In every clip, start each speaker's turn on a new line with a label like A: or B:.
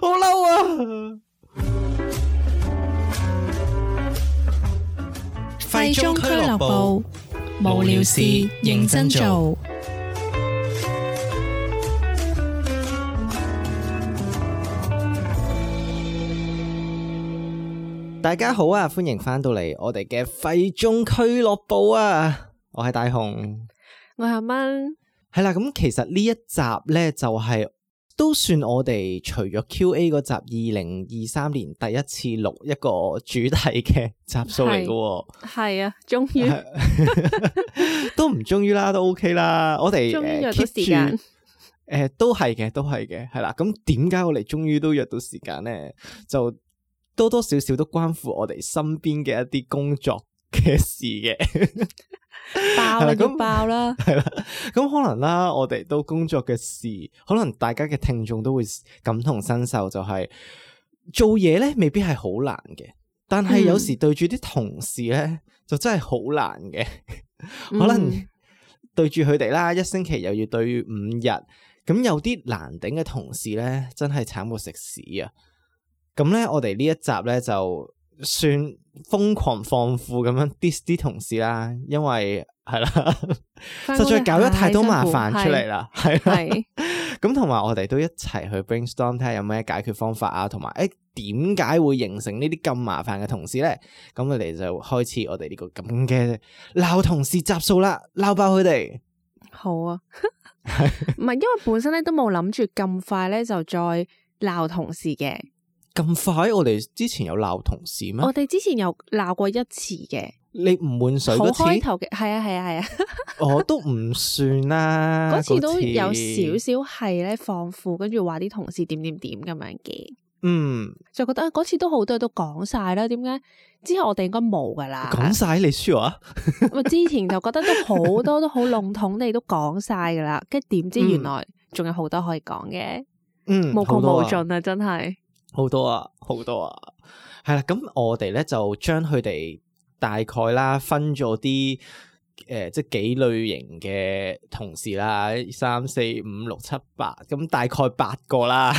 A: 好嬲啊！
B: 廢中俱樂部，無聊事認真做。
A: 大家好啊，歡迎翻到嚟我哋嘅廢中俱樂部啊！我係大雄，
C: 我係阿蚊，
A: 係啦。咁其實呢一集咧就係、都算我哋除咗 Q&A 嗰集二零二三年第一次錄一個主題嘅集數嚟嘅喎。
C: 係啊，終於
A: 都唔中意啦，都 OK 啦。我哋
C: 終於
A: 誒
C: 約到
A: keep
C: 時間
A: 住，誒都係嘅，都係嘅，係啦。咁點解我哋終於都約到時間咧？就多多少少都關乎我哋身邊嘅一啲工作嘅事嘅。 係
C: 爆
A: 啦
C: 啦，
A: 咁
C: 要爆啦，
A: 係啦，咁可能啦，我哋都工作嘅事，可能大家嘅聽眾都會感同身受，就係、做嘢咧未必係好難嘅，但係
C: 嗯
A: 有時對住啲同事咧就真係好難嘅，可能
C: 嗯
A: 對住佢哋啦，一星期又要對五日，咁有啲難頂嘅同事咧，真係慘過食屎啊！咁咧，我哋呢一集咧就算瘋狂放負咁樣 diss 啲同事啦，因為係啦。
C: 翻
A: 實
C: 工啊
A: 在搞咗太多麻
C: 辛苦
A: 煩出嚟，啦，係
C: 係
A: 啦。
C: 係
A: 咁同埋我哋都一齊去 brainstorm 睇下有咩解決方法啊，同埋誒點解會形成呢啲咁麻煩嘅同事咧？咁我哋就開始我哋呢個咁嘅鬧同事集數啦，鬧爆佢哋。
C: 好啊，唔係因為本身咧都冇諗住咁快咧就再鬧同事嘅，
A: 咁快，我哋之前有鬧同事咩
C: 我？哋之前有鬧過一次嘅，
A: 你唔換水
C: 好
A: 嗰
C: 開
A: 次，
C: 頭嘅，係啊係啊係啊，
A: 我都唔算啦。
C: 嗰次都有少少係咧放負，跟住話啲同事點點點咁樣嘅。
A: 嗯，
C: 就覺得啊嗰次都好多嘢都講晒啦，點解之後我哋應該冇噶啦？
A: 講晒你輸啊！
C: 我之前就覺得都好 多都好籠統地都講晒噶啦，跟住點知原來仲有好多可以講嘅，
A: 嗯，
C: 無窮
A: 好多
C: 無
A: 啊
C: 盡啊！真係
A: 好多啊，好多啊，係啦。咁我哋咧就將佢哋大概啦分咗啲誒，即係幾類型嘅同事啦，三四五六七八，咁大概八個 啦。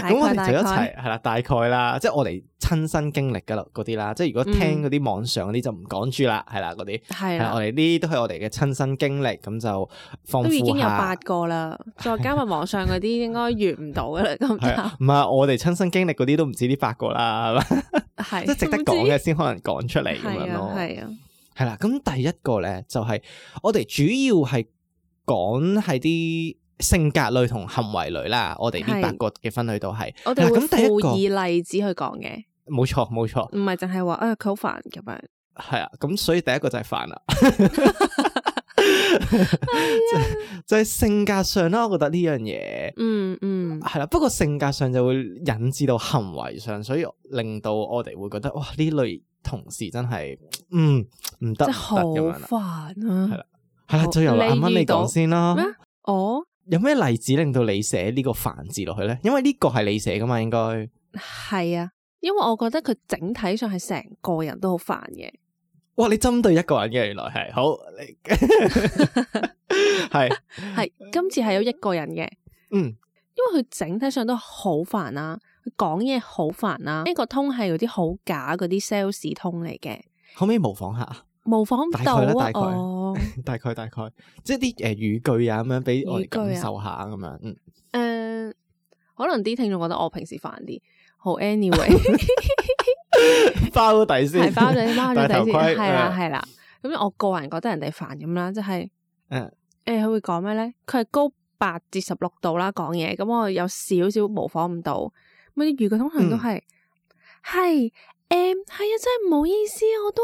C: 大
A: 咁我
C: 概
A: 哋
C: 大
A: 就一
C: 概
A: 齊係啦，大概啦，即係我哋親身經歷噶啦嗰啲啦，即係如果聽嗰啲網上嗰啲就唔講住啦，係啦嗰啲。
C: 嗯係
A: 係啊啦，我
C: 啦，
A: 哋呢啲都係我哋嘅親身經歷，咁就放
C: 都已經
A: 寬
C: 有
A: 下啊
C: 八。個啦，再加埋網上嗰啲應該完唔到噶啦，咁
A: 係啊，唔係我哋親身經歷嗰啲都唔止呢八個啦，係嘛
C: 就係
A: 即係值得講嘅，先可能講出嚟咁
C: 係
A: 樣
C: 啊
A: 咯。
C: 係啊，
A: 係啦，咁第一個咧就係、我哋主要係講係啲性格類同行為類啦。我哋呢
C: 係
A: 八個嘅分類都係
C: 我哋會
A: 嗱咁第一個
C: 輔以例子去講嘅，
A: 冇錯冇錯，
C: 唔係淨係話啊佢好煩咁樣，
A: 係啊。咁所以第一個就係煩 啦。
C: 哎
A: 就係就係性格上啦，我覺得呢樣嘢
C: 嗯嗯，
A: 係啦。不過性格上就會引致到行為上，所以令到我哋會覺得哇呢類同事真係嗯唔得 唔得
C: 真係好
A: 咁樣啦。
C: 煩啊！
A: 係啦，
C: 好
A: 就由阿蚊
C: 你
A: 你
C: 遇到
A: 講先啦。
C: 咩我
A: 有咩例子令到你寫呢個繁字落去咧？因為呢個係你寫噶嘛，應該
C: 係啊，因為我覺得佢整體上係成個人都好煩嘅。
A: 哇！你針對一個人嘅，原來係好，你 係
C: 係今次係有一個人嘅，
A: 嗯
C: 因為佢整體上都好煩啦，佢講嘢好煩啦，呢個通係嗰啲好假嗰啲 sales 通嚟嘅，
A: 可唔可以模仿下？
C: 模仿到
A: 大概啦
C: 啊
A: 大概
C: 我
A: 大概大概，即係啲誒語句啊咁樣，俾我哋
C: 語句啊
A: 感受下咁樣。嗯，
C: 誒，呃可能啲聽眾覺得我平時煩啲，好 anyway
A: 包咗 底先，
C: 係包咗包咗
A: 戴
C: 底
A: 頭
C: 先，
A: 盔
C: 係啦
A: 嗯
C: 係啦，咁我個人覺得人哋煩咁啦，即係
A: 嗯
C: 誒佢會講咩咧？佢係高八至十六度啦講嘢，咁我有少少模仿唔到。咁啲語句通常
A: 嗯
C: 都係係誒係啊，真係唔好意思，我都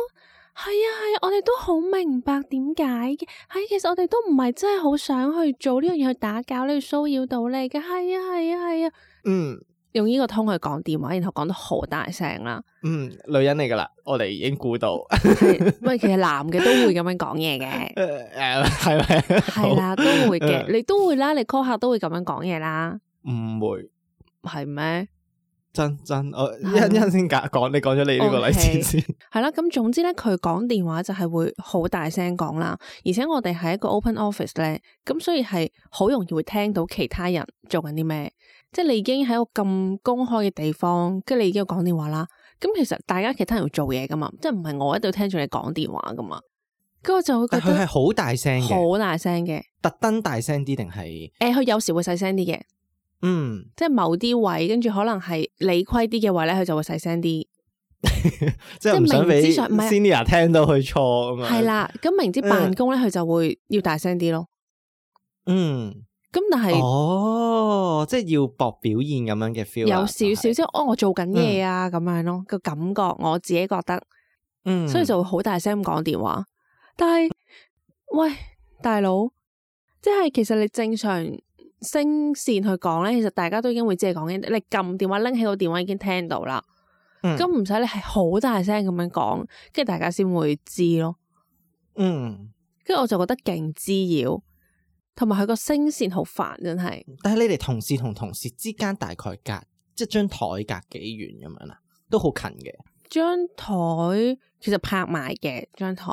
C: 係啊係啊，我哋都好明白點解嘅。係啊其實我哋都唔係真係好想去做呢樣嘢去打攪你、去騷擾到你嘅。係啊係啊係啊，
A: 嗯
C: 用呢個通去講電話，然後講得好大聲啦。
A: 嗯，女人嚟噶啦，我哋已經估到
C: 係喂，其實男嘅都會咁樣講嘢嘅。
A: 誒誒係咪？
C: 係啦，都會嘅，
A: 嗯
C: 你都會啦，你 call 客都會咁樣講嘢啦，
A: 好，誤會
C: 係咩？
A: 真真，我一
C: 係
A: 一陣先講講，你講咗你呢個例子
C: OK
A: 先。
C: 係啦，咁總之咧，佢講電話就係會好大聲講啦，而且我哋係一個 open office 咧，咁所以係好容易會聽到其他人做緊啲咩，即係你已經喺一個咁公開嘅地方，跟住你已經要講電話啦。咁其實大家其他人要做嘢噶嘛，即係唔係我喺度聽住你講電話噶嘛，咁我就會
A: 但
C: 覺
A: 佢係
C: 得
A: 好大聲嘅，
C: 好大聲嘅。
A: 特登大聲啲定係
C: 誒，佢有時會細聲啲嘅，
A: 嗯，
C: 即係某啲位，跟住可能係理虧啲嘅位咧，佢就會細聲啲。
A: 即係唔想
C: 明
A: 俾
C: 知上唔係啊
A: senior 聽到佢錯咁樣。
C: 係，啦，咁明知辦公咧，佢就會要大聲啲咯。
A: 嗯，
C: 咁但係。
A: 哦，即係要搏表現咁樣嘅 feel
C: 有
A: 啦。
C: 少
A: 就
C: 少
A: 係
C: 即，係哦，我做緊嘢啊咁樣咯，個感覺我自己覺得，
A: 嗯，
C: 所以就會好大聲咁講電話。但係喂，大佬，即係其實你正常聲線去講咧，其實大家都已經會知你講緊，你撳電話拎起個電話已經聽到啦。
A: 嗯
C: 咁唔使你係好大聲咁樣講，跟住大家先會知咯。
A: 嗯，
C: 跟住我就覺得勁滋擾，同埋佢個聲線好煩，真係。
A: 但係你哋同事同同事之間大概隔即係張台隔幾遠咁樣啦，都好近嘅。
C: 張台其實拍埋嘅張台，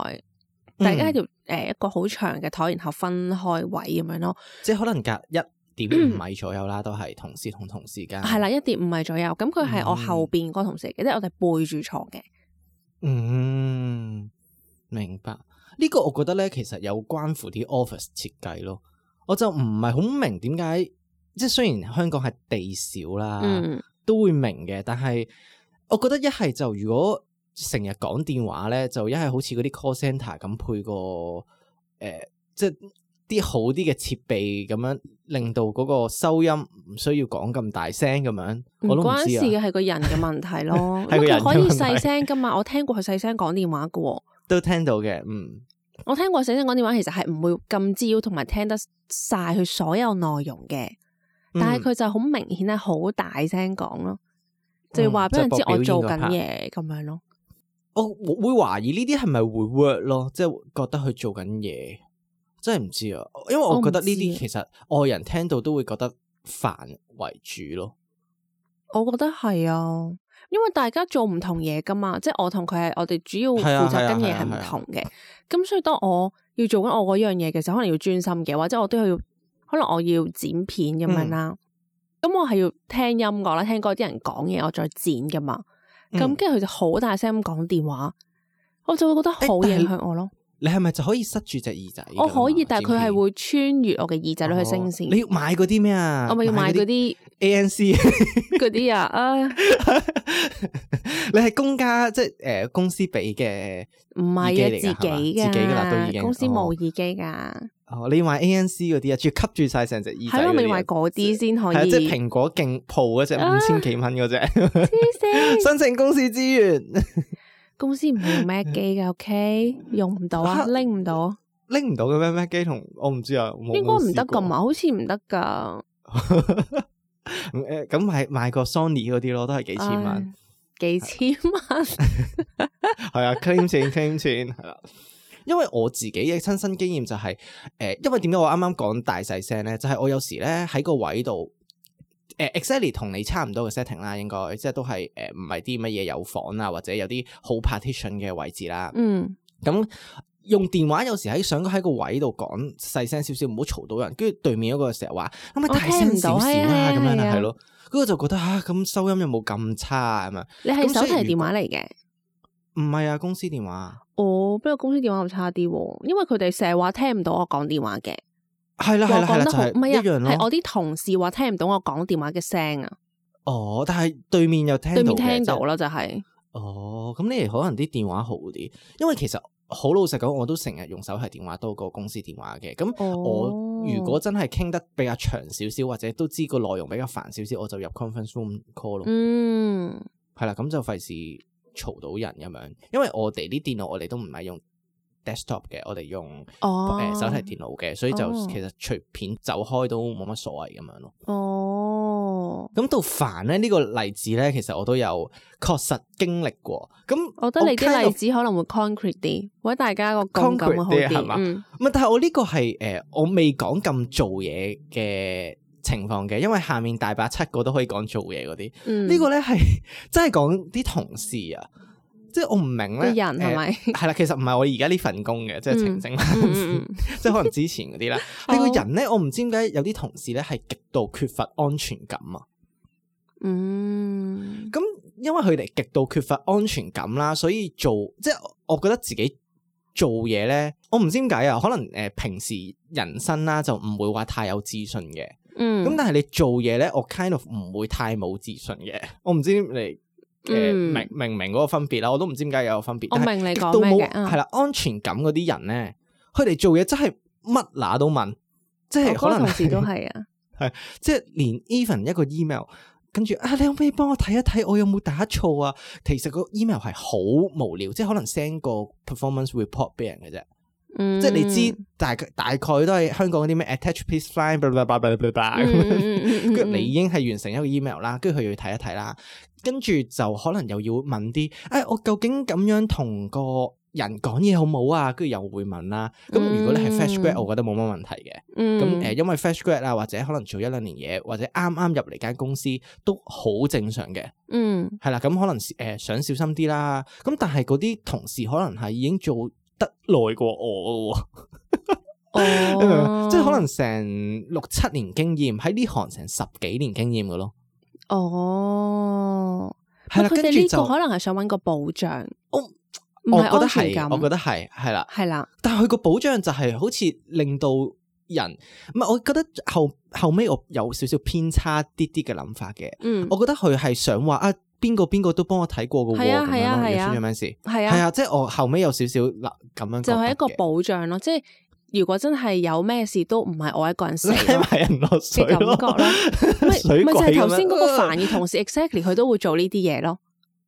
A: 嗯
C: 大家一條呃誒一個好長嘅台，然後分開位咁樣咯，
A: 即係可能隔一點五米左右啦，都係同事同同事間。
C: 係啦，一點五米左右。咁佢係我
A: 啊嗯
C: 後邊嗰個同事嚟嘅，即係我哋背住坐嘅。
A: 嗯，明白。呢、個我覺得咧，其實有關乎啲 office 設計咯。我就唔係好明點解，即係雖然香港係地少啦，
C: 嗯，
A: 都會明嘅。但係我覺得一係就如果成日講電話咧，就一係好似嗰啲 call centre 咁配個誒、呃即係啲好啲嘅設備咁樣，令到嗰個收音唔需要講咁大聲咁樣。
C: 唔
A: 我都唔
C: 關
A: 知
C: 事
A: 啊。。
C: 嘅係個人嘅問題咯
A: 係個人
C: 咁
A: 嘅
C: 佢可以
A: 問題
C: 細聲噶嘛？我聽過佢細聲講電話嘅喎，
A: 都聽到嘅，嗯，
C: 我聽過細聲講電話，其實係唔會咁滋擾，同埋聽得晒佢所有內容嘅。
A: 嗯
C: 但係佢就好明顯係好大聲講咯，
A: 嗯
C: 就要話俾人知我做緊嘢咁樣咯。
A: 哦我會懷疑呢啲係咪會 work 咯，即係覺得佢做緊嘢，真係唔知啊。因為我覺得呢
C: 我唔
A: 啲
C: 知啊
A: 其實外人聽到都會覺得煩為主咯。
C: 我覺得係啊，因為大家做唔同嘢噶嘛，即係我同佢係我哋主要
A: 係啊
C: 負責跟
A: 係
C: 嘢
A: 啊
C: 係唔
A: 係啊
C: 同嘅，咁所以當我要做緊我嗰樣嘢嘅時候，可能要專心嘅，或者我都要可能我要剪片咁樣啦，
A: 嗯
C: 咁我係要聽音樂啦，聽嗰啲人講嘢，我再剪噶嘛，咁
A: 嗯
C: 跟住佢就好大聲咁講電話，我就會覺得好
A: 誒但係
C: 影響我咯。
A: 你係咪就可以塞住隻耳仔㗎嘛？
C: 我可以，但係佢
A: 剪
C: 係
A: 片
C: 會穿越我嘅耳仔落去聲
A: 哦你
C: 線。
A: 要買嗰啲咩啊？
C: 我咪要買嗰啲
A: ANC，
C: 嗰啲啊，啊，
A: 你係公家即係誒公司俾嘅，
C: 唔係啊，
A: 耳
C: 自
A: 機嚟㗎係嘛
C: 己
A: 自己㗎啦都已
C: 噶，
A: 經
C: 公司
A: 哦
C: 冇耳機噶，
A: 哦，你買 ANC 嗰啲啊，仲要吸住晒成隻耳仔嗰
C: 係
A: 啲啊。
C: 咯，咪買嗰啲先可
A: 係啊，
C: 以。
A: 即係蘋果勁鋪嗰隻
C: 啊
A: 五千幾蚊嗰
C: 黐
A: 隻，
C: 線，
A: 申請公司資源。
C: 公司唔係用 Mac 機噶，OK，用唔到
A: 嚇
C: 啊，拎唔到啊，
A: 拎唔到嘅咩咩機同我唔知啊，冇
C: 應該唔得噶
A: 咁
C: 嘛，
A: 啊。
C: 好似唔得噶，
A: 誒咁買買個 Sony 嗰啲咯，都係幾千蚊，
C: 唉，幾千蚊，
A: 係 啊，claim 錢 claim 錢係啦。因為我自己嘅親身經驗就係、誒，因為點解我啱啱講大細聲咧，就係、我有時咧喺個位度，誒、exactly 同你差唔多嘅 setting 啦，應該即係都係誒唔係啲乜嘢有房啊，或者有啲好 partition 嘅位置啦。
C: 嗯，
A: 咁用電話有時喺想喺個位度講細聲少少，唔好嘈到人。跟住對面嗰個成日話，咁咪
C: 我
A: 大
C: 聽唔
A: 聲少
C: 到
A: 少
C: 係啊係
A: 啦，
C: 啊
A: 咁樣
C: 係
A: 啦，
C: 啊
A: 係咯。跟住我就覺得吓，咁、收音有冇咁差啊？咁啊，
C: 你係
A: 咁所
C: 手
A: 以
C: 提
A: 如
C: 電話嚟嘅，
A: 唔係啊，公司電話
C: 哦，不過公司電話咁差啲喎，因為佢哋成日話聽唔到我講電話嘅。
A: 係啦係啦係
C: 話
A: 啦，
C: 講得
A: 就
C: 好，
A: 係、
C: 唔係
A: 一
C: 啊，
A: 樣
C: 係
A: 咯。
C: 我啲同事話聽唔到我講電話嘅聲啊，
A: 哦，但係對面又聽到
C: 對
A: 嘅，
C: 面聽
A: 即係
C: 到啦就係，
A: 哦，咁你哋可能啲電話好啲，因為其實好老實講，我都成日用手提電話多過公司電話嘅。咁
C: 哦
A: 我如果真係傾得比較長少少，或者都知個內容比較煩少少，我就入 conference room call 咯。
C: 嗯，
A: 係啦，咁就費事嘈到人咁樣。因為我哋啲電腦我哋都唔係用 desktop 嘅，我哋用誒、
C: 哦，
A: 手提電腦嘅，所以就
C: 哦
A: 其實隨便走開都冇乜所謂咁樣咯。
C: 哦，
A: 咁到煩咧呢、呢個例子咧，其實我都有確實經歷過。咁
C: 我覺得你啲
A: kind
C: 例
A: of
C: 子可能會 concrete 啲，或者大家個共感會好嗯
A: Concrete 啲係
C: 啲
A: 嘛，
C: 嗯，
A: 唔係，但係我呢個係誒、呃我未講咁做嘢嘅情況嘅，因為下面大把七個都可以講做嘢嗰啲。
C: 嗯，
A: 呢個咧係 真係講啲同事啊，即係我唔明
C: 個
A: 咧
C: 人係咪？
A: 係啦，其實唔係我而家呢份工嘅，即係情證啦，
C: 嗯嗯哦嗯
A: 即係可能之前嗰 啲啦。你個人咧，我唔知點解有啲同事咧係極度缺乏安全感啊。
C: 嗯，
A: 咁因為佢哋極度缺乏安全感啦，所以做即係我覺得自己做嘢咧，我唔知點解啊。可能誒、呃平時人生啦就唔會話太有自信嘅，咁、
C: 嗯，
A: 但係你做嘢咧，我 kind of 唔會太冇自信嘅。我唔知你。誒、
C: 嗯
A: 明明唔明嗰個分別啦，我都唔知點解有個分別。
C: 我
A: 但係
C: 明你
A: 極
C: 講
A: 度
C: 咩
A: 冇
C: 嘅嗯
A: 係啦，安全感嗰啲人咧，佢哋做嘢真係乜乸都問，即係
C: 我嗰
A: 可
C: 個
A: 能
C: 同事都係啊，
A: 即係連 even 一個 email，跟住啊，你可唔可以幫我睇一睇我有冇打錯啊？其實個 email 係好無聊，即係可能 send 個 performance report 俾人嘅啫，
C: 嗯
A: 即係你知大概大概都係香港嗰啲咩 attach please find blah blah blah blah blah blah 咁樣
C: 跟
A: 跟住你已經係完成一個 email 啦，跟住佢要睇一睇啦，跟住就可能又要問啲，哎，我究竟咁樣同個人講嘢好冇啊？跟住又會問啦。咁如果你係 fresh grad，
C: 嗯
A: 我覺得冇乜問題嘅。咁誒、
C: 咁
A: 因為 fresh grad 啊，或者可能做一兩年嘢，或者啱啱入嚟間公司都好正常嘅。
C: 嗯
A: 係啦，咁可能誒、想小心啲啦。咁但係嗰啲同事可能係已經做得耐過我嘅喎。 你明唔明
C: 哦，
A: 即係可能成六七年經驗，喺呢行成十幾年經驗嘅咯。
C: 哦，
A: 係啦，
C: 佢
A: 跟
C: 哋
A: 住
C: 呢
A: 就
C: 個可能係想揾個保障，
A: 我
C: 唔
A: 我
C: 係
A: 覺得
C: 安全
A: 係，
C: 感，啊
A: 我覺得係係啦。
C: 係啦，
A: 但係佢個保障就係好似令到人唔係，我覺得後後尾我有少少偏差啲啲嘅諗法嘅。
C: 嗯，
A: 我覺得佢係想話啊，邊個邊個都幫我睇過嘅喎，
C: 係啊
A: 咁
C: 係
A: 樣
C: 啊
A: 咯。
C: 係
A: 有
C: 啊
A: 出咗咩事？
C: 係
A: 係
C: 啊，
A: 啊，即係我後尾有少少嗱咁樣，
C: 就係一個
A: 保，
C: 保障咯，即係如果真係有咩事都唔係我一個 人死
A: 拉
C: 咯。
A: 埋人落水
C: 嘅感
A: 咯，
C: 覺啦 咪
A: 水
C: 咪就
A: 鬼
C: 係
A: 咁
C: 頭
A: 樣
C: 先嗰個凡爾同事 exactly 佢都會做呢啲嘢咯，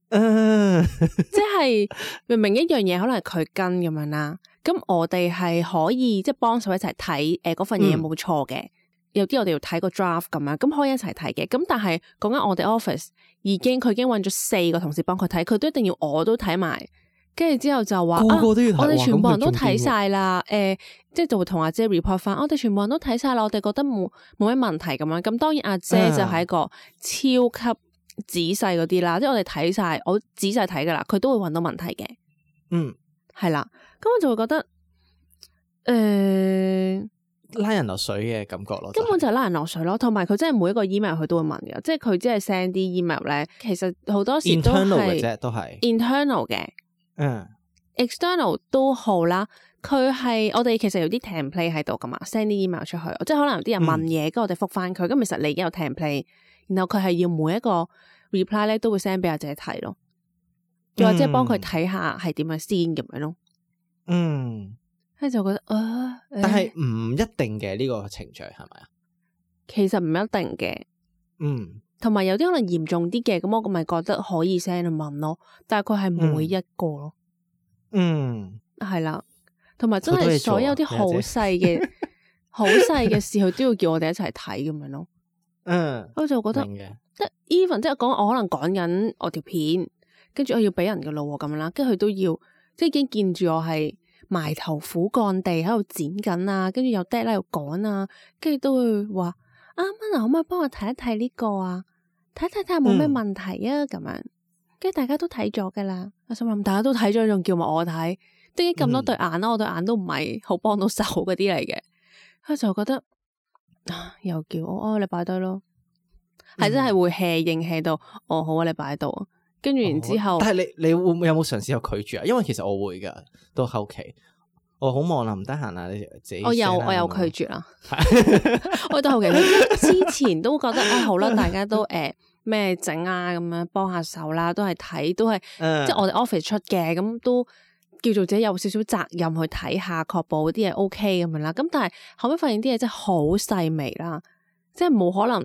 A: 嗯
C: 即係明明一樣嘢可能係佢跟咁樣啦，咁我哋係可以即係幫手一齊睇誒嗰份嘢有
A: 嗯
C: 冇錯嘅，有啲我哋要睇個 draft 咁樣，咁可以一齊睇嘅，咁但係講緊我哋 office 已經佢已經揾咗四個同事幫佢睇，佢都一定要我都睇埋，跟住之後就話
A: 個
C: 啊
A: 個都要睇，
C: 我哋
A: 哇
C: 全部人都
A: 咁佢仲
C: 睇
A: 癲喎
C: 晒啦，誒、即係就會同阿姐 report 翻，我哋全部人都睇晒啦，我哋覺得冇冇咩問題咁樣。咁當然阿姐
A: 嗯
C: 就係一個超級仔細嗰啲啦，即係我哋睇晒，我仔細睇噶啦，佢都會揾到問題嘅，
A: 嗯，
C: 係啦。咁我就會覺得，誒、呃
A: 拉人落水嘅感覺咯，
C: 根本
A: 係
C: 就係拉人落水咯。同埋佢真係每一個 email 佢都會問嘅，即係佢只係 send 啲 email 咧，其實好多時都
A: internal 嘅
C: 係
A: 啫，都係
C: internal 嘅。
A: 嗯
C: external 都好啦，佢係我哋其實有啲 template 喺度噶嘛，send 啲 email 出去，即係可能有啲
A: 嗯
C: 人問嘢，跟住、我哋覆翻佢。咁其實你已經有 template，然後佢係要每一個 reply 咧都會 send 俾阿姐睇咯，又或者幫佢睇下係點樣先咁樣咯。
A: 嗯，
C: 跟住就覺得啊，
A: 但係
C: 誒
A: 唔一定嘅呢個程序係咪啊？
C: 其實唔一定嘅，
A: 嗯。
C: 同埋有啲可能嚴重啲嘅，咁我咪覺得可以 send 去問咯。但係佢係每一個咯，
A: 嗯，
C: 係啦，同埋真
A: 好多
C: 係
A: 嘢做啊
C: 所有啲好
A: 你阿姐
C: 細嘅好細嘅事，佢都要叫我哋一齊睇咁樣咯。
A: 嗯，
C: 我就覺得
A: 明嘅，
C: 即係 even 即係講我可能講緊我條片，跟住我要俾人嘅路喎咁樣啦，跟住佢都要即係已經見住我係埋頭苦幹地喺度剪緊啊，跟住又 deadline 又趕啊，跟住都會話啱啱啊，可唔可以幫我睇一睇呢個啊？睇睇睇下冇咩
A: 嗯
C: 問題啊咁樣，跟住大家都睇咗噶啦。我想問大家都睇咗，仲叫埋我睇，點解咁多
A: 嗯
C: 對眼啦？啊我對眼都唔係好幫到手嗰啲嚟嘅，佢就覺得啊又叫我哦，你擺低咯。
A: 嗯
C: 係真係會 hea 應 hea 到，哦好啊，你擺喺度啊，跟住然之後
A: 哦，但係你你會唔會有冇嘗試有拒絕啊？因為其實我會噶，到後期我好忙啦，啊唔得閒啦，你自己
C: 我有
A: send 啦
C: 我有
A: 咁樣
C: 拒絕 啦，我到後期之前都覺得啊好啦，大家都誒咩整啊咁樣幫下手啦，都係睇都係
A: 嗯
C: 即係我哋 office 出嘅，咁都叫做自己有少少責任去睇下，確保啲嘢 OK 咁樣啦。咁但係後尾發現啲嘢真係好細微啦，即係冇可能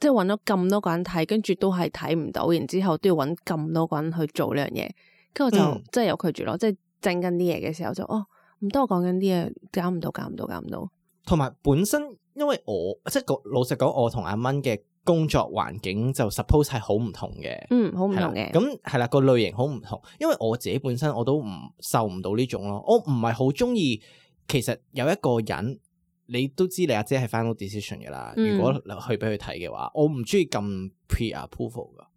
C: 即係揾咗咁多個人睇，跟住都係睇唔到，然之後都要揾咁多個人去做呢樣嘢，跟住我就、
A: 嗯
C: 真係有拒絕咯。即係整緊啲嘢嘅時候就哦，唔得，我講緊啲嘢搞唔到，搞唔到，搞唔到。
A: 同埋本身，因為我即係個老實講，我同阿蚊嘅工作環境就 suppose 係好唔同嘅。
C: 嗯，好唔
A: 係啦
C: 同嘅。
A: 咁係啦，個類型好唔同，因為我自己本身我都唔受唔到呢種咯，我唔係好中意。其實有一個人你都知你阿姐係 final decision 噶啦。
C: 嗯
A: 如果去俾佢睇嘅話，我唔中意撳 pre approval 噶，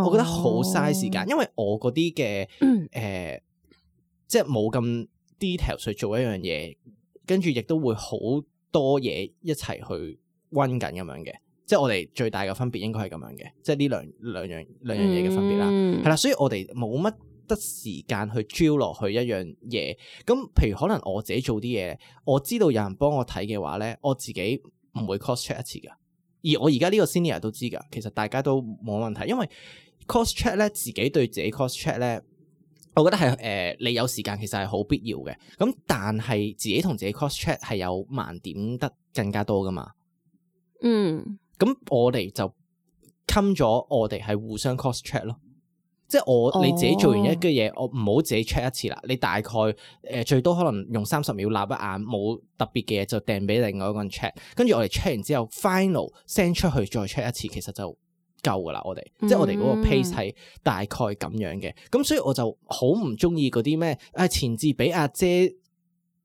C: 哦
A: 我覺得好嘥時間，因為我嗰啲嘅
C: 嗯
A: 誒，即係冇咁 detail 去做一樣嘢，跟住亦都會好多嘢一齊去温緊咁樣嘅。即係我哋最大嘅分別應該係咁樣嘅，即係呢兩兩樣兩樣嘢嘅分別啦。
C: 嗯
A: 係啦，所以我哋冇乜得時間去 drill 落去一樣嘢。咁譬如可能我自己做啲嘢，我知道有人幫我睇嘅話咧，我自己唔會 cross check 一次噶。而我而家呢個 senior 都知噶，其實大家都冇問題，因為 cross check 咧，自己對自己 cross check 咧。我覺得係誒、呃你有時間其實係好必要嘅。咁但係自己同自己 cross check 係有盲點得更加多噶嘛。
C: 嗯
A: 咁我哋就襟咗，我哋係互相 cross check 咯。即係我、
C: 哦
A: 你自己做完一嘅嘢，我唔好自己 check 一次啦。你大概誒、呃最多可能用三十秒立一眼，冇特別嘅嘢就掟俾另外一個人 check。跟住我哋 check 完之後，final send 出去再 check 一次，其實就夠噶啦。我哋、即係我哋嗰個 pace 係大概咁樣嘅。咁所以我就好唔中意嗰啲咩啊前置俾阿姐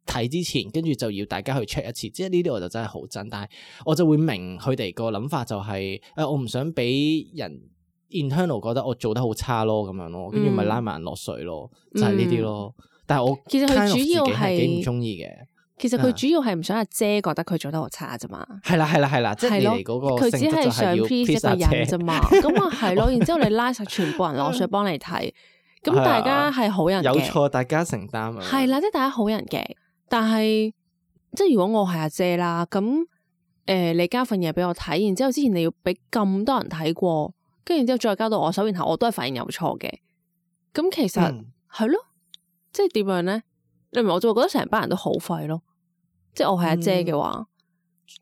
A: 睇之前，跟住就要大家去 check 一次。即係呢啲我就真係好憎，但係。我就會明佢哋個諗法就係、呃我唔想俾人 internal 覺得我做得好差咯，咁樣咯，跟住咪
C: 嗯
A: 拉埋人落水咯，就係呢啲咯。但係我
C: 其實佢
A: kind of
C: 主要
A: 自己係幾唔
C: 係
A: 中意嘅，
C: 其實
A: 啊
C: 佢主要係唔想阿姐覺得佢做得好差啫嘛。
A: 係啦係啦係啦，即係你
C: 係咯
A: 哋嗰個
C: 佢只
A: 性質
C: 係
A: 就
C: 想
A: 係要
C: please 一
A: please
C: 個
A: 阿
C: 人
A: 姐
C: 啫，嘛，咁啊係咯，然之後你拉晒全部人落水幫你睇，
A: 哦
C: 咁大家係好人
A: 啊有
C: 嘅，
A: 錯大家承擔啊。
C: 係啦，即係大家好人嘅，但係即係如果我係阿姐啦，咁诶、呃你交份嘢俾我睇，然之後之前你要俾咁多人睇過，跟住然之後再交到我手，然後我都係發現有錯嘅，咁其實
A: 嗯
C: 係咯，即係點樣咧？你明唔明我就會覺得成班人都好廢咯。即係我係阿姐嘅話，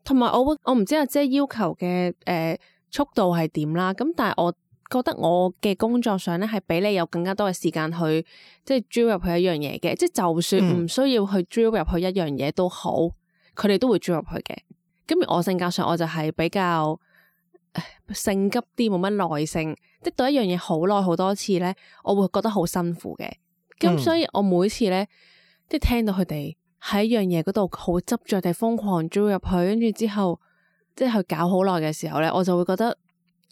C: 同埋、我會我唔知阿姐要求嘅誒、呃速度係點啦。咁但係我覺得我嘅工作上咧係俾你有更加多嘅時間去即係 drill 入去一樣嘢嘅。即係就算
A: 嗯
C: 唔需要去 drill 入去一樣嘢都好，佢哋都會 drill 入去嘅。咁而我性格上我就係比較。唉性急啲，冇乜耐性，即係對一樣嘢好耐好多次咧，我會覺得好辛苦嘅。咁
A: 嗯
C: 所以我每次咧，即係聽到佢哋喺一樣嘢嗰度好執着地瘋狂 drill 入去，跟住之後即係去搞好耐嘅時候咧，我就會覺得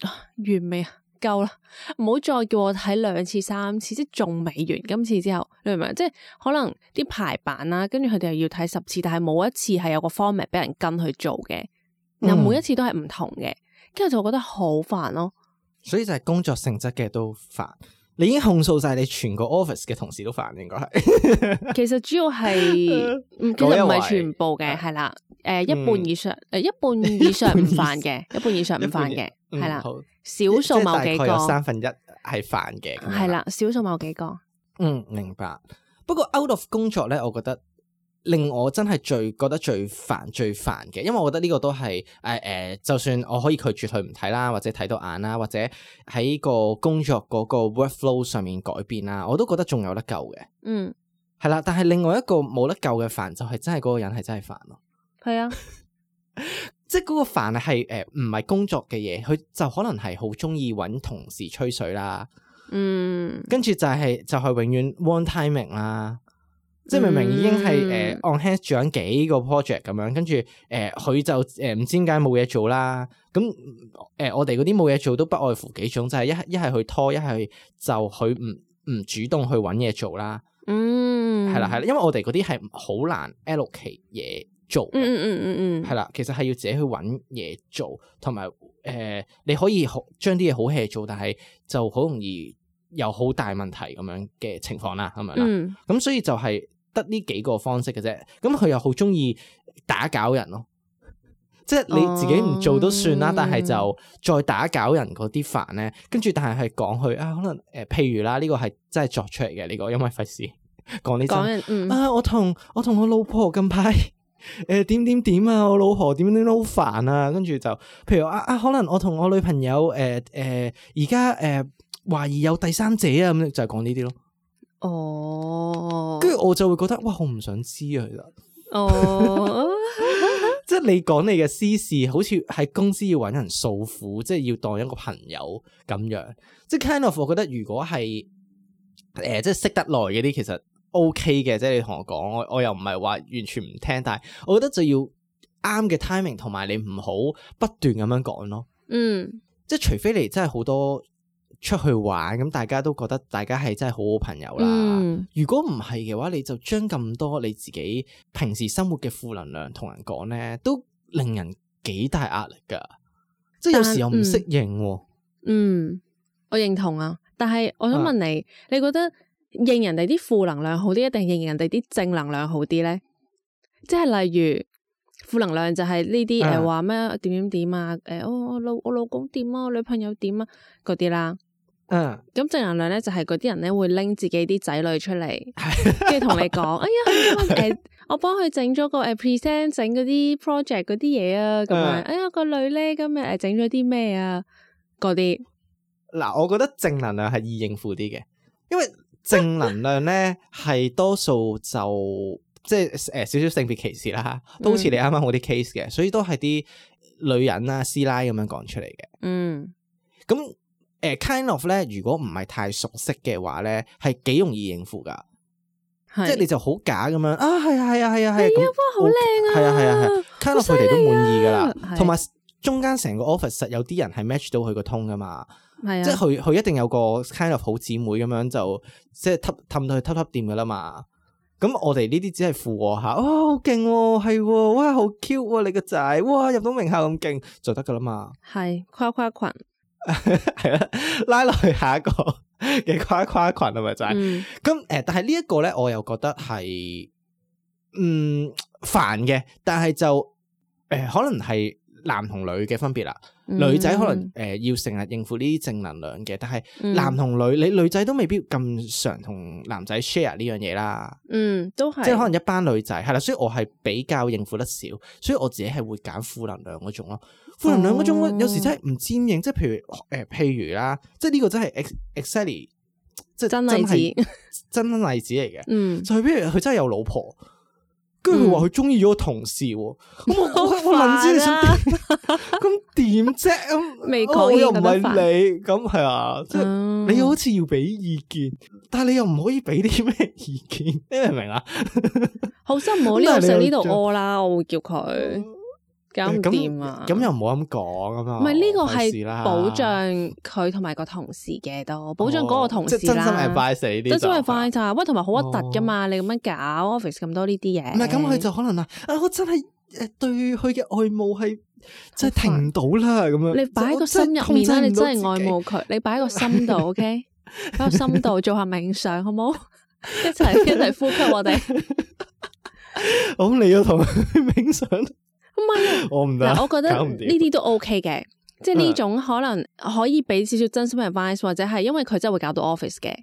C: 啊完美啊，夠啦， 唔好再叫我睇兩次、三次，即係仲未完。今次之後，你明唔明？即係可能啲排版啦，跟住佢哋又要睇十次，但係冇一次係有個 format 俾人跟去做嘅，然
A: 嗯
C: 後每一次都係唔同嘅，跟住就覺得好煩咯。
A: 所以就係工作性質嘅都煩。你已經控訴晒你全個 office 嘅同事都煩，應該係。
C: 其實主要係， 嗯其
A: 嗰一
C: 實唔
A: 位啊嗯
C: 係全部嘅，係啦，诶，一半以上，诶，一半以上唔犯嘅， 一半以上唔犯嘅，
A: 嗯
C: 係啦，
A: 好
C: 少
A: 即
C: 數
A: 係
C: 某
A: 大概
C: 幾個，
A: 有三分一係煩嘅。咁樣
C: 係啦，少數某幾個，
A: 嗯，明白。不過 out of 工作咧，我覺得令我真係最覺得最煩最煩嘅，因為我覺得呢個都係誒誒，就算我可以拒絕佢唔睇啦，或者睇到眼啊啦，或者喺個工作嗰個 workflow 上面改變啦，我都覺得仲有得救嘅。
C: 嗯，
A: 係啦，但係另外一個冇得救嘅煩就係真係嗰個人係真係煩咯。
C: 係啊，
A: 即係嗰個煩係誒唔係工作嘅嘢，佢就可能係好中意揾同事吹水啦，
C: 嗯，
A: 跟住就係、就係、永遠 one timing 啦，即係明明已經係誒
C: 嗯
A: on hand 做緊幾個 project 咁樣，跟住誒呃佢就誒唔知點解冇嘢做啦。咁誒、呃我哋嗰啲冇嘢做都不外乎幾種，就係一係一係去拖，一係就佢唔唔主動去揾嘢做啦。
C: 嗯，
A: 係啦係啦，因為我哋嗰啲係好難 allocate 嘢做嘅。
C: 嗯，嗯嗯嗯嗯
A: 係啦，其實係要自己去揾嘢做，同埋誒你可以好將啲嘢好 hea 做，但係就好容易有好大問題咁樣嘅情況啦，咁樣啦。
C: 嗯，
A: 咁、所以就係得呢幾個方式嘅啫。咁佢又好中意打攪人咯，即係你自己唔做都算啦，
C: 哦
A: 但係就再打攪人嗰啲煩咧，跟住但係係講佢啊，可能誒、呃譬如啦，呢、個係真係作出嚟嘅呢個，因為費事講呢
C: 講
A: 真。
C: 人，嗯，
A: 啊，我同我同我老婆近排 诶点点點啊，我老婆點點都好煩啊，跟住就譬如啊啊，可能我同我女朋友诶诶而家诶懷疑有第三者啊，咁就係講呢啲咯。
C: 哦，
A: 跟住我就會覺得哇，我唔想知啊，其實
C: 哦，
A: 即係你講你嘅私事，好似喺公司要揾人訴苦，即係要當一個朋友咁樣。即係 kind of，我覺得如果係誒、呃即係識得耐嗰啲，其實 OK 嘅。即係你同我講，我我又唔係話完全唔聽，但係我覺得就要啱嘅 timing，同埋你唔好不斷咁樣講咯。
C: 嗯，
A: 即係除非你真係好多出去玩，咁大家都覺得大家係真係好好朋友啦。
C: 嗯
A: 如果唔係嘅話，你就將咁多你自己平時生活嘅負能量同人講咧，都令人幾大壓力㗎。即係有時又唔
C: 但嗯
A: 適應喎、
C: 嗯，我認同啊。但係我想問你，你覺得認人哋啲負能量好啲，一定認人哋啲正能量好啲咧？即係例如負能量就係呢啲
A: 啊
C: 誒話咩點點點啊，誒我我老我老公點啊，我女朋友點啊嗰啲啦。
A: 嗯，
C: 咁正能量咧就係嗰啲人咧會拎自己啲仔女 出嚟，跟住同你講，哎呀，我今日誒 我幫佢整咗個誒 present 整嗰啲 project 嗰啲嘢啊，咁
A: 啊
C: 樣，哎呀個女咧今日誒整咗啲咩啊，嗰啲，
A: 嗯嗱，我覺得正能量係易應付啲嘅，因為正能量咧係多數就即係誒少少性別歧視啦，都好似你啱啱嗰啲 case 嘅，所以都係啲女人啊、師奶咁樣講出嚟嘅。
C: 嗯
A: 咁誒、呃 kind of 咧，如果唔係太熟悉嘅話咧，係幾容易應付噶，
C: 係，
A: 即係你就好假咁樣啊，係啊係啊係啊係啊，
C: 係啊
A: 咁
C: 哇好靚啊，
A: 係啊係啊係啊，kind
C: 好
A: of 佢哋都滿意噶
C: 犀利
A: 啦，
C: 啊
A: 同埋中間成個 office 實有啲人係 match 到佢個通噶嘛，
C: 係啊，
A: 即係佢佢一定有個 kind of 好姊妹咁樣就即係氹氹到佢揼揼掂噶啦嘛。咁我哋呢啲只係附和下，哇好勁喎，係喎，哇好 cute 喎你個仔，哇入到名校咁勁就得噶啦嘛。
C: 係誇誇群，
A: 系啦，拉落去下一個嘅跨跨群係咪就係？
C: 嗯
A: 咁诶、呃但係呢一個咧，我又覺得係嗯煩嘅，但係就诶、呃可能係男同女嘅分別啦。
C: 嗯
A: 女仔可能诶、呃要成日應付呢啲正能量嘅，但係
C: 嗯
A: 男同女，你女仔都未必咁常同男仔 share 呢樣嘢啦。
C: 嗯都係，
A: 即係可能一班女仔係啦，所以我係比較應付得少，所以我自己係會揀負能量嗰種咯。負能量嗰種
C: 哦
A: 有時真係唔尖應，即係譬如誒、呃譬如啦，即係呢個真係 ex exactly 即係
C: 真例子
A: 係 真例子嚟嘅。
C: 嗯
A: 就係譬如佢真係有老婆，跟住佢話佢中意咗個同事喎，咁 我我我問知你想點？ 咁點啫？咁
C: 啊 未
A: 我
C: 講嘢
A: 又唔係
C: 覺得煩
A: 你，咁係啊，即係。
C: 嗯
A: 你好似要俾意見，但係你又唔可以俾啲咩意見， 你明唔明啊？
C: 好心唔好呢度食呢度屙啦，我會叫佢搞唔
A: 咁
C: 掂啊，
A: 咁又唔好咁講啊嘛。
C: 唔係呢個
A: 費事啦
C: 係保障佢同埋個同事嘅都，保障嗰個同事
A: 哦即係真心
C: 啦。
A: advice 你呢啲啊就
C: 真心係快咋，喂，同埋好核突噶嘛！你咁樣搞 office 咁多呢啲嘢，
A: 唔係咁，佢就可能啊，啊我真係誒對佢嘅愛慕係真係停唔到啦咁樣。
C: 你擺喺個心入面啦，你真係愛慕 佢，你擺喺個心度 ，OK，擺喺個心度做下冥想，好 冇？一齊一齊呼吸， 我哋
A: 我你要同佢冥想，
C: 唔係啊
A: 我唔得。
C: 嗱，我覺得
A: 搞唔
C: 呢
A: 掂嗯
C: 啲都 OK 嘅，即係呢種可能可以俾少少真心 advice，或者係因為佢真係會搞到 office 嘅。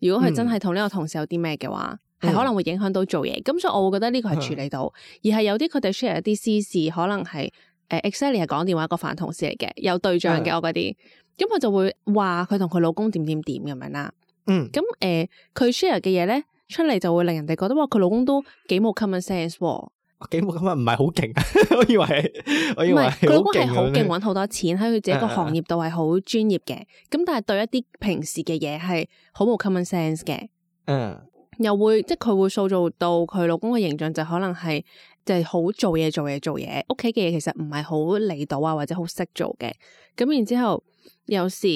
C: 如果佢真係同呢個同事有啲咩嘅話，係、
A: 嗯
C: 可能會影響到做嘢。咁所以我會覺得呢個係處理到，而係有啲佢哋 share 一啲私事，可能係誒 exactly 係講電話個煩同事嚟嘅，有對象嘅
A: 嗯
C: 我嗰啲，咁佢就會話佢同佢老公點點點咁樣啦。
A: 嗯
C: 咁誒佢 share 嘅嘢咧出嚟就會令人哋覺得哇佢老公都幾冇 common sense 喎。
A: 幾冇咁啊， 唔係好勁，我以為係我以
C: 唔
A: 為
C: 係，佢老公
A: 係
C: 係好
A: 好
C: 勁，
A: 勁咁樣。
C: 揾好多錢，喺佢自己
A: 啊
C: 個行業度係好專業嘅。咁但係對一啲平時嘅嘢係好冇 common sense 嘅，
A: 嗯
C: 又會即係佢會塑造到佢老公嘅形象就可能係就係好做嘢做嘢做嘢，屋企嘅嘢其實唔係好理到啊，或者好識做嘅。咁然之後有時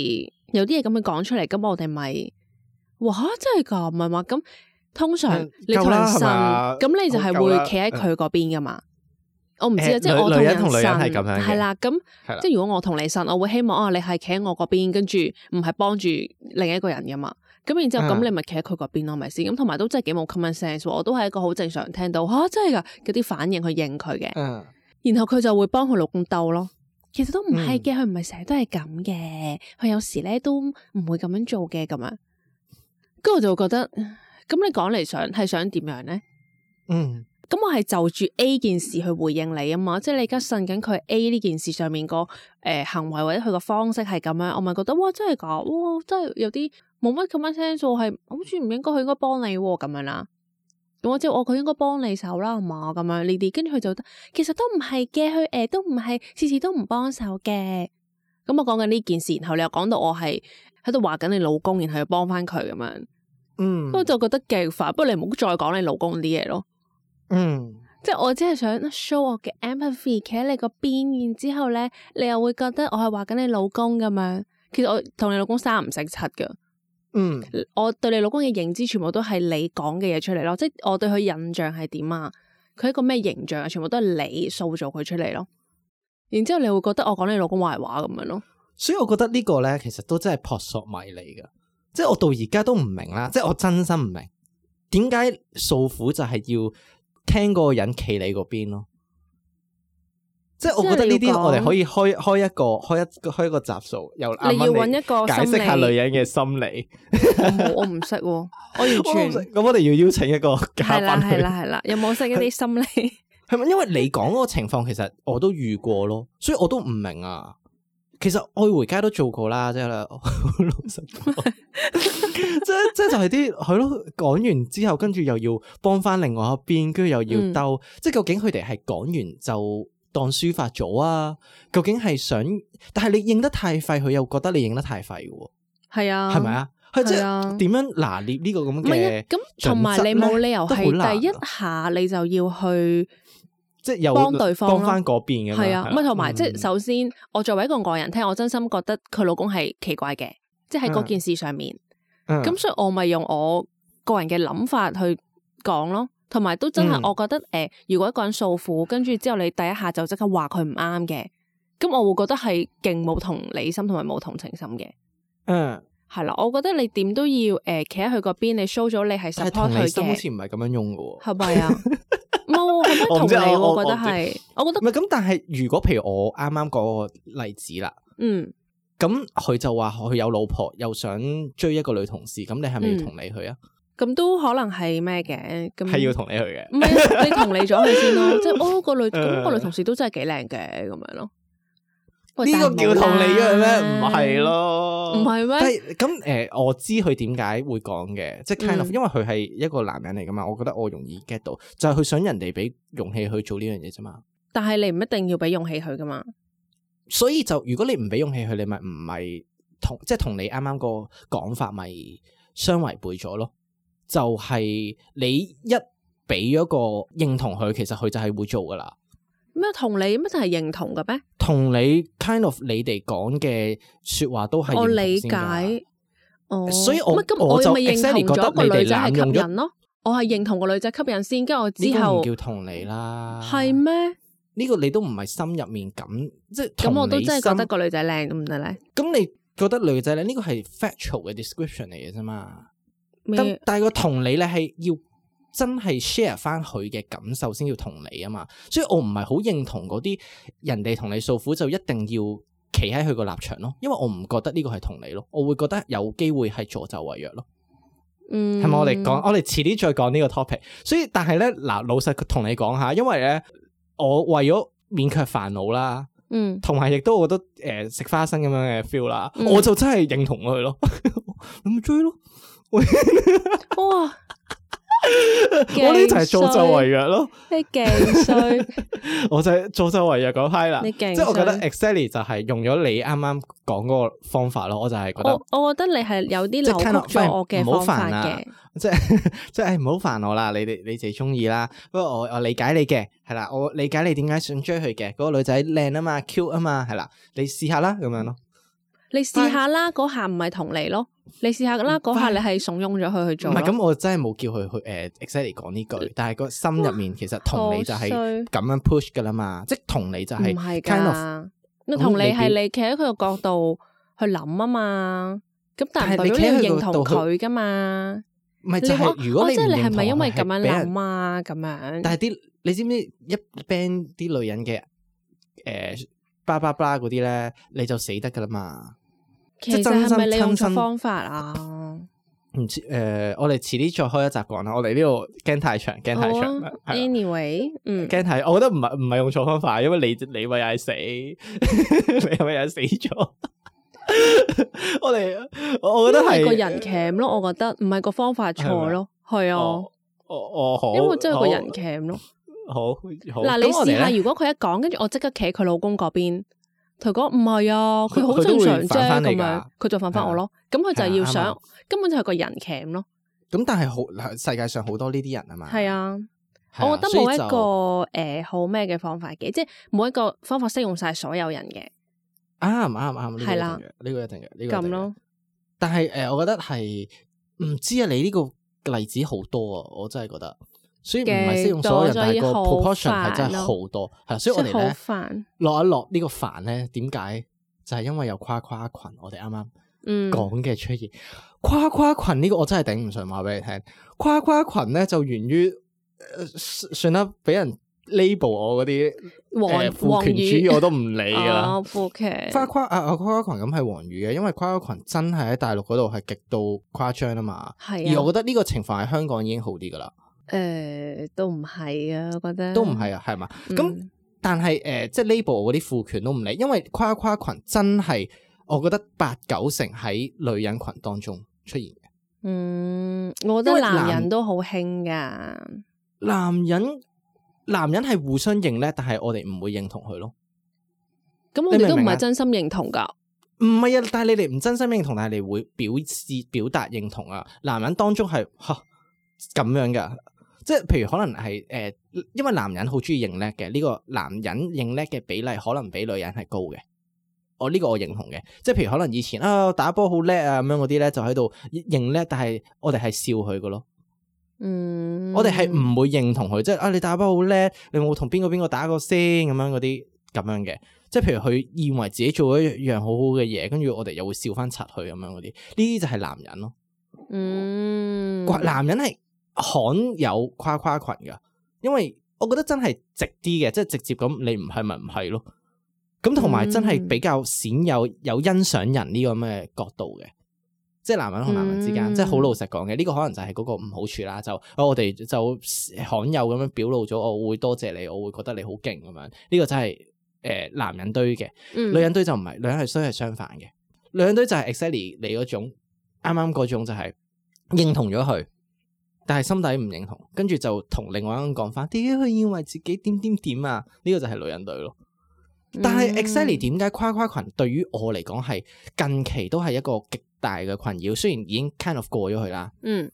C: 有啲嘢咁樣講出嚟，咁我哋咪哇真係㗎，唔係嘛？咁通常
A: 嗯
C: 你同
A: 夠
C: 人
A: 啦係
C: 呻，
A: 嘛
C: 咁你就係
A: 好夠啦嗯
C: 會企喺佢嗰邊噶嘛？我唔知啊，
A: 誒
C: 即係
A: 女
C: 我
A: 女人同女人
C: 呻
A: 係咁樣嘅
C: 係啦，咁
A: 係啦
C: 即係如果我同你呻，我會希望哦，你係企喺我嗰邊，跟住唔係幫住另一個人噶嘛。咁然之後，咁
A: 嗯
C: 你咪企喺佢嗰邊咯，咪先？咁同埋都真係幾冇 common sense 喎。我都係一個好正常聽到嚇、啊真係㗎嗰啲反應去應佢嘅，
A: 嗯
C: 然後佢就會幫佢老公鬥咯。其實都唔
A: 嗯
C: 係嘅，佢唔係成日都係咁嘅，佢有時咧都唔會咁樣做嘅咁樣。跟住我就會覺得，嗯咁你講嚟想係想點樣咧？
A: 嗯。
C: 咁我係就住 A 件事去回應你啊嘛，即係你而家信緊佢 A 呢件事上面個誒、呃行為或者佢個方式係咁樣，我咪覺得哇真係㗎，哇真係有啲冇乜咁樣 sense 喎，係好似唔應該佢應該幫你喎咁樣啦。咁我即係我佢應該幫你手啦，係嘛咁樣呢啲，跟住佢就得其實都唔係嘅，佢誒、呃都唔係次次都唔幫手嘅。咁我講緊呢件事，然後你又講到我係喺度話緊你老公，然後又幫翻佢咁樣，
A: 嗯
C: 咁我就覺得極煩。不過你唔好再講你老公啲嘢咯。
A: 嗯，
C: 即係我只係想 show 我嘅 empathy，企喺你個邊，然之後咧，你又會覺得我係話緊你老公咁樣。其實我同你老公三唔識七噶，
A: 嗯，
C: 我對你老公嘅認知全部都係你講嘅嘢出嚟咯，即係我對佢印象係點啊，佢一個咩形象啊，全部都係你塑造佢出嚟咯。然之後你會覺得我講你老公壞話咁樣咯。
A: 所以我覺得呢個咧，其實都真係撲朔迷離噶。即係我到而家都唔明啦，即係我真心唔明點解訴苦就係要聽嗰個人企你嗰邊咯。即係我覺得呢
C: 即係你要
A: 啲
C: 講
A: 我哋可以開開一個開一個開一個集數，又啱啱
C: 你要揾一個
A: 啊解
C: 心
A: 釋下女
C: 理，
A: 人嘅心理。
C: 我冇我唔識 喎，我完全
A: 咁我哋要邀請一個嘉
C: 係啦
A: 賓
C: 係
A: 去
C: 啦係啦，有冇識一啲心理？
A: 係咪？因為你講嗰個情況，其實我都遇過咯，所以我都唔明啊。其實愛回家都做過啦，即係啦， 我老實講，即即就係啲係咯，講完之後，跟住又要幫翻另外一邊，跟住又
C: 嗯
A: 要兜，即係究竟佢哋係講完就當抒發咗啊？究竟係想，但係你應得太廢，佢又覺得你應得太廢嘅喎，
C: 係啊，
A: 係咪？啊？係即
C: 係啊
A: 係點樣拿捏呢個咁
C: 唔係啊
A: 嘅，，
C: 咁同埋你冇理由
A: 準則咧都好難啊
C: 係第一下你就要去
A: 即係又
C: 幫對方咯
A: 幫翻嗰邊咁樣
C: 係啊，咁啊同埋即係
A: 嗯
C: 首先，我作為一個外人聽，我真心覺得佢老公係奇怪嘅，即係喺嗰
A: 嗯
C: 件事上面。
A: 嗯
C: 咁所以我咪用我個人嘅諗法去講咯，同埋都真係
A: 嗯
C: 我覺得誒、呃如果一個人訴苦，跟住之後你第一下就即刻話佢唔啱嘅，咁我會覺得係勁冇同理心同埋冇同情心嘅。
A: 嗯。
C: 係啦，我覺得你點都要誒企喺佢嗰邊，你 show 咗你係
A: 但係
C: support
A: 同理
C: 佢
A: 心好似
C: 嘅，
A: 唔係咁樣用嘅喎。
C: 係咪啊？冇，係
A: 我唔
C: 同
A: 知
C: 理喎，
A: 我
C: 我覺
A: 我
C: 得
A: 唔知
C: 係，我覺
A: 唔
C: 得
A: 係咁，但係如果譬如我啱啱嗰個例子啦，
C: 嗯
A: 咁佢就話佢有老婆，又想追一個女同事，咁你係咪
C: 嗯
A: 要同理佢啊？
C: 咁都可能係咩嘅，咁
A: 係要同理佢嘅。
C: 唔 係啊你同理咗佢先咯，即係哦個女咁
A: 嗯
C: 個女同事都真係幾靚嘅咁樣咯。喂
A: 呢個叫同理嘅咩？唔係，咯，
C: 啊唔係咩
A: 但係咁誒，呃我知佢點解會講嘅，即係 kind of，
C: 嗯
A: 因為佢係一個男人嚟噶嘛，我覺得我容易 get 到，就係佢想人哋俾勇氣去做呢樣嘢啫嘛。
C: 但係你唔一定要俾勇氣佢噶嘛。
A: 所以就如果你唔俾勇氣佢，你咪唔係同即係同你啱啱個講法咪相違背咗咯。就係、你一俾咗個認同佢，其實佢就係會做噶啦。
C: 咩同理乜就係認同嘅咩？
A: 同你 kind of 你哋講嘅説話都係認
C: 我
A: 同
C: 理
A: 先㗎
C: 解。哦，
A: 所以我
C: 乜咁
A: 我就
C: 咪認
A: exactly
C: 同
A: 覺得
C: 咗個女仔
A: 你哋
C: 係
A: 濫用
C: 吸
A: 咗
C: 引咯。我係認同個女仔吸引先，跟住我
A: 呢
C: 之
A: 個唔
C: 後
A: 叫啊同理啦，
C: 係咩？
A: 呢個你都唔係心入面咁，即係
C: 咁我
A: 同
C: 都
A: 理
C: 真係覺
A: 心
C: 得個女仔靚咁唔得咧。
A: 咁你覺得女仔咧呢個係 factual 嘅 description 嚟嘅啫嘛。但
C: 咩？
A: 但係個同理咧係要真係 share 翻佢嘅感受先叫同理啊嘛，所以我唔係好認同嗰啲人哋同你訴苦就一定要企喺佢個立場咯，因為我唔覺得呢個係同理咯，我會覺得有機會係助紂為虐咯，
C: 嗯，
A: 係咪、我哋講，我哋遲啲再講呢個 topic。所以但係咧嗱，老實同你講下，因為咧我為咗免卻煩惱啦，
C: 嗯，
A: 同埋亦都我覺得誒、呃食花生咁樣嘅 feel 啦，
C: 嗯
A: 我就真係認同佢咯， 你咪追咯。
C: 哇！
A: 我呢就係助紂為虐咯，
C: 你勁 衰，
A: 我就係助紂為虐嗰批啦。
C: 你勁
A: 即係我覺得
C: 衰
A: exactly 就係用咗你啱啱講嗰個方法咯，我就係覺得
C: 我我覺得你係有啲
A: 即
C: 扭
A: 係
C: 曲
A: kind
C: 咗
A: of，
C: 我嘅
A: 唔好
C: 方法
A: 煩啊
C: 嘅，
A: 即係 即係唔好煩我啦，你哋你自己中意啦。不過我我理解你嘅係啦，我理解你點解想追佢嘅，嗰個女仔靚啊嘛，cute 啊嘛，係啦，你試下啦咁樣咯。
C: 你試下啦，嗰下唔係同你咯，你試下啦，嗰下你係慫恿咗佢去
A: 嗯唔
C: 做咯，
A: 係咁，我真係冇叫佢去誒 exactly 講呢句，但係個心入面其實同理就係
C: 好
A: 咁
C: 衰
A: 樣 push 噶啦嘛，即係同理就
C: 唔
A: 係
C: 係
A: kind of
C: 㗎，你同你係
A: 咁你表
C: 你企喺佢個角度去諗啊嘛，咁但係
A: 但係
C: 唔
A: 你
C: 代表你
A: 企喺
C: 要認
A: 佢
C: 同
A: 角度
C: 佢噶嘛，
A: 唔係就
C: 你話
A: 係如果
C: 哦
A: 你
C: 即
A: 唔
C: 係你
A: 認
C: 係咪
A: 同
C: 因為
A: 我
C: 咁樣
A: 俾人
C: 諗啊？咁樣
A: 但係啲你知唔知一 band 啲女人嘅誒巴巴巴嗰啲咧，你就死得噶啦嘛？
C: 其
A: 即
C: 實
A: 係真
C: 係咪你
A: 心
C: 用
A: 親
C: 錯
A: 身
C: 方法啊？
A: 唔知誒、呃我哋遲啲再開一集講啦。我哋呢度驚太長，驚太長啦
C: 好，
A: 係啦
C: 啊，anyway，嗯。
A: 驚太。我覺得唔係唔係用錯方法，因為你你咪又係死， 你咪又係死咗。 我哋我我覺得
C: 因為
A: 係
C: 個人 cam 咯，我覺得唔係個方法錯咯，係啊
A: 哦，哦哦好，
C: 因為真係個人
A: 好
C: cam 咯。
A: 好好
C: 嗱，你
A: 咁我哋
C: 試下，
A: 咧
C: 如果佢一講，跟住我即刻企喺佢老公嗰邊，同佢講唔係啊， 佢好
A: 佢
C: 正
A: 都會
C: 常
A: 反
C: 啫
A: 返你
C: 咁
A: 㗎
C: 樣，佢就反翻我咯。咁佢就要
A: 係啊啱
C: 想
A: 啊，
C: 根本就係個人 cam 咯，
A: 咁，但係好世界上好多呢啲人啊嘛。
C: 係啊。
A: 係啊
C: 我覺得
A: 所以
C: 冇一
A: 就
C: 個诶、呃好咩嘅方法嘅，即係冇一個方法適用晒所有人嘅
A: 啱啱啱，呢個
C: 係
A: 一
C: 啦
A: 定嘅，呢個一定嘅，呢個一
C: 咁
A: 定嘅
C: 咯。
A: 但係诶、呃我覺得係唔知啊，你呢個例子好多啊，我真係覺得，所以唔係適用所有人，
C: 嘅
A: 但係個
C: 所以好
A: proportion
C: 煩
A: 係真係
C: 咯
A: 好多，係啦所以我哋
C: 好
A: 咧
C: 煩，
A: 落一落呢個煩咧，點解？就係因為有跨跨群，我哋啱啱
C: 嗯，
A: 講嘅出現，跨跨群呢個我真係頂唔順，話俾你聽，跨跨群咧就源於、呃算算啦，俾人 label 我嗰啲
C: 黃
A: 誒呃父
C: 黃
A: 權主義
C: 魚
A: 我都唔理噶啦。
C: 哦，富權
A: 跨跨啊啊跨跨群咁係黃語嘅，因為跨跨群真係喺大陸嗰度係極度誇張啊嘛。
C: 係
A: 而我覺
C: 啊，
A: 得呢個情況喺香港已經好啲噶啦，
C: 诶，呃都唔係啊，我覺得
A: 都唔係啊，係嘛？咁、
C: 嗯
A: 但係诶、呃即係 label 嗰啲父權都唔理，因為跨跨群真係我覺得八九成喺女人群當中出現嘅。
C: 嗯，我覺
A: 因為
C: 得男
A: 男
C: 人都好興噶，
A: 男人男人係互相認叻，但係我哋唔會認同佢咯。
C: 咁我
A: 你
C: 哋
A: 明
C: 都
A: 唔
C: 唔
A: 明啊
C: 係真心認同噶，
A: 唔係啊，但係你哋唔真心認同，但係你會表示表達認同啊。男人當中係吓咁樣噶，即係譬如可能係诶、呃因為男人好中意認叻嘅，呢、個男人認叻嘅比例可能比女人係高嘅。我呢、個我認同嘅，即係譬如可能以前啊打波好叻啊咁樣嗰啲咧，就喺度認叻，但係我哋係笑佢噶咯。
C: 嗯，
A: 我哋係唔會認同佢，即係啊你打波好叻，你有冇同邊個邊個打過先咁樣嗰啲咁樣嘅，即係譬如佢認為自己做咗一樣好好嘅嘢，跟住我哋又會笑翻柒佢咁樣嗰啲，呢啲就係男人咯。
C: 嗯，
A: 跨男人係罕有跨跨群噶，因為我覺得真係直啲嘅，即係直接咁你唔係咪唔係咯？咁同埋真係
C: 嗯
A: 比較鮮有有欣賞人呢個咁嘅角度嘅，即係男人同男人之間，
C: 嗯
A: 即係好老實講嘅，呢、個可能就係嗰個唔好處啦。就哦我哋就罕有咁樣表露咗，哦我會多謝你，我會覺得你好勁咁樣。呢、個真係诶、呃男人堆嘅。
C: 嗯
A: 女人堆就唔係，女人係衰係相反嘅。女人堆就係 exactly 你嗰種，啱啱嗰種就係認同咗佢，但係心底唔認同，跟住就同另外一個人講翻，屌佢以為自己點點點啊，呢、個就係女人堆咯。
C: 嗯
A: 但係 exactly 點解跨跨群對於我嚟講係近期都係一個極大嘅困擾，雖然已經 kind of 過咗去啦，
C: 嗯，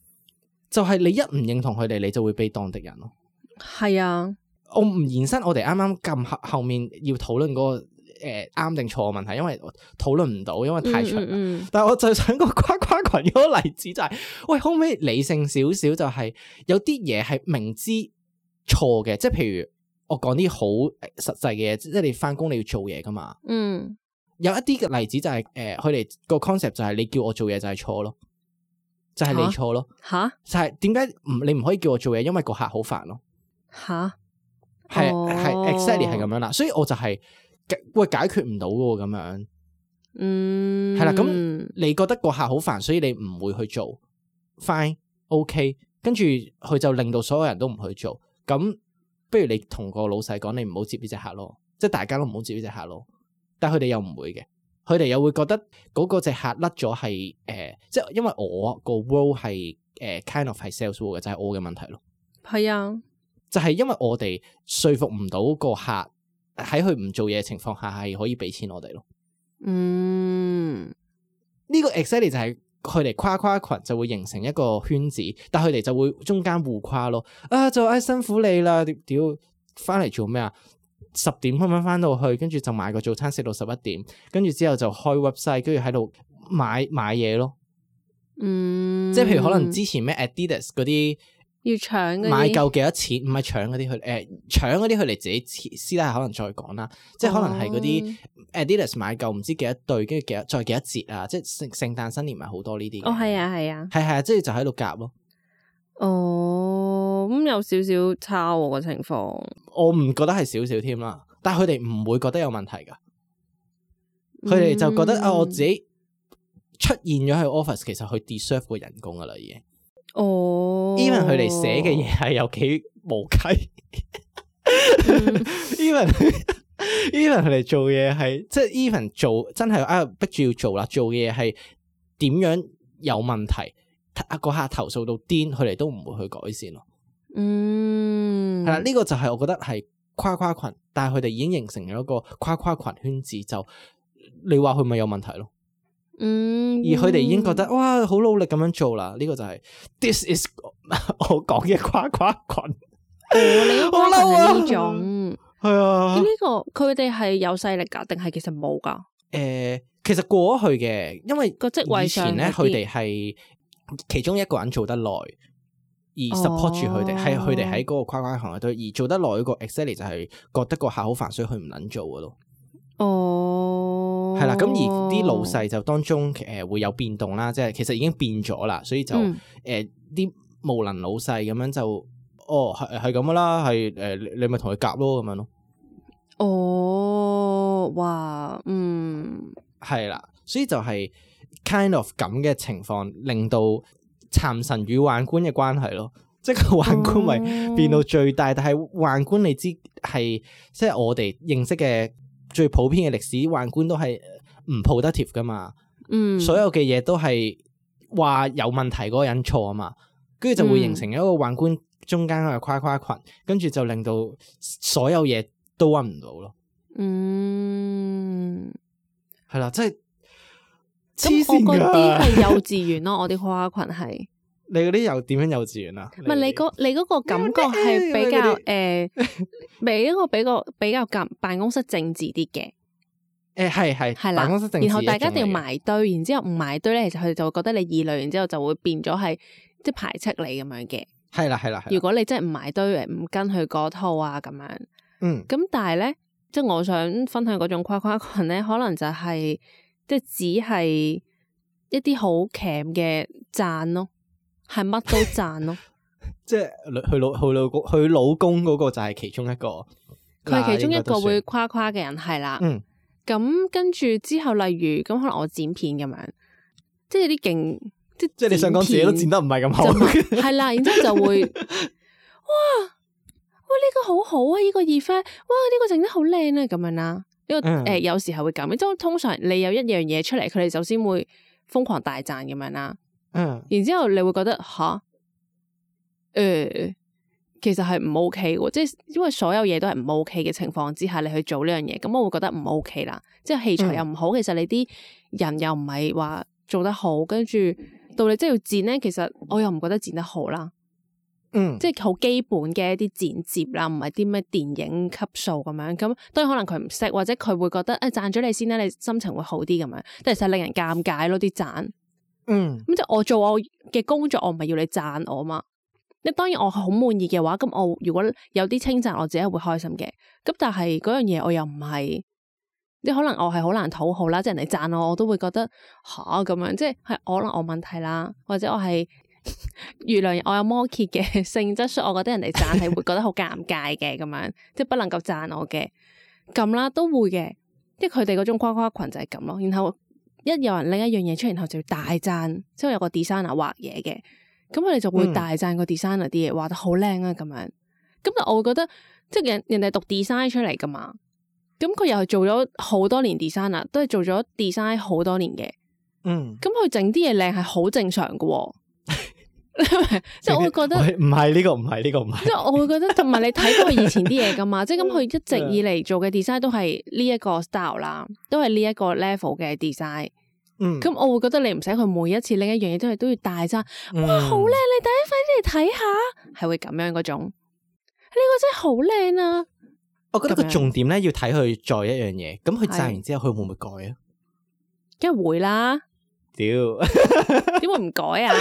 A: 就係你一唔認同佢哋，你就會被當敵人咯。
C: 係啊，
A: 我唔延伸我哋啱啱咁後後面要討論嗰個誒啱定錯嘅問題，因為我討論唔到，因為太長啦。
C: 嗯，嗯
A: 但係我就想個跨跨群嗰個例子就係、喂，可唔可以理性少少？就係有啲嘢係明知錯嘅，即係譬如我講啲好呃實際嘅嘢，即係你翻工你要做嘢噶嘛。
C: 嗯，
A: 有一啲嘅例子就係、誒，佢哋個 concept 就係你叫我做嘢就係錯咯，就係、你
C: 嚇
A: 錯咯，
C: 吓
A: 就係點解唔你唔可以叫我做嘢？因為個客好煩咯。
C: 吓，
A: 係係
C: 哦
A: exactly 係咁樣啦，所以我就係、解喂解決唔到喎咁樣，
C: 嗯，
A: 係啦咁你覺得個客好煩，所以你唔會去做，fine OK，跟住佢就令到所有人都唔去做，咁不如你同個老細講，你唔好接呢只客咯，即係大家都唔好接呢只客咯，但係佢哋又唔會嘅。佢哋又會覺得嗰個只客甩咗係誒，即係因為我個 role 係誒 kind of 係 sales role 嘅，就係、我嘅問題咯。
C: 係啊，
A: 就係因為我哋說服唔到個客喺佢唔做嘢嘅情況下係可以俾錢我哋咯。
C: 嗯，
A: 呢、個 exactly 就係佢哋跨跨群就會形成一個圈子，但佢哋就會中間互跨咯。啊，就唉、辛苦你啦，屌翻嚟做咩啊？十點咁樣翻到去，跟住就買個早餐食到十一點，跟住之後就開 website，跟住喺度買買嘢咯。
C: 嗯，
A: 即係譬如可能之前咩 Adidas 嗰啲。
C: 要搶嗰啲
A: 買夠幾多錢？唔係搶嗰啲佢誒搶嗰啲佢哋自己私私底下可能再講啦，即係可能係嗰
C: 哦
A: 啲 Adidas 買夠唔知幾多對，跟住幾多再幾多折啊！即係聖聖誕新年咪好多呢啲嘅
C: 哦，係，啊，係啊，
A: 係係啊，即係就喺度夾咯。
C: 哦，咁有少少差喎個情況，
A: 我唔覺得係少少添啦，但係佢哋唔會覺得有問題㗎，佢哋就覺得
C: 嗯
A: 啊，我自己出現咗喺 office，其實佢 deserve 個人工㗎啦，已經。
C: 哦
A: even 佢哋寫嘅嘢係有幾 無稽，even even 佢哋做嘢係即係 even 做真係啊逼住要做啦，做嘅嘢係點樣有問題，個客投訴到癲，佢哋都唔會去改善咯。
C: 嗯，
A: 係啦、呢個就係我覺得係跨跨群，但係佢哋已經形成咗一個跨跨群圈子，就你話佢咪有問題咯？
C: 嗯，
A: 而佢哋已經覺得哇 好努力咁樣做啦，呢、個就係 this is 我講嘅跨跨群。
C: 你
A: 好嬲啊
C: 係呢種，
A: 系啊
C: 咁呢個佢哋係有勢力㗎，定係其實冇㗎？
A: 诶、其實過咗去嘅，因為
C: 個職位
A: 以前
C: 上
A: 咧，
C: 嗰
A: 佢
C: 啲
A: 哋係其中一個人做得耐，而
C: 哦
A: support 住佢哋，係佢哋喺嗰個框框行入堆，而做得耐嗰個 exactly 就係覺得個客好煩，所以佢唔撚做嘅咯。
C: 哦，
A: 係啦、咁而啲老細就當中诶、呃、会有變動啦，即係其實已經變咗啦，所以就
C: 嗯
A: 诶啲、無能老細咁樣就。哦，係係咁噶啦，係诶、呃你你咪同佢夾咯咁樣咯，
C: 哦，哇，嗯，
A: 係啦，所以就係 kind of 咁嘅情況，令到殘神與宦官嘅關係咯， 即係個宦官咪
C: 咪
A: 變到最大，但係宦官你知係即係我哋認識嘅最普遍嘅歷史，宦官都係唔 productive 噶嘛，
C: 嗯，
A: 所有嘅嘢都係話有問題嗰個人錯啊嘛，跟
C: 嗯
A: 住就會形成一個宦官中間嘅跨跨群，跟住就令到所有嘢都揾唔到咯，
C: 嗯，
A: 係啦，即係黐
C: 咁
A: 線
C: 我嗰啲
A: 㗎，
C: 係幼稚園咯，我 啲跨群係，唔
A: 你嗰啲又點樣幼稚園啊？唔
C: 係你嗰你嗰個感覺係比較誒， 俾一個比較比較近辦公室政治啲嘅。
A: 誒係係
C: 係啦
A: 辦公室政治啊
C: 然後大家一
A: 種
C: 定
A: 嚟嘅
C: 要埋堆，然之後唔埋堆咧，其實佢哋就會覺得你異類，然之後就會變咗係即係排斥你咁樣嘅。
A: 係啊啦係啦係
C: 如
A: 啦，
C: 果你真係唔埋堆，誒唔跟佢嗰套啊咁樣，
A: 嗯
C: 咁但係咧，即係我想分享嗰種跨跨群咧，可能就係、即係只係一啲好鉗嘅讚咯，係乜都讚咯，
A: 即係佢老佢老公佢老公嗰個就係其中一個，
C: 佢係其中一個會
A: 嗱
C: 跨跨嘅人係啦。
A: 嗯
C: 咁跟住之後，例如咁可能我剪片咁樣，即係啲勁。即
A: 即係你想講自己都
C: 片
A: 剪得唔係咁好
C: 就，咪係啦，然之後 就會哇，喂呢、個好好啊，呢、個 effect，哇呢、個整得好靚啊，咁樣啦。因為誒、
A: 嗯
C: 呃有時候會咁，即係通常你有一樣嘢出嚟，佢哋首先會瘋狂大讚咁樣啦。
A: 嗯
C: 然之後你會覺得吓，誒、其實係唔 OK 嘅喎，即係因為所有嘢都係唔 OK 嘅情況之下，你去做呢樣嘢，咁我會覺得唔 OK 啦。即係器材又唔好，其實你啲人又唔係話做得好，跟住到你真係要剪咧，其實我又唔覺得剪得好啦，
A: 嗯，
C: 即係好基本嘅一啲剪接啦，唔係啲咩電影級數咁樣。咁當然可能佢唔識，或者佢會覺得誒讚咗你先啦，你心情會好啲咁樣，但係其實令人尷尬咯啲讚。
A: 嗯
C: 咁即係我做我嘅工作，我唔係要你讚我嘛。你當然我好滿意嘅話，咁我如果有啲稱讚，我自己係會開心嘅。咁但係嗰樣嘢我又唔係，即係可能我係好難討好啦，即係人哋讚我，我都會覺得吓咁樣，即係係我可能我問題啦，或者我係 月亮我有摩羯嘅性質，所以我覺得人哋讚係會覺得好尷尬嘅咁樣，即係不能夠讚我嘅咁啦，都會嘅。即係佢哋嗰種跨跨群就係咁咯，然後一有人拎一樣嘢出嚟，然後就要大讚，之後有個 designer 畫嘢嘅，咁佢哋就會
A: 嗯
C: 大讚個 designer 啲嘢畫得好靚啊咁樣。咁但我會覺得，即係人人哋讀 design 出嚟噶嘛，咁佢又係做咗好多年 design 啦，都係做咗 design 好多年嘅，
A: 嗯，
C: 咁佢整啲嘢靚係好正常噶、喎。 即係我會覺得，
A: 喂唔係呢個唔係呢個唔
C: 即
A: 係，
C: 係我會覺得，同埋你睇過佢以前啲嘢噶嘛，即係咁佢一直以嚟做嘅 design 都係呢一個 style 啦，都係呢一個 level 嘅 design。
A: 嗯
C: 咁我會覺得你唔使佢每一次拎一樣嘢都係都要大讚，哇
A: 哇
C: 好靚！你第一快啲嚟睇下，係會咁樣嗰種。呢、個真係好靚啊！
A: 我覺得個
C: 咁樣
A: 重點咧要睇佢再一樣嘢，咁佢
C: 係
A: 讚完之後佢會唔會改啊？
C: 梗係會啦，
A: 屌，
C: 點會唔改啊？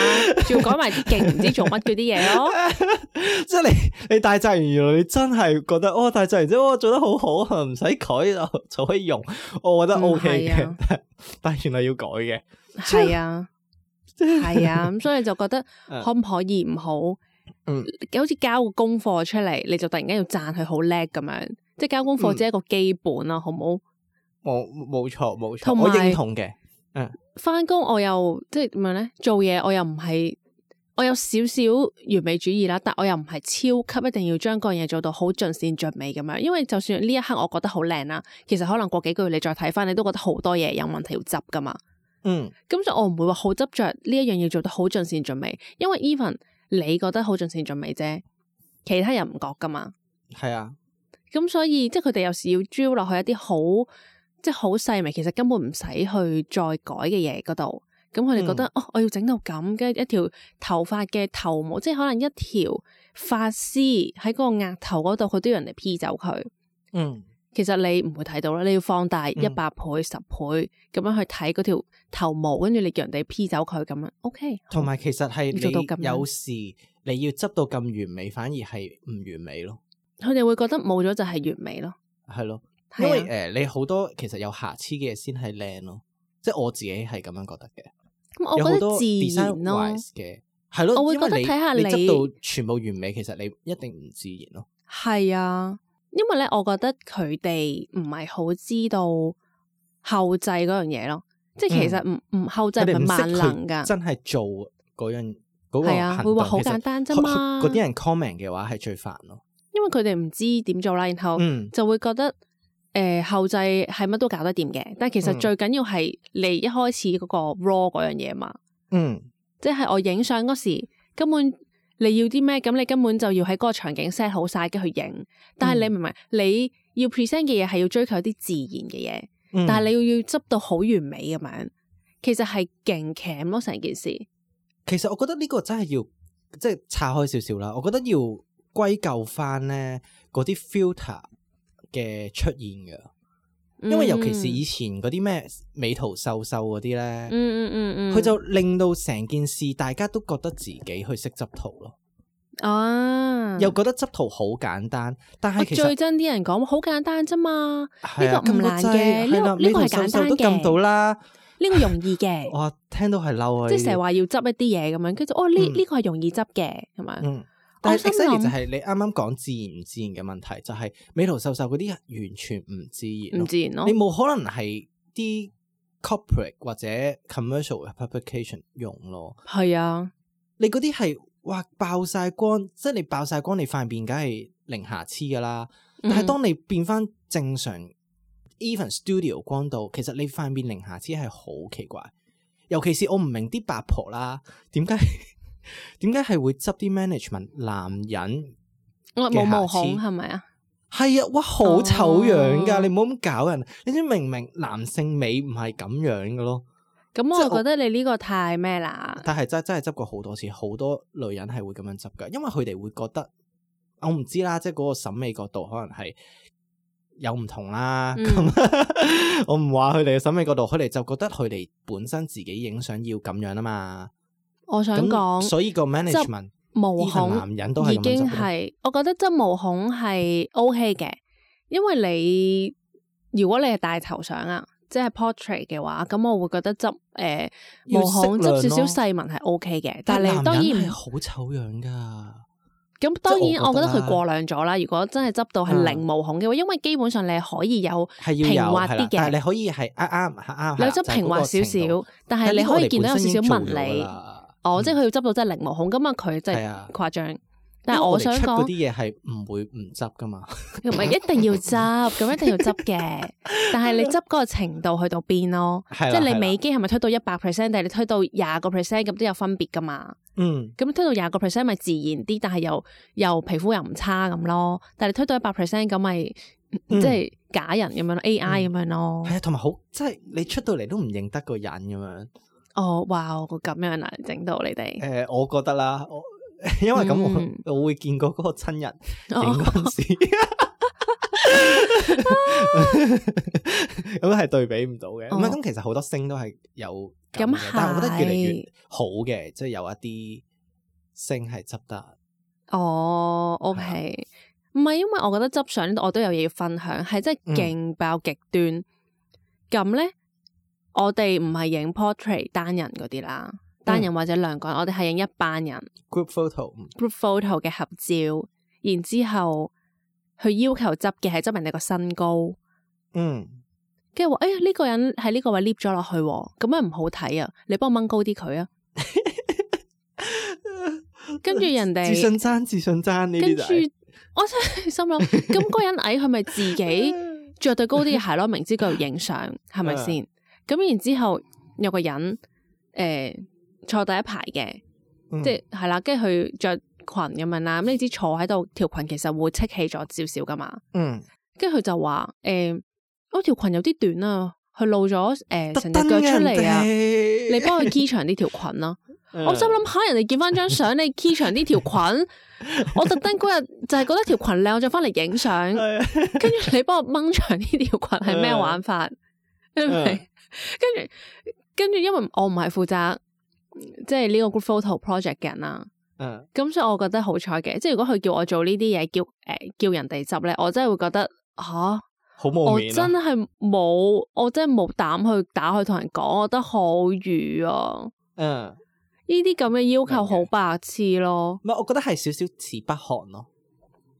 C: 仲要改埋啲勁唔知做乜嗰啲嘢咯。
A: 即係你你大讚完，原來你真係覺得哦大讚完之後我做得好好，唔使改就 就可以用，我覺得
C: 嗯
A: OK
C: 係啊
A: 嘅， 但但係原來要改嘅，
C: 係啊，係啊，咁所以就覺得
A: 嗯
C: 可唔可以唔好？
A: 嗯
C: 好似交個功課出嚟，你就突然間要讚佢好叻咁樣，即係交功課
A: 嗯
C: 只係一個基本啦，好唔好？
A: 冇冇錯冇錯，
C: 同埋
A: 我認同嘅，
C: 翻工我又即係點樣咧？做嘢我又唔係，我有少少完美主義啦，但我又唔係超級一定要將嗰樣嘢做到好盡善盡美咁樣，因為就算呢一刻我覺得好靚啦，其實可能過幾個月你再睇翻，你都覺得好多嘢有問題要執噶嘛。
A: 嗯
C: 咁所以我唔會話好執着呢一樣嘢做得好盡善盡美，因為 even 你覺得好盡善盡美啫，其他人唔覺噶嘛。
A: 係啊，
C: 咁所以即係佢哋有時要 drill 落去一啲好即係好細微，其實根本唔使去再改嘅嘢嗰度。咁佢哋覺得、哦，我要整到咁，跟住一條頭髮嘅頭毛，即係可能一條髮絲喺嗰個額頭嗰度，佢都要人哋 P 走佢。
A: 嗯，
C: 其實你唔會睇到啦，你要放大一百倍、十倍咁樣去睇嗰條頭毛，跟住你叫人哋 P 走佢咁樣，OK 好。
A: 同埋其實係
C: 要做到咁
A: 你
C: 樣
A: 有時你要執到咁完美，反而係唔完美咯，
C: 佢哋會覺得冇咗就係完美咯，
A: 係咯，因為呃誒、
C: 係啊。
A: 你好多其實有瑕疵嘅嘢先係靚咯，即係我自己係咁樣覺得嘅。
C: 咁
A: 有好
C: 我覺
A: 多
C: 得自然
A: design
C: 咯，
A: wise 嘅係咯，
C: 我會
A: 因為
C: 覺得
A: 你
C: 睇下
A: 你
C: 你
A: 執到全部完美，其實你一定唔自然咯。
C: 係啊，因為咧，我覺得佢哋唔係好知道後製嗰樣嘢咯，即係其實唔唔後
A: 嗯佢
C: 製唔
A: 哋唔
C: 係萬
A: 識
C: 能噶
A: 佢，真係做嗰樣嗰個
C: 係啊，
A: 行
C: 會話
A: 動
C: 好
A: 其實
C: 簡單啫
A: 佢
C: 嘛
A: 佢。嗰啲人 comment 嘅話係最煩咯。
C: 因為佢哋唔知點做啦，然後
A: 嗯
C: 就會覺得誒、呃、後製係乜都搞得掂嘅，但係其實
A: 嗯
C: 最緊要係你一開始嗰個 raw 嗰樣嘢嘛，
A: 嗯，
C: 即係我影相嗰時根本。你要啲咩？咁你根本就要喺嗰個場景 set 好晒，跟住去影。但係你
A: 嗯
C: 明唔明？你要 present 嘅嘢係要追求一啲自然嘅嘢，
A: 嗯
C: 但係你要要執到好完美咁樣，其實係勁 cam 咯成件事。
A: 其實我覺得呢個真係要即係岔開少少啦。我覺得要歸咎翻咧嗰啲 filter 嘅出現噶，因為尤其是以前嗰啲咩美圖秀秀嗰啲咧。
C: 嗯嗯嗯嗯，
A: 佢就令到成件事大家都覺得自己去識執圖咯，
C: 啊，
A: 又覺得執圖好簡單，但
C: 我
A: 係其
C: 哦最
A: 實
C: 憎啲人講好簡單啫嘛，
A: 係啊
C: 呢個唔
A: 撳個
C: 難
A: 掣
C: 嘅呢
A: 係啦
C: 個呢個係
A: 美圖秀秀
C: 簡單
A: 都撳
C: 嘅
A: 到啦，，
C: 呢個容易嘅
A: 哇聽到哦係嬲啊！
C: 即
A: 呢啲
C: 係成日話要執一啲嘢咁樣，跟住哦呢
A: 嗯
C: 呢個係容易執嘅咁樣，
A: 嗯，但係
C: 我心諗
A: exactly 就係你啱啱講自然唔自然嘅問題，就係美圖秀秀嗰啲完全唔自然
C: 唔
A: 咯，
C: 自然哦咯
A: 你。冇可能係啲 corporate 或者 commercial 嘅 publication 用咯。
C: 係啊，
A: 你嗰啲係哇爆晒光，即係你爆晒光，你塊面梗係零瑕疵噶啦。但係
C: 嗯
A: 當你變翻正常，even studio 光度，其實你塊面零瑕疵係好奇怪。尤其是我唔明啲八婆啦，點解 點解係會執啲 management 男人
C: 我
A: 嘅
C: 冇毛
A: 瑕疵
C: 孔係咪啊？
A: 係啊，哇好醜樣噶，
C: 哦
A: 你唔好咁搞人。你知明明男性美唔係咁樣噶咯，
C: 咁
A: 即係
C: 我
A: 我
C: 覺得你呢個太咩啦，
A: 但係真真係執過好多次，好多女人係會咁樣執噶，因為佢哋會覺得我唔知啦，即係嗰個審美角度可能係有唔同啦。
C: 嗯
A: 咁、 我唔話佢哋嘅審美角度，佢哋就覺得佢哋本身自己影相要咁樣啊嘛。
C: 我想
A: 咁
C: 講
A: 所以個 management
C: 毛
A: 呢份
C: 孔
A: 男。人都係
C: 已
A: 咁樣
C: 經
A: 執咯。
C: 係，我覺得真毛孔係 O K 嘅，因為你如果你係大頭相啊，即係 portrait 嘅話，咁我會覺得執誒
A: 要
C: 毛孔
A: 適量
C: 執少少
A: 咯
C: 細紋係 O K 嘅，但係你當
A: 男人
C: 然
A: 係
C: 唔
A: 好醜樣噶，
C: 咁當
A: 即
C: 然，
A: 係我
C: 我覺
A: 覺
C: 得
A: 得
C: 佢過量咗啦。如果真係執到係
A: 嗯
C: 零毛孔嘅話，因為基本上你係可以有
A: 係
C: 平
A: 要有
C: 滑
A: 係
C: 啲
A: 啦
C: 嘅，
A: 但係你可以係啊啱啱係啱，
C: 你
A: 係
C: 有
A: 啦
C: 執平滑少，
A: 就係嗰個程
C: 少
A: 度，
C: 但係你可以見到有少少紋
A: 但係呢個我哋本身已經做咗㗎
C: 理。
A: 啦嗯
C: 哦，即係佢要執到真係零毛孔，咁啊佢真
A: 係
C: 係
A: 啊
C: 誇張。但
A: 但
C: 係
A: 係我
C: 想
A: 想
C: 講
A: 嗰啲。嘢係唔會唔執噶 嘛，
C: 唔 係一定要執，咁一定要執嘅。但係你執嗰個程度去到邊咯？
A: 即
C: 即係你美肌係咪推到一百 percent，定係你推到廿個 percent 咁都有分別噶嘛？
A: 嗯
C: 咁推到廿個 percent 咪自然啲，但係又又皮膚又唔差咁咯。但係你推到一百 percent 咁咪
A: 嗯
C: 即係假人咁樣咯，AI 咁樣咯。
A: 係啊，同埋好即係你出到嚟都唔認得個人咁樣。
C: 哦，哇，我咁樣啊，整到你 哋。
A: 誒，我覺得啦，我 因為咁
C: 嗯
A: 我我會見過嗰個親人影
C: 哦
A: 嗰陣時，咁係對比唔到嘅。
C: 哦
A: 唔係咁，其實好多星都係有咁
C: 咁
A: 嘅，但係我覺得越嚟
C: 係
A: 越好嘅，即係有一啲星係執得
C: 哦，OK，唔
A: 啊
C: 係因為我覺得執相呢度我都有嘢要分享，係真係
A: 嗯
C: 勁爆極端。咁咧，我哋唔係影 portrait 單人嗰啲
A: 嗯
C: 啦，單人或者兩個人，我哋係影一班人
A: group photo 嗯
C: group photo 嘅合照，然之後佢要求執嘅係執人哋個身高。
A: 嗯
C: 跟住話，哎呀呢個人喺呢個位 lift 咗落去喎，咁樣唔好睇啊！你幫我掹高啲佢啊！跟住人 哋
A: 自信爭自信爭呢
C: 跟
A: 啲就
C: 住
A: 係
C: 我真係心諗，咁嗰人哎矮，佢咪自己着對高啲
A: 嗯
C: 嘅鞋咯，明知佢要影相，係咪先？咁然之後有個人诶、誒坐第一排嘅，
A: 嗯
C: 即係係啦，跟住佢着裙咁樣啦，咁你知坐喺度條裙其實會戚起咗少少噶嘛，
A: 嗯。
C: 跟住佢就話呃哦诶，誒我條裙有啲短啊，佢露咗诶
A: 特
C: 成隻
A: 登
C: 腳
A: 嘅
C: 出嚟啊！
A: 人嗯
C: 你幫佢 key 長呢條裙 啦。我心諗吓，人哋見翻張相，你 key 長呢條裙，我特登嗰日就係覺得條裙靚，我就翻嚟影相。
A: 啊
C: 跟住你幫我掹長呢條裙係
A: 嗯
C: 咩玩法？你明唔明 跟住跟住，因為我唔係負責即係呢個 group photo project 嘅人啦，
A: 嗯
C: 咁所以我覺得好彩嘅。即係如果佢叫我做呢啲嘢，叫誒、叫人哋執咧，我真係會覺得吓。
A: 好冇
C: 我
A: 面
C: 真
A: 啊！
C: 係冇，我真係冇膽去打去同人講，我覺得好愚啊！
A: 嗯，
C: 呢啲咁嘅要求
A: 明
C: 好
A: 嘅
C: 白痴咯。
A: 唔係，我覺得係少少似北韓咯，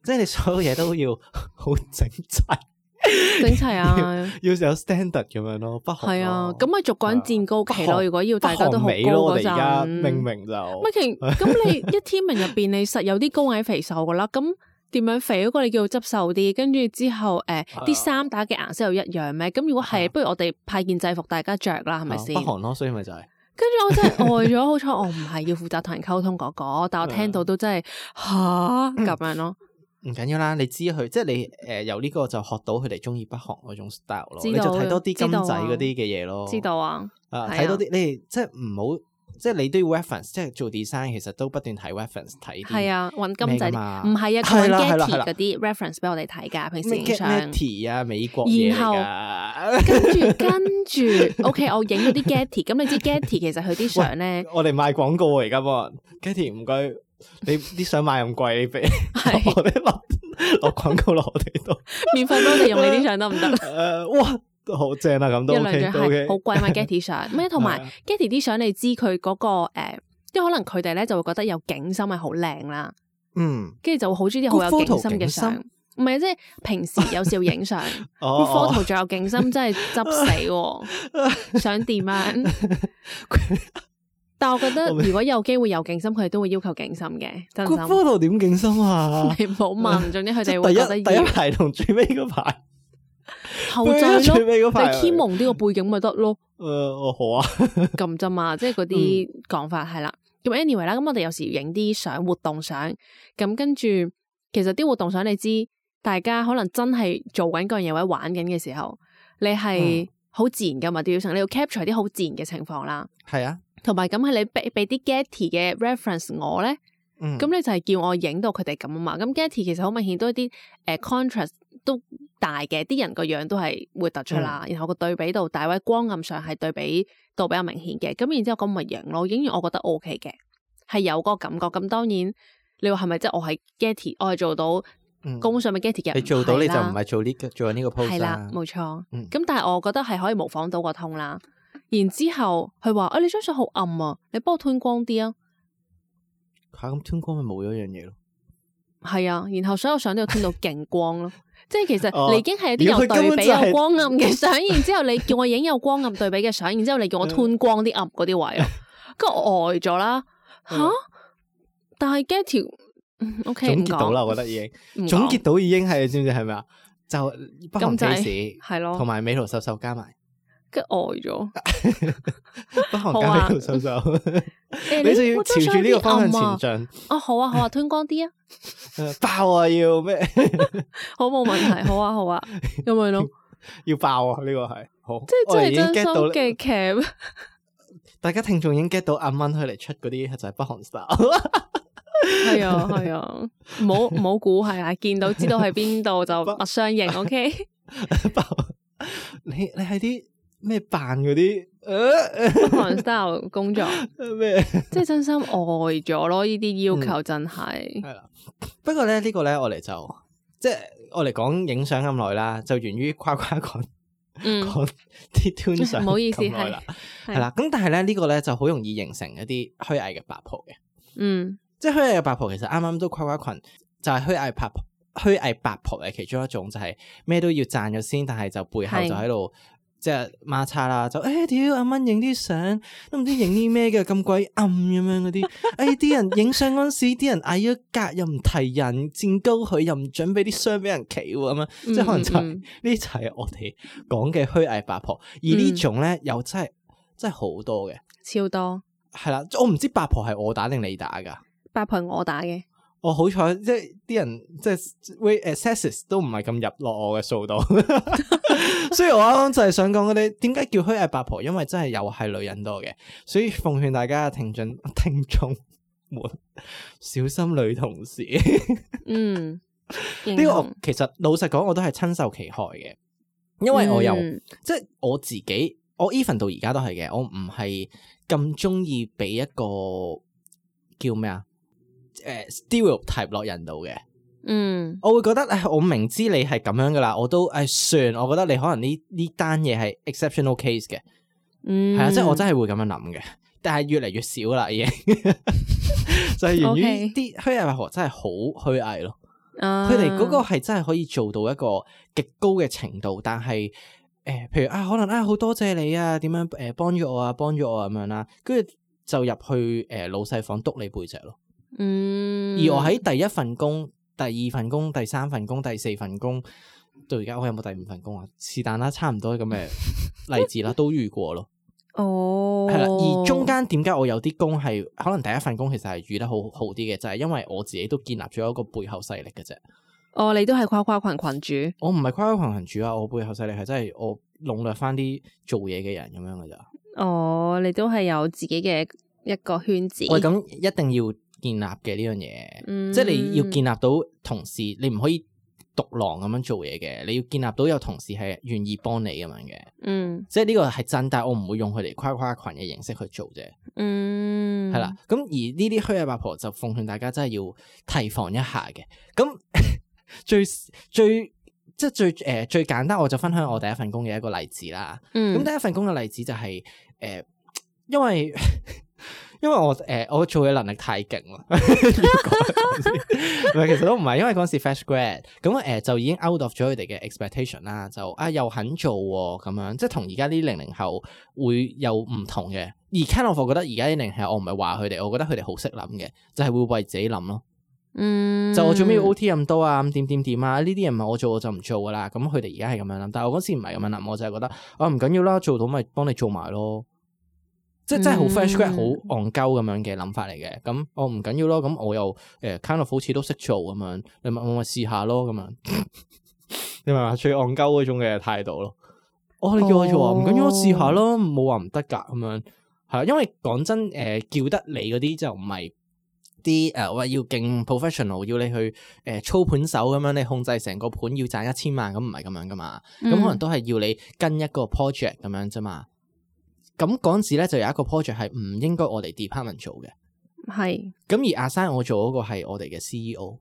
A: 即係你所有嘢都要 好整齊，
C: 整齊啊，
A: 要有 standard 咁樣咯。北韓
C: 係啊
A: 咯，
C: 咁咪逐個人戰高企
A: 北
C: 咯。
A: 韓
C: 如果要
A: 北
C: 大家都
A: 韓
C: 好高
A: 美咯，我
C: 嗰
A: 哋而家
C: 陣，
A: 明明就
C: 乜其咁你一 team 人入邊，你實有啲高矮肥瘦噶啦。咁點樣肥嗰個你叫做執瘦啲，跟住之後誒
A: 啊
C: 啲衫打嘅顏色又一樣咩？咁如果係，不如我哋派件制服大家着啦，係咪
A: 啊
C: 先
A: 北？韓咯，所以咪就係
C: 跟住我真係呆咗，好彩我唔係要負責同人溝通嗰、個，但我聽
A: 嗯
C: 到都真係吓咁樣咯，
A: 唔緊要啦。你知佢即係你誒由呢個就學到佢哋中意北韓嗰種 style 咯，
C: 知
A: 你就
C: 道
A: 睇多啲金
C: 知
A: 仔
C: 道啊
A: 嗰啲嘅嘢咯。
C: 知道啊？
A: 啊，
C: 係啊
A: 睇多啲，你哋即係唔好，即係你都要 reference，即係做 design 其實都不斷睇 reference 睇啲。
C: 係啊，揾金仔
A: 咩㗎
C: 啲
A: 嘛
C: 唔係
A: 係
C: 啊，佢揾
A: 啦係啦
C: Getty
A: 係啦
C: 嗰啲 reference 俾我哋睇㗎，平時
A: 咩
C: 影相。
A: Getty 啊，美國嘢嚟㗎
C: 跟住跟住，OK，我影咗啲 Getty，咁你知 Getty 其實佢啲 相咧
A: 我哋賣廣告啊，而家幫人 Getty 唔該， 你啲相賣咁貴，你俾
C: 係
A: 我哋落 落廣告落我哋 度。
C: 免費俾我哋用你啲相得唔得？
A: 誒，哇，都好正啊，咁
C: 一
A: 都
C: 兩
A: OK，
C: 張
A: 都
C: 係
A: OK
C: 好。貴嘛 Getty 相，咩同埋
A: 係啊
C: Getty 啲相你知佢嗰個誒，因為可能佢哋咧就會覺得有景深係好靚啦。
A: 嗯，
C: 跟住就會好中意啲好有
A: Group
C: 景
A: photo
C: 深嘅
A: 景深
C: 相。唔係，即係平時有時要影相 g
A: 哦
C: r o u p
A: 哦
C: photo 仲有景深，真係執死 喎！想點啊？但我覺得
A: 我明
C: 如果有機會有景深，佢哋都會要求景深嘅，真心。
A: Good photo 點景深啊？
C: 你唔好 問，總之佢
A: 即
C: 哋
A: 係
C: 會覺得
A: 第一第一
C: 要
A: 排同最尾嗰排，
C: 後 製
A: 最尾嗰
C: 咯。
A: 排啊
C: 你 key 蒙啲個背景咪得咯，
A: 誒，哦好啊，
C: 咁啫嘛，即係嗰啲講法係啦。咁 anyway 啦，咁我哋有時要影啲相活動相，咁跟住其實啲活動相你知，大家可能真係做緊嗰樣嘢或者玩緊嘅時候，你係好自然噶嘛啲表情，你要 capture 啲好自然嘅情況啦。
A: 係啊，
C: 同埋咁係你俾俾啲 Getty 嘅 reference 我咧，
A: 嗯
C: 咁、你就係叫我影到佢哋咁啊嘛。咁 Getty 其實好明顯都一啲誒、呃 contrast 都大嘅，啲人個樣都係會突出啦。
A: 嗯
C: 然後個對比度大，或者光暗上係對比度比較明顯嘅。咁然之後咁咪影咯，影完我覺得 O K 嘅，係有嗰個感覺。咁當然你話係咪即係我係 Getty，我係做到
A: 嗯
C: 高上嘅 Getty 嘅？
A: 你做到你就
C: 係啦
A: 唔係做呢個做緊呢個 pose
C: 係啦
A: 啦，，
C: 冇錯。咁、
A: 嗯
C: 但係我覺得係可以模仿到個通啦。然之後佢話：啊，你張相好暗啊，你幫我吞光啲啊。
A: 吓咁天光咪冇咗一樣嘢咯。
C: 係啊，然後所有相都要吞到勁光 咯。即係其
A: 哦
C: 實你已經係有啲有
A: 如果佢根
C: 對
A: 本
C: 比
A: 就係
C: 有光暗嘅相，然之後你叫我影有光暗對比嘅相，然之後你叫我吞光啲暗嗰啲 位咯，跟住我呆咗啦。吓
A: 嗯，
C: 但係 get 條嗯 OK
A: 總
C: 唔
A: 結到啦，
C: 講，
A: 我覺得已經
C: 唔
A: 總
C: 講
A: 結到已經係，知唔知係咪啊？就北韓
C: 咁就
A: case
C: 係
A: 同
C: 咯，
A: 埋美圖秀秀加埋，
C: 跟住呆咗。
A: 北
C: 好
A: 韓
C: 啊
A: 加美圖秀 秀，
C: 誒
A: 你就要
C: 我張
A: 朝住
C: 相
A: 呢個
C: 有啲
A: 方
C: 暗
A: 向
C: 啊
A: 前
C: 哦，好啊，好啊，吞光啲啊！
A: 進， 爆啊要咩？
C: 好冇問題，好啊好啊，咁樣咯，
A: 要爆啊！呢個係好，
C: 即
A: 我哋
C: 係
A: 已
C: 真
A: 經
C: 係真
A: get
C: 心
A: 到
C: 嘅劇，
A: 大家聽眾已經 get 到阿蚊佢嚟出嗰啲就係北韓 style，
C: 係啊係啊，唔好唔好估係啊，見到知道喺邊度就
A: 不
C: 物相認，OK。
A: 北韓你你係啲咩扮嗰啲 呃
C: 北韓 style 工作，
A: 呃咩？
C: 即係真心呆咗咯！呢啲要求真係，
A: 系啦，不過咧呢、個咧我哋就即係我哋講影相咁耐啦，就源於夸夸講
C: 嗯，
A: 講啲 tune 相
C: 唔好意思
A: 咁耐啦，
C: 係
A: 係啦。咁但係咧呢、個咧就好容易形成一啲虛偽嘅八婆嘅，
C: 嗯，
A: 即係虛偽嘅八婆其實啱啱都夸夸群就係虛偽八婆。虛偽八婆嘅其中一種就係咩都要讚咗先，但係就背後
C: 係
A: 就喺度即係孖叉啦，就誒屌阿蚊影啲相都唔知影啲咩嘅咁鬼暗咁樣嗰啲， 誒啲人影相嗰陣時啲人矮咗格又唔提人，佔高佢又唔準備啲箱俾人企喎咁樣，即係可能就係
C: 嗯
A: 呢就係我哋講嘅虛偽八婆，而呢種咧又真係真係好多嘅，
C: 超多
A: 係啦，我唔知八婆係我打定你打㗎。
C: 八婆係我打嘅，
A: 我好彩，即係啲人即係 w a t accesses 都唔係咁入落我嘅數度， 所以我啱啱就係想講嗰啲點解叫虛偽八婆，因為真係又係女人多嘅，所以奉勸大家嘅聽眾 聽眾們小心女同事。
C: 嗯，
A: 呢
C: 呢
A: 個我其實老實講，我都係親受其害嘅，因為我又、
C: 嗯
A: 即係我自己，我 even 到而家都係嘅，我唔係咁中意俾一個叫咩啊？誒、stereotype 落人度嘅，
C: 嗯
A: 我會覺得唉，我明知你係咁樣噶啦，我都唉算，我覺得你可能呢呢單嘢係 exceptional case 嘅，
C: 嗯，
A: 係啊、即係我真係會咁樣諗嘅，但係越嚟越少啦已經， 就係源於
C: OK
A: 啲虛偽百合真係好虛偽咯。
C: 佢
A: 佢哋嗰個
C: 嗯
A: 係真係可以做到一個極高嘅程度，但係誒、呃譬如啊，可能啊，好多謝你啊，點樣誒幫咗我啊，幫咗我啊咁樣啦，跟住就入去誒、呃老細房督你背脊咯。
C: 嗯，
A: 而我喺第一份工、第二份工、第三份工、第四份工，到而家我有冇第五份工啊？是但啦，差唔多咁嘅例子啦，都遇過咯。
C: 哦，
A: 係啦，而中間點解我有啲工係可能第一份工其實係遇得好好啲嘅，就係、因為我自己都建立咗一個背後勢力嘅啫。
C: 哦，你都係跨跨群群主，
A: 我唔係跨區群主啊，我背後勢力係真係我籠絡翻啲做嘢嘅人咁樣噶咋。
C: 哦，你都係有自己嘅一個圈子，
A: 喂，咁一定要建立嘅呢樣嘢，
C: 嗯
A: 即係你要建立到同事，你唔可以獨狼咁樣做嘢嘅，你要建立到有同事係願意幫你咁樣嘅。
C: 嗯
A: 即係呢個係真，但係我唔會用佢嚟跨跨群嘅形式去做啫，
C: 嗯
A: 係啦、，咁而呢啲虛偽八婆就奉勸大家真係要提防一下嘅。咁 最最即係最誒、呃最簡單，我就分享我第一份工嘅一個例子啦。
C: 嗯
A: 咁第一份工嘅例子就係、诶，因為 因為我诶、我做嘢能力太勁啦， 要講唔係其實都唔係，因為嗰陣時 fresh grad，咁诶、就已經 out of 咗佢哋嘅 expectation 啦，就啊又肯做喎咁、樣，即係同而家啲零零後會有唔同嘅。而 kind of 我覺得而家啲零零後，我唔係話佢哋，我覺得佢哋好識諗嘅，就係、會為自己諗咯。
C: 嗯，
A: 就我做咩要 OT 咁多啊？咁點點點啊？呢啲嘢唔係我做我就唔做噶啦。咁佢哋而家係咁樣諗，但係我嗰時唔係咁樣諗，我就係覺得啊唔緊要啦，做到咪幫你做埋咯。即係真係好
C: 嗯
A: fresh grad 好戇鳩咁樣嘅諗法嚟嘅。咁我唔緊要咯，咁我又誒、kind 呃 of 好似都識做咁樣，你咪我咪試下咯咁樣。你明唔明啊最戇鳩嗰種嘅態度咯。哦，你叫我做啊，
C: 哦
A: 唔緊要，我試下咯，冇話唔得㗎咁樣。係啊，因為講真，誒、叫得你嗰啲就唔係啲誒話要勁 professional，要你去誒、操盤手咁樣，你控制成個盤要賺一千萬，咁唔係咁樣噶嘛。
C: 嗯
A: 咁、可能都係要你跟一個 project 咁樣啫嘛。咁嗰陣時咧就有一個 project 係唔應該我哋 department 做嘅，
C: 係
A: 咁而阿生我做嗰個係我哋嘅 CEO，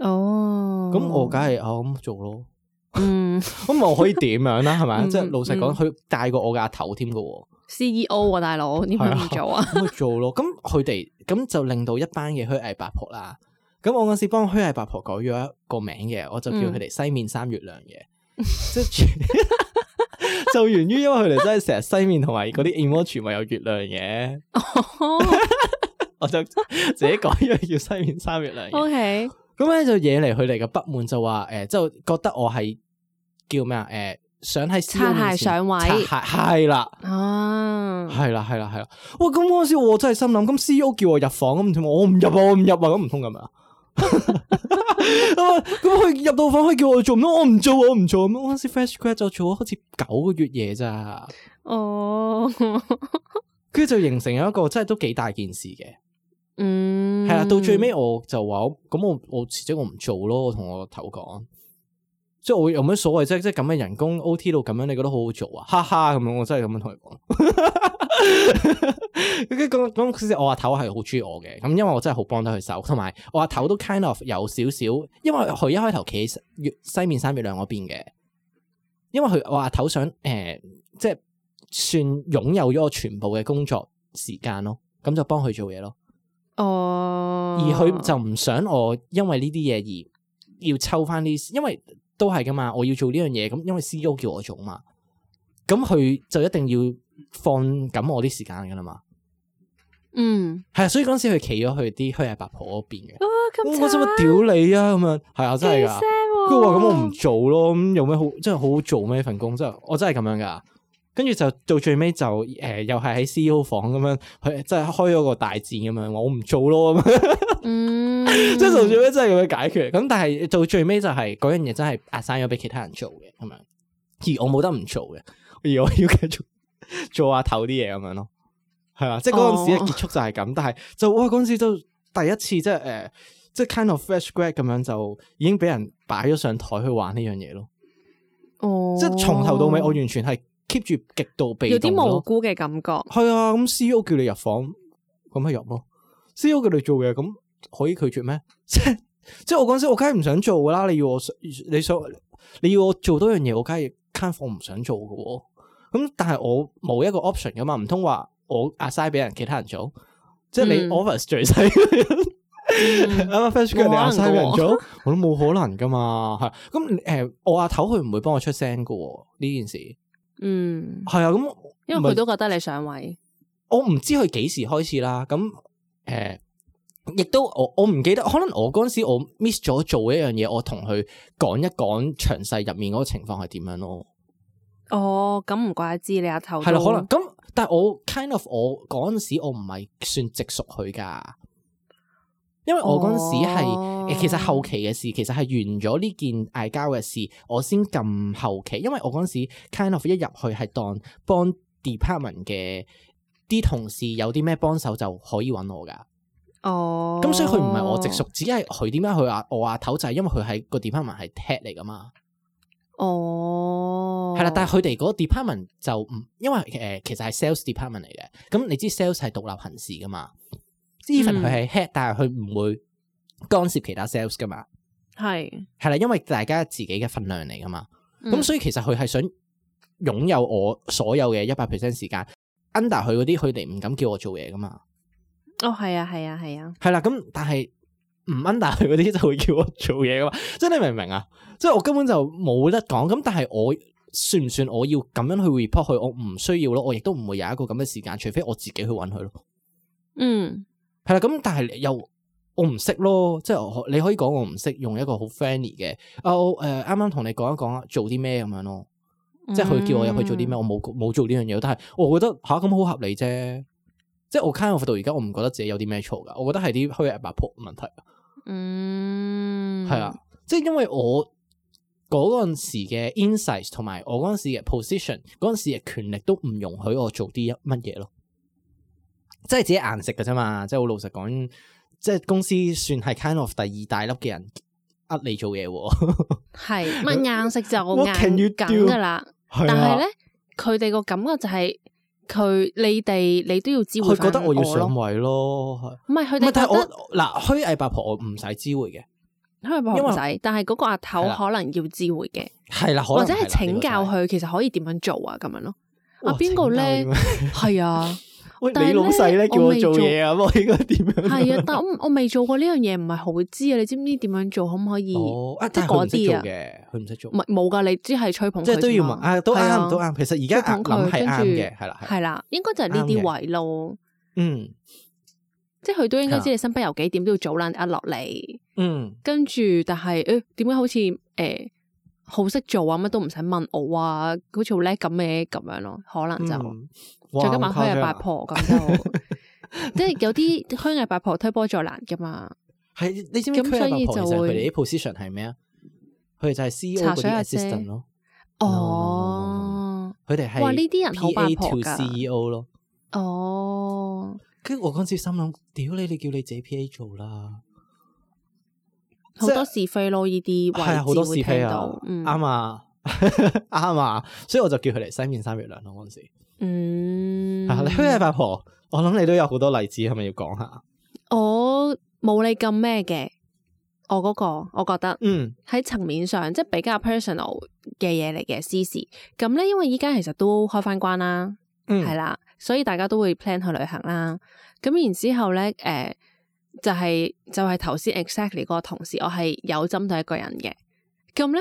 C: 哦，
A: 咁我梗係哦咁做咯，
C: 嗯
A: 咁我可以點樣啦？係咪啊？
C: 嗯
A: 即係老實講，
C: 嗯
A: 佢大過我嘅阿頭添嘅喎。
C: CEO 啊，大佬點解唔做啊？
A: 咁咪做咯。咁佢哋咁就令到一班嘅虛偽八婆啦。咁我嗰時幫虛偽八婆改咗一個名嘅，我就
C: 嗯
A: 叫佢哋西面三月亮嘅，即係全 就源於因為佢哋真係成日西面同埋嗰啲 emoji 咪有月亮嘅，啊 我就自己改咗叫西面三月亮嘅。
C: O K，
A: 咁咧就惹嚟佢哋嘅不滿，就話誒，即、係覺得我係叫咩啊？誒、想喺 CEO
C: 擦鞋
A: 面前
C: 上位
A: 擦鞋係啦。
C: 啊，
A: 係啦，係啦，係啦。哇！咁嗰陣時我真係心諗，咁 C.O. 叫我入房咁點啊？我唔入啊，我唔入啊，咁唔通咁啊？咁佢入到房，佢叫我做唔通，我唔做，我唔做。咁嗰陣時 fresh grad 就做咗好似九個月嘢咋，
C: 哦，
A: 跟住就形成一個真係都幾大件事嘅。
C: 嗯，
A: 係啦、到最尾我就話我咁我我辭職，我唔做咯。我同我頭講，即係我有乜所謂啫？即係咁嘅人工 O.T. 到咁樣，你覺得好好做啊？哈哈咁樣，我真係咁樣同佢講。 跟住咁咁，其實我阿頭係好中意我嘅，咁因為我真係好幫得佢手，同埋我阿頭都 kind of 有少少，因為佢一開頭企喺月西面三月亮嗰邊嘅，因為佢我阿頭想誒、呃即係算擁有咗我全部嘅工作時間咯，咁就幫佢做嘢咯。
C: 哦，
A: 而佢就唔想我因為呢啲嘢而要抽翻啲，因為都係噶嘛，我要做呢樣嘢，咁因為 CEO 叫我做嘛，咁佢就一定要放緊我啲時間噶啦嘛，
C: 嗯
A: 係啊，所以嗰陣時佢企咗去啲虛偽八婆嗰邊嘅，
C: 啊咁
A: 我心諗屌你啊咁樣，係啊真係㗎，跟住我話咁我唔做咯，咁有咩好，真係好好做咩份工，真係我真係咁樣㗎。跟住就到最尾就誒、呃又係喺 CEO 房咁樣，佢真係開咗個大戰咁樣，我唔做咯咁樣
C: 嗯，
A: 即係做最尾真係要去解決。咁但係到最尾就係嗰樣嘢真係壓散咗俾其他人做嘅咁樣，而我冇得唔做嘅，而我要繼續做下頭啲嘢咁樣咯。係啦，即係嗰陣時嘅
C: 哦
A: 結束就係咁，但係就哇嗰陣時都第一次即係誒、呃即係 kind of fresh grad 咁樣就已經俾人擺咗上台去玩呢樣嘢咯。
C: 哦，
A: 即係從頭到尾，我完全係 keep 住極度被
C: 有
A: 動
C: 啲無
A: 咯。
C: 辜嘅感覺。
A: 係啊，咁 C.O. 叫你入房，咁咪入咯。C.O. 叫你做嘢，咁可以拒絕咩？ 即係即係我嗰陣時，我梗係唔想做噶啦。你要我想你想你要我做多樣嘢，我梗係 can 放唔想做噶喎。咁但係我冇一個 option 噶嘛，唔通話我 assign 俾人其他人做？即係你
C: 嗯
A: office 最細。 啱啱 fresh 跟住你阿西俾人做，我都冇可能噶嘛，係咁誒，我阿頭佢唔會幫我出聲噶喎，呢件事
C: 嗯，
A: 係啊，咁
C: 因為
A: 咪
C: 佢都覺得你上位。
A: 我唔知佢幾時開始啦，咁誒，亦、都我我唔記得，可能我嗰陣時我 miss 咗做一樣嘢，我同佢講一講詳細入面嗰個情況係點樣咯，
C: 哦，咁唔怪得知你阿頭
A: 係啦、
C: 哦都
A: 可能咁，但係我 kind of 我嗰陣時我唔係算直屬佢噶，因為我嗰陣時係。
C: 哦
A: 誒，其實後期嘅事，其實係完咗呢件嗌交嘅事，我先撳後期，因為我嗰陣時 kind of 一入去係當幫 department 嘅啲同事有啲咩幫手就可以揾我噶，
C: 哦，
A: 咁、所以佢唔係我直屬，只係佢點解佢話我阿頭就係因為佢喺個 department 係 head 嚟噶嘛，
C: 哦，
A: 係啦、但係佢哋嗰個 department 就唔，因為誒、其實係 sales department 嚟嘅，咁你知 sales 係獨立行事噶嘛，even
C: 嗯
A: 佢係 head，但係佢唔會干涉其他 sales 噶嘛，
C: 係
A: 係啦，因為大家自己嘅份量嚟噶嘛。咁、
C: 嗯
A: 所以其實佢係想擁有我所有嘅一百 percent 時間。under 佢嗰啲，佢哋唔敢叫我做嘢噶嘛。
C: 哦係啊係啊係啊，
A: 係啦，咁但係唔 under 佢嗰啲就會叫我做嘢噶嘛。即係你明唔明啊？即係我根本就冇得講。咁但係我算唔算我要咁樣去 report 佢？我唔需要咯，我亦都唔會有一個咁嘅時間，除非我自己去揾佢咯。
C: 嗯
A: 係啦，咁但係又。我唔識咯，即係我你可以講我唔識，用一個好 friendly 嘅，啊我誒啱啱同你講一講啊做啲咩咁樣咯，即係佢叫我入去做啲
C: 嗯
A: 咩，我冇冇做呢樣嘢，但係我覺得吓咁好合理啫。即係我 kind of 到而家，我唔覺得自己有啲咩錯噶，我覺得係啲虛偽八婆問題，
C: 嗯，
A: 係啊，即係因為我嗰陣時嘅 insight 同埋我嗰陣時嘅 position，嗰陣時嘅權力都唔容許我做啲乜嘢咯，即係自己硬食噶啫嘛，即係好老實講，即係公司算係 kind of 第二大粒嘅人呃你做嘢喎，
C: 係咪硬食就
A: What can you
C: 硬
A: do？啊
C: 梗噶啦，
A: 但
C: 但係 咧佢哋個感覺就係佢你哋你都要知會
A: 佢覺
C: 翻
A: 得我要
C: 咯
A: 上，位咯，係
C: 唔係佢
A: 唔係，
C: 哋
A: 但係
C: 覺
A: 我
C: 得
A: 嗱虛偽八婆我唔使知會嘅，
C: 香港
A: 因為
C: 唔使，但係嗰個阿頭
A: 係啦
C: 可能要知會嘅，
A: 係啦，可能
C: 或者
A: 係
C: 係
A: 啦
C: 請教，
A: 呢
C: 佢其實可以點樣做啊咁樣咯，
A: 個真係
C: 啊邊個咧？
A: 哇請教點樣
C: 係啊。
A: 喂，
C: 但係
A: 你老
C: 咧
A: 細咧叫
C: 我
A: 我
C: 未
A: 做
C: 做
A: 嘢啊，咁我應該點樣？
C: 係 啊，但我唔我未做過呢樣嘢，唔係好知啊。你知唔知點樣做？可唔可以？
A: 哦，啊，
C: 即係
A: 但係佢
C: 嗰
A: 唔識做
C: 啲啊，
A: 嘅，佢唔識做
C: 唔，係冇噶，你只係吹捧佢
A: 即
C: 啫嘛。
A: 係都要問啊，都
C: 係啊
A: 啱，都啱。其實而家啊
C: 吹捧佢
A: 諗係啱
C: 跟
A: 嘅，
C: 住
A: 係啦，係啦，
C: 係啦，應該就係
A: 啱
C: 呢
A: 嘅
C: 啲位咯。
A: 嗯
C: 即係佢都應該
A: 係啊
C: 知你身不由己，點都要早撚壓落嚟。
A: 嗯，
C: 跟住，但係誒點解好似誒好識做啊？乜都唔使問我啊，好似好叻咁嘅咁樣咯。可能就
A: 嗯
C: 再
A: 哇
C: 加埋
A: 好誇
C: 虛偽
A: 張
C: 八
A: 啊
C: 婆 咁就，即係有啲虛偽八婆推波助瀾噶嘛。
A: 係你知唔知
C: 咁
A: 佢係
C: 所以
A: 八婆
C: 就
A: 其實佢
C: 會
A: 哋啲 position 係咩啊？佢哋就係 CEO
C: 茶
A: 嗰
C: 水阿
A: 啲
C: 姐
A: assistant 咯，
C: 哦，
A: 佢哋係
C: 哇呢啲人好八
A: PA
C: 婆
A: to
C: 㗎
A: CEO 咯。
C: 哦。
A: 跟住我嗰陣時心諗，屌你，你叫你自己 PA 做啦，
C: 好多是非咯，呢啲
A: 係啊，好
C: 位
A: 多
C: 置
A: 是
C: 會
A: 非
C: 聽
A: 啊
C: 到，，嗯
A: 啱啊， 啱啊，所以我就叫佢嚟西面三月亮咯嗰陣時。
C: 嗯，
A: 啊，你虛偽八婆，我諗你都有好多例子，係咪要講下？
C: 我哦冇你咁咩嘅，我嗰個我覺得
A: 嗯，
C: 喺層面上即係比較 personal 嘅嘢嚟嘅私事，咁咧因為依家其實都開翻關啦，
A: 嗯
C: 係啦，所以大家都會 plan 去旅行啦，咁然之後咧，誒、就係、就係頭先 exactly 嗰個同事，我係有針對一個人嘅，咁咧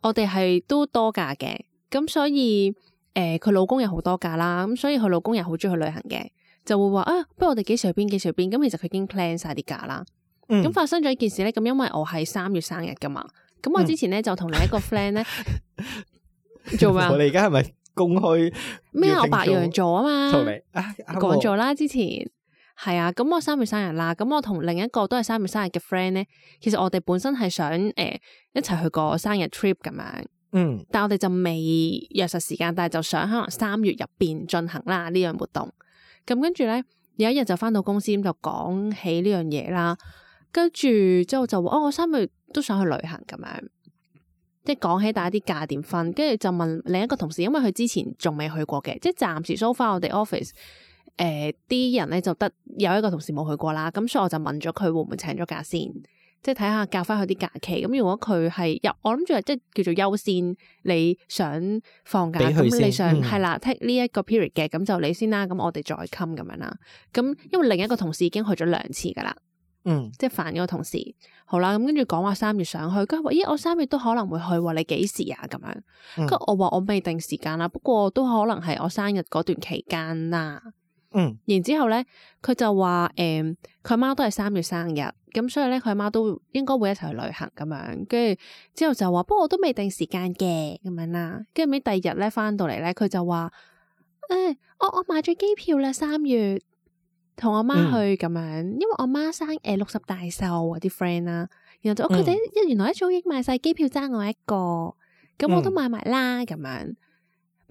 C: 我哋係都多假嘅，咁所以誒佢、老公有好多假啦，咁所以佢老公又好中意去旅行嘅，就會話啊，不如我哋幾時去邊幾時去邊，咁其實佢已經 plan 晒啲假啦。
A: 嗯，
C: 咁發生咗一件事咧，咁因為我係三月生日噶嘛，咁
A: 嗯
C: 我之前咧就同另一個 friend 咧做咩啊
A: 我哋而家係咪公開
C: 咩啊
A: 要
C: 我
A: 聽
C: 白
A: 眾
C: 羊座啊嘛
A: 同，你啊？啱
C: 講
A: 喎
C: 咗啦之前係啊，咁我三月生日啦，咁我同另一個都係三月生日嘅 friend 咧，其實我哋本身係想誒、呃一齊去個生日 trip 咁樣，
A: 嗯
C: 但我哋就未約實時間，但係就想可能三月入邊進行啦呢樣活動。咁跟住咧，有一日就翻到公司咁就講起呢樣嘢啦，跟住之後就話哦，我三月都想去旅行咁樣。即係講起大家啲價點分，跟住就問另一個同事，因為佢之前仲未去過嘅，即係暫時 so far 我哋 office 誒啲人咧就得有一個同事冇去過啦，咁所以我就問咗佢會唔會請咗假先，即係睇下教翻佢啲假期。咁如果佢係入，我諗住係即係叫做優先，你想放假，
A: 俾佢
C: 咁你
A: 先
C: 想
A: 嗯
C: 係啦 take 呢一個 period 嘅，咁就你先啦，咁我哋再 come 咁樣啦。咁因為另一個同事已經去咗兩次噶啦。
A: 嗯，
C: 即係煩咗個同事。好啦，咁跟住講話三月上去，跟住話咦，我三月都可能會去喎，你幾時啊？咁樣，
A: 嗯
C: 跟住我話我未定時間啦，不過都可能係我生日嗰段期間啦。
A: 嗯，
C: 然之後咧，佢就話誒，佢媽都係三月生日，咁所以咧佢媽都應該會一齊去旅行咁樣。跟住之後就話，不過我都未定時間嘅咁樣啦。跟住尾第二日咧翻到嚟咧，佢就話誒、我我買咗機票啦，三月同我媽去咁樣，因為我媽生誒六十大壽啊啲 friend 啦。然後就哦佢哋一原來一早已經買晒機票，爭我一個，咁我都
A: 嗯
C: 買埋啦咁樣。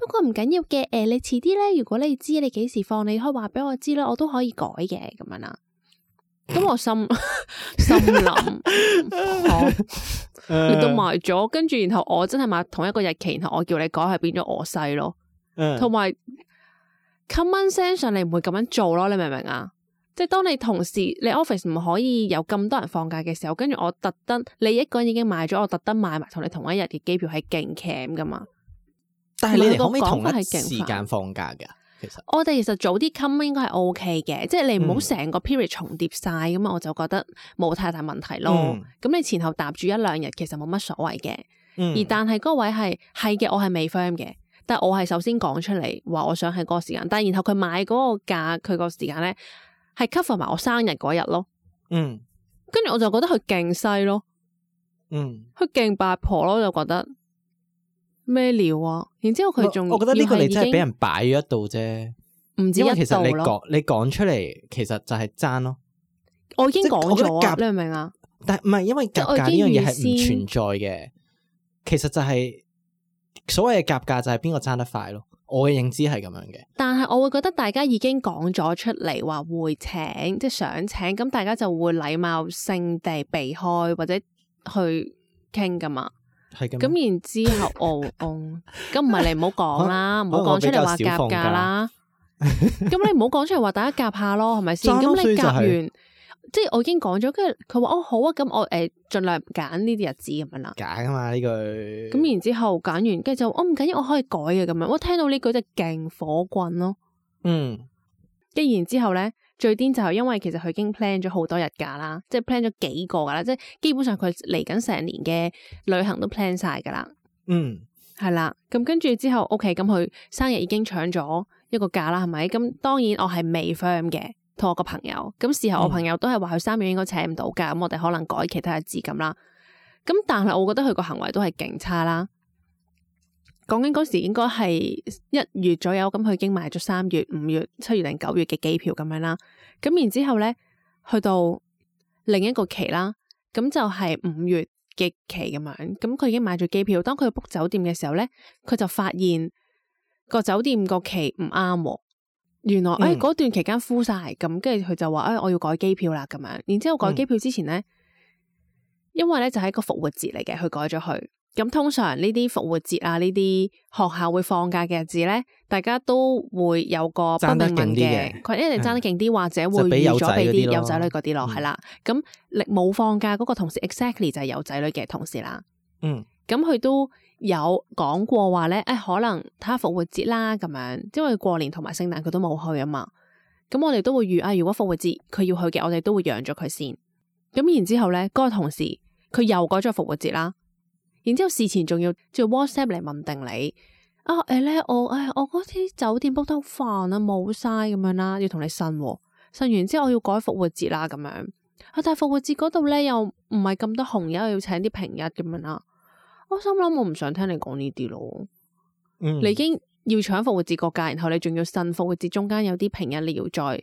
C: 不過唔緊要嘅，誒、你遲啲咧，如果你知你幾時放，你可以話俾我知啦，我都可以改嘅咁樣啦。咁我心 心 諗，
A: 嗯
C: 好你都
A: 誒
C: 埋咗，跟住然後我真係買同一個日期，然後我叫你改，係變咗我細咯，
A: 嗯
C: 同埋 common sense 上你唔會咁樣做咯，你明唔明啊？即係當你同事你 office 唔可以有咁多人放假嘅時候，跟住我特登你一個人已經買咗，我特登買埋同你同一日嘅機票係勁 cam 噶嘛。
A: 但係你哋可唔
C: 同
A: 可
C: 埋
A: 以
C: 佢個
A: 同
C: 講法
A: 一
C: 係勁
A: 時
C: 快
A: 間放假噶？其實，
C: 我哋其實早啲 come 應該係 O K 嘅，即係你唔
A: 嗯
C: 好成個 period 重疊晒咁啊，我就覺得冇太大問題咯。
A: 嗯
C: 咁、你前後搭住一兩日其實冇乜所謂嘅，
A: 嗯
C: 而但係嗰位係係嘅，我係未 firm 嘅，但係我係首先講出嚟話我想係嗰個時間，但係然後佢買嗰個價佢個時間咧係 cover 埋我生日嗰日咯，
A: 嗯
C: 跟住我就覺得佢勁細咯，
A: 嗯。
C: 佢勁八婆咯，我就覺得咩料啊！然之後佢仲
A: 我我覺得呢個
C: 要係
A: 你
C: 已
A: 真係俾
C: 經
A: 人擺咗一度啫，
C: 唔止
A: 因為
C: 一
A: 其實
C: 度
A: 你
C: 咯，
A: 講你講出嚟，其實就係爭咯。
C: 我已經
A: 即係
C: 講
A: 我覺得
C: 咗
A: 夾
C: 啊，你明唔明啊？
A: 但唔係因為夾
C: 我已
A: 價呢
C: 經
A: 樣嘢
C: 預
A: 係唔
C: 先
A: 存在嘅，其實就係所謂嘅夾價就係邊個爭得快咯。我嘅認知係咁樣嘅，
C: 但係我會覺得大家已經講咗出嚟話會請，即係想請，咁大家就會禮貌性地避開或者去傾噶嘛。
A: 係咁樣。
C: 咁然之後，哦哦，咁唔係你唔好 講啦，唔好
A: 可能我
C: 講出嚟話
A: 比較少
C: 夾
A: 放
C: 價
A: 假
C: 啦。 咁你唔好講出嚟話大家夾下咯，係咪先？
A: 爭咯
C: 咁
A: 所以
C: 你
A: 就
C: 夾
A: 係
C: 完，即係我已經講咗，跟住佢話哦好啊，咁我誒盡量揀呢啲日子咁樣啦。
A: 假噶嘛呢句。咁
C: 咁然之後揀完，跟住就我唔緊要，我可以改嘅咁樣。我聽到呢句就勁火棍咯。
A: 嗯
C: 跟然之後咧，最癲就係因為其實佢已經 plan 咗好多日假啦，即係 plan 咗幾個噶啦，即係基本上佢嚟緊成年嘅旅行都 plan 晒噶啦，
A: 嗯
C: 係啦。咁跟住之後，OK，咁佢生日已經搶咗一個假啦，係咪？咁當然我係未 firm 嘅，同我個朋友。咁事後我
A: 嗯
C: 朋友都係話佢三月應該請唔到假，咁我哋可能改其他日子咁啦。咁但係我覺得佢個行為都係勁差啦。講緊嗰時應該係一月左右，咁佢已經買咗三月、五月、七月定九月嘅機票咁樣啦。咁然之後咧，去到另一個期啦，咁就係五月嘅期咁樣。咁佢已經買咗機票，當佢 book 酒店嘅時候咧，佢就發現個酒店個期唔啱喎。原來誒哎
A: 嗯
C: 嗰、段期間 full 晒，咁跟住佢就話誒、哎我要改機票啦咁樣。然之後改機票之前咧，因為咧就係一個復活節嚟嘅，佢改咗佢。咁通常呢啲復活節啊，呢啲學校會放假嘅日子咧，大家都會有個不
A: 爭得
C: 明文
A: 勁啲嘅
C: 佢一定爭得勁啲，或者會
A: 就俾有
C: 預咗俾
A: 仔嗰啲
C: 啲
A: 咯
C: 有仔女嗰啲咯，
A: 嗯
C: 係啦。咁你冇放假嗰個同事，exactly 就係有仔女嘅同事啦。
A: 嗯
C: 咁佢都有講過話咧，誒、可能睇下復活節啦咁樣，因為過年同埋聖誕佢都冇去啊嘛。咁我哋都會預啊，如果復活節佢要去嘅，我哋都會讓咗佢先。咁然之後咧，嗰、個同事佢又改咗復活節啦，然之後事前仲要仲要 WhatsApp 嚟問定你啊，誒、咧我誒、唉我嗰啲酒店 book 得好煩啊，冇晒咁樣啦，要同你呻喎、呻完之後我要改復活節啦咁樣。啊，但係復活節嗰度咧又唔係咁多紅日，又要請啲平日咁樣啦。我心諗我唔想聽你講呢啲咯，
A: 嗯，
C: 你已經要搶復活節個價，然後你仲要信復活節中間有啲平日你要再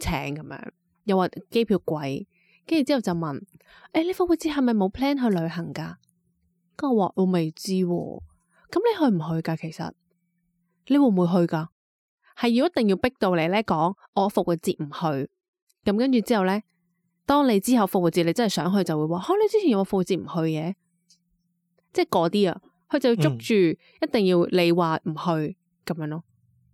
C: 請咁樣，又話機票貴，跟住之後就問：誒你復活節係咪冇 plan 去旅行㗎？跟住我話我未知喎、咁你去唔去㗎？其實你會唔會去㗎？係要一定要逼到你咧講我復活節唔去，咁跟住之後咧，當你之後復活節你真係想去就會話：嚇、你之前有冇復活節唔去嘅？即係嗰啲啊，佢就要捉住一定要你話唔去咁樣咯，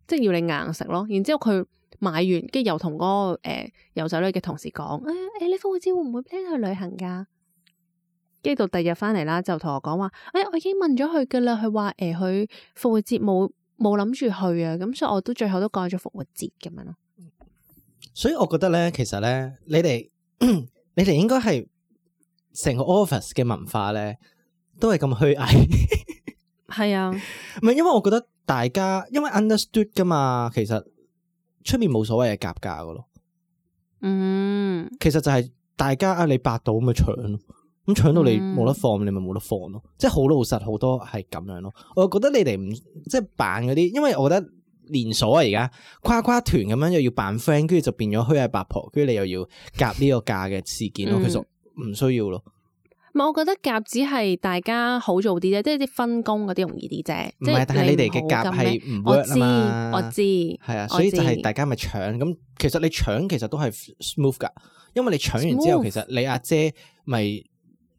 C: 即係要你硬食咯。然之後佢買完，跟住又同嗰、個誒、呃游仔女嘅同事講：誒、誒，你復活節會唔會 plan 去旅行㗎？跟住到第二日翻嚟啦，就同我講話：，誒、哎我已經問咗佢噶啦，佢話誒佢復活節冇冇諗住去啊，咁所以我都最後都改咗復活節咁樣咯。
A: 所以我覺得咧，其實咧，你哋 你哋應該係成個 office 嘅文化咧，都係咁虛偽。
C: 係啊，
A: 唔係因為我覺得大家因為 understood 噶嘛，其實出面冇所謂嘅夾價噶咯。
C: 嗯，
A: 其實就係大家啊，你百度咁咪搶咯，咁搶到你
C: 嗯
A: 冇得放，你咪冇得放咯，即係好老實好多係咁樣咯。我又覺得你哋唔即係扮嗰啲，因為我覺得連鎖啊而家跨跨團咁樣又要扮 friend，跟住就變咗虛偽八婆，跟住你又要夾呢個價嘅事件咯，
C: 嗯
A: 其實唔需要咯，
C: 唔係，我覺得夾只係大家好做啲啫，即係啲分工嗰啲容易啲啫。
A: 唔
C: 即
A: 係，但係你哋
C: 唔
A: 嘅
C: 好
A: 夾
C: 咁咩
A: 係唔
C: 我
A: work 啊
C: 知，
A: 嘛，
C: 我知，
A: 係啊，
C: 我
A: 所以就係
C: 知
A: 大家咪搶咁，其實你搶其實都係 smooth 噶，因為你搶完之後，
C: Smooth
A: 其實你阿姐咪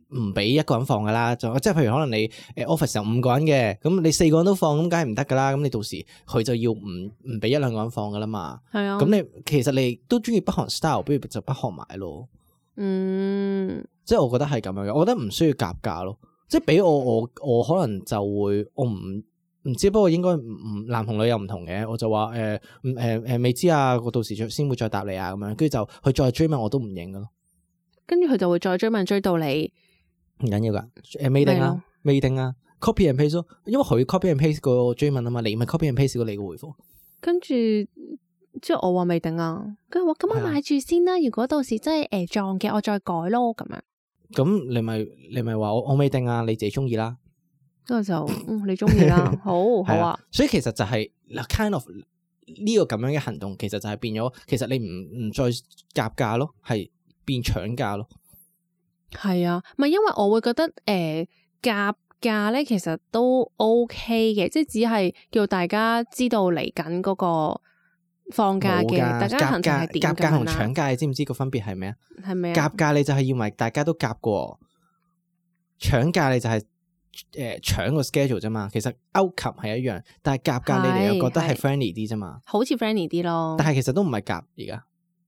A: 唔俾一個人放噶啦，就即係譬如可能你誒呃 office 有五個人嘅，咁你四個人都放，咁梗係唔得噶啦，咁你到時佢就要唔唔俾一兩個人放噶啦嘛，
C: 係啊。
A: 咁你其實你都中意北韓 style，不如就北韓買咯，
C: 嗯，
A: 即係我覺得係咁樣嘅，我覺得唔需要夾價咯，即係俾我我我可能就會我唔。唔知，不過應該唔唔男同女又唔同嘅，我就話誒嗯誒誒未知啊，我到時再先會再答你啊咁樣，跟住就佢再追問我都唔應噶咯，
C: 跟住佢就會再追問追到你，
A: 唔緊要噶，誒未定啊，未定啊，copy and paste 咯，因為佢 copy and paste 個追問啊嘛，你咪 copy and paste 個你嘅回覆，
C: 跟住之後我話未定啊，跟住話咁
A: 係啊
C: 我買住先啦，如果到時真係誒撞嘅，我再改咯咁樣。
A: 咁你咪你咪話我我未定啊，你自己中意啦，
C: 跟住就嗯你中意啦， 好好
A: 係
C: 啊，，
A: 所以其實就係、嗱 kind of 呢個咁樣嘅行動，其實就係變咗，其實你唔唔再夾價咯，係變搶價咯，
C: 係啊，唔係因為我會覺得誒夾價咧，其實都 OK 嘅，即係只係叫大家知道嚟緊嗰個放假
A: 冇
C: 嘅
A: 㗎
C: 大家行程係
A: 夾價
C: 點
A: 夾價
C: 咁樣
A: 同
C: 啦
A: 搶，價，你知唔知個分別係咩啊？
C: 係咪啊？
A: 夾價你就係要埋大家都夾過，搶價你就係誒搶個 schedule 啫嘛。其實 outcome 係一樣，但係夾價你哋又覺得係
C: 係係哦
A: friendly 啲啫嘛。
C: 好似 friendly 啲咯，
A: 但係其實都唔係夾而家，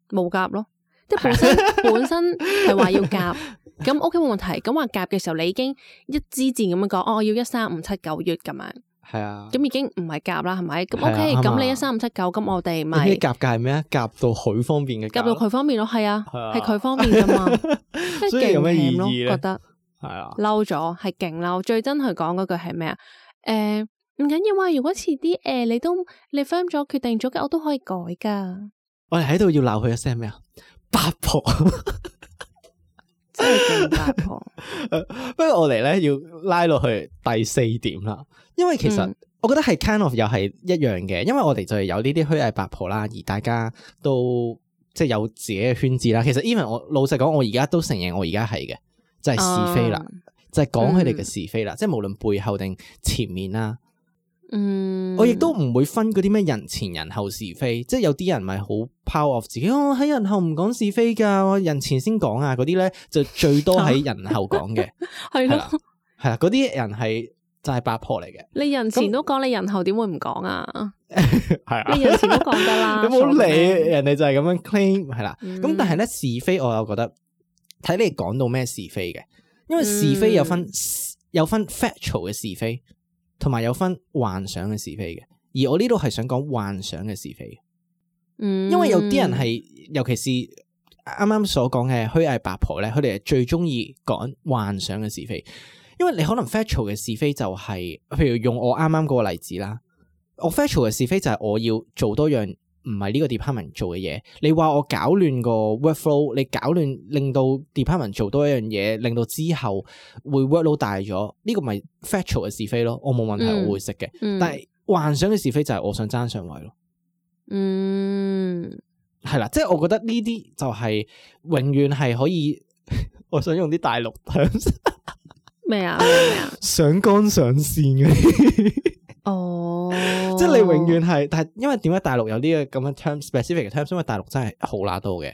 C: 冇夾咯，即係本身
A: 啊
C: 本身係話要夾，咁 OK 冇問題。咁話夾嘅時候，你已經一支箭咁樣講，哦，我要一三五七九月咁樣，
A: 係啊。
C: 咁已經唔係夾啦，係咪？咁
A: 係啊
C: OK，
A: 啱啊
C: 咁你一三五七九，咁我哋
A: 咁
C: 咪
A: 啲夾價係咩啊？夾到佢方面嘅
C: 夾到佢方面咯，係啊，
A: 係啊
C: 係佢方面噶 嘛，即
A: 所以
C: 係
A: 有
C: 勁
A: 咩意
C: h
A: 義
C: 咯，
A: 咧
C: 覺得
A: 係啊，
C: 嬲咗，係勁嬲。最憎佢講嗰句係咩啊？誒，唔緊要啊，如果遲啲誒你都你 firm 咗決定咗嘅，我都可以改噶，
A: 我哋喺度要鬧佢一聲咩啊？八婆。
C: 真係勁八婆。
A: 不過我哋咧要拉落去第四點啦，因為其實
C: 嗯
A: 我覺得係 kind of 又係一樣嘅，因為我哋就係有呢啲虛偽八婆啦，而大家都即係有自己嘅圈子啦。其實 even 我老實講，我而家都承認我而家係嘅，就 係、
C: 嗯
A: 是非
C: 哦
A: 啦，就係講佢哋嘅是非啦，即係無論背後定前面啦。
C: 嗯，
A: 我亦都唔會分嗰啲咩人前人後是非，即係有啲人咪好 power off 自己，哦、喺人後唔講是非㗎，我人前先講啊嗰啲咧就最多喺人後講嘅，
C: 係
A: 係啦
C: 咯。
A: 係啦，嗰啲人係就係八婆嚟嘅，
C: 你人前
A: 咁
C: 都講，你人後點會唔講啊？
A: 係
C: 你人前都講 得啦，
A: 你冇
C: 哎傻嘅
A: 理
C: 咩
A: 人哋就係咁樣 claim 係啦，咁
C: 嗯
A: 但係咧是非我又覺得睇你講到咩是非嘅，因為是非有
C: 嗯
A: 分、有分 factual 嘅是非，同埋有分幻想嘅是非嘅，而我呢度係想講幻想嘅是非。
C: 嗯
A: 因為有啲人係，尤其是啱啱所講嘅虛偽八婆咧，佢哋係最中意講幻想嘅是非。因為你可能 factual 嘅是非就係、譬如用我啱啱嗰個例子啦，我 factual 嘅是非就係我要做多樣唔係呢個 department 做嘅嘢。你話我搞亂個 workflow，你搞亂令到 department 做多一樣嘢，令到之後會 workload 大咗，呢、個咪 factual 嘅是非咯。我冇問題，
C: 嗯
A: 我會識嘅。
C: 嗯，
A: 但係幻想嘅是非就係我想爭上位咯。
C: 嗯
A: 系啦，即系我覺得呢啲就係永遠係可以， 我想用啲大陸 terms
C: 咩啊？咩啊？
A: 上纲上線嗰啲，
C: 哦，
A: 即係你永遠係，但係因為點解大陸有呢個咁嘅 term specific 嘅 terms？因為大陸真係好乸多嘅，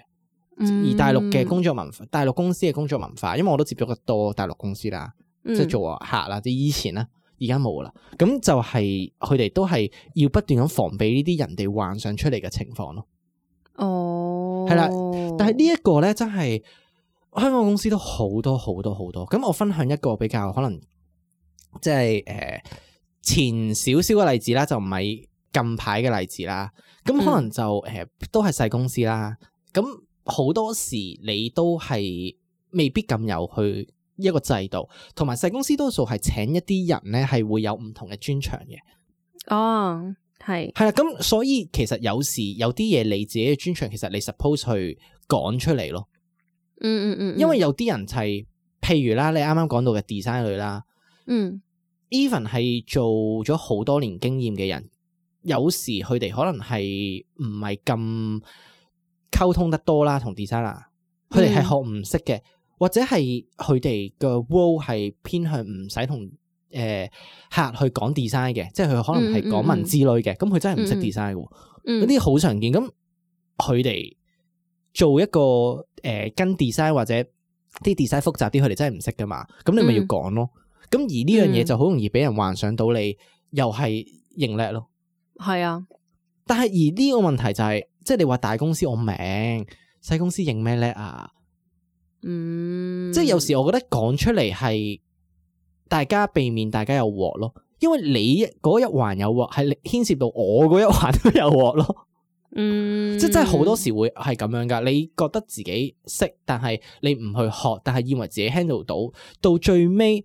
C: 嗯
A: 而大陸嘅工作文化，大陸公司嘅工作文化，因為我都接觸得多大陸公司啦，
C: 即
A: 即係做客啦，即係以前啦。而家冇啦，咁就係佢哋都係要不斷咁防備呢啲人哋幻想出嚟嘅情況咯。
C: 哦，
A: 係啦，但係呢一個咧，真係香港公司都好多好多好多。咁我分享一個比較可能即係诶前少少嘅例子啦，就唔係近排嘅例子啦。咁可能就诶、呃都係細公司啦。咁好多時你都係呃未必咁有去一個制度，同埋細公司多數係請一啲人咧係會有唔同嘅專長嘅。
C: 哦，係
A: 係啦，咁所以其實有時有啲嘢你自己嘅專長，其實你 suppose 去講出嚟咯。
C: 嗯嗯嗯，
A: 因為有啲人係，譬如啦，你啱啱講到嘅 design 類啦
C: 嗯
A: ，even 係做咗好多年經驗嘅人，有時佢哋可能係唔係咁溝通得多啦，同 design 啦，佢哋係
C: 嗯
A: 學唔識嘅，或者係佢哋嘅 role 係偏向唔使同誒客去講 design 嘅，即係佢可能係講文字類嘅，咁佢真係唔識
C: 嗯嗯嗯
A: design 嘅喎。
C: 嗯
A: 嗰啲好常見。咁佢哋做一個誒、呃跟 design 或者啲 design 複雜啲，佢哋真係唔識噶嘛。咁你咪要
C: 嗯
A: 講咯。咁、而呢樣嘢
C: 嗯
A: 就好容易俾人幻想到你又係認叻咯。
C: 係啊，
A: 但係而呢個問題就係、即係你話大公司我明，細公司認咩叻啊？
C: 嗯，
A: 即係有時我覺得講出嚟係大家避免大家有鑊咯。因為你嗰一環有鑊，係你牽涉到我嗰一環都有鑊咯。
C: 嗯，
A: 即係真係好多時會係咁樣噶。你覺得自己識，但係你唔去學，但係以為自己 handle 到，到最尾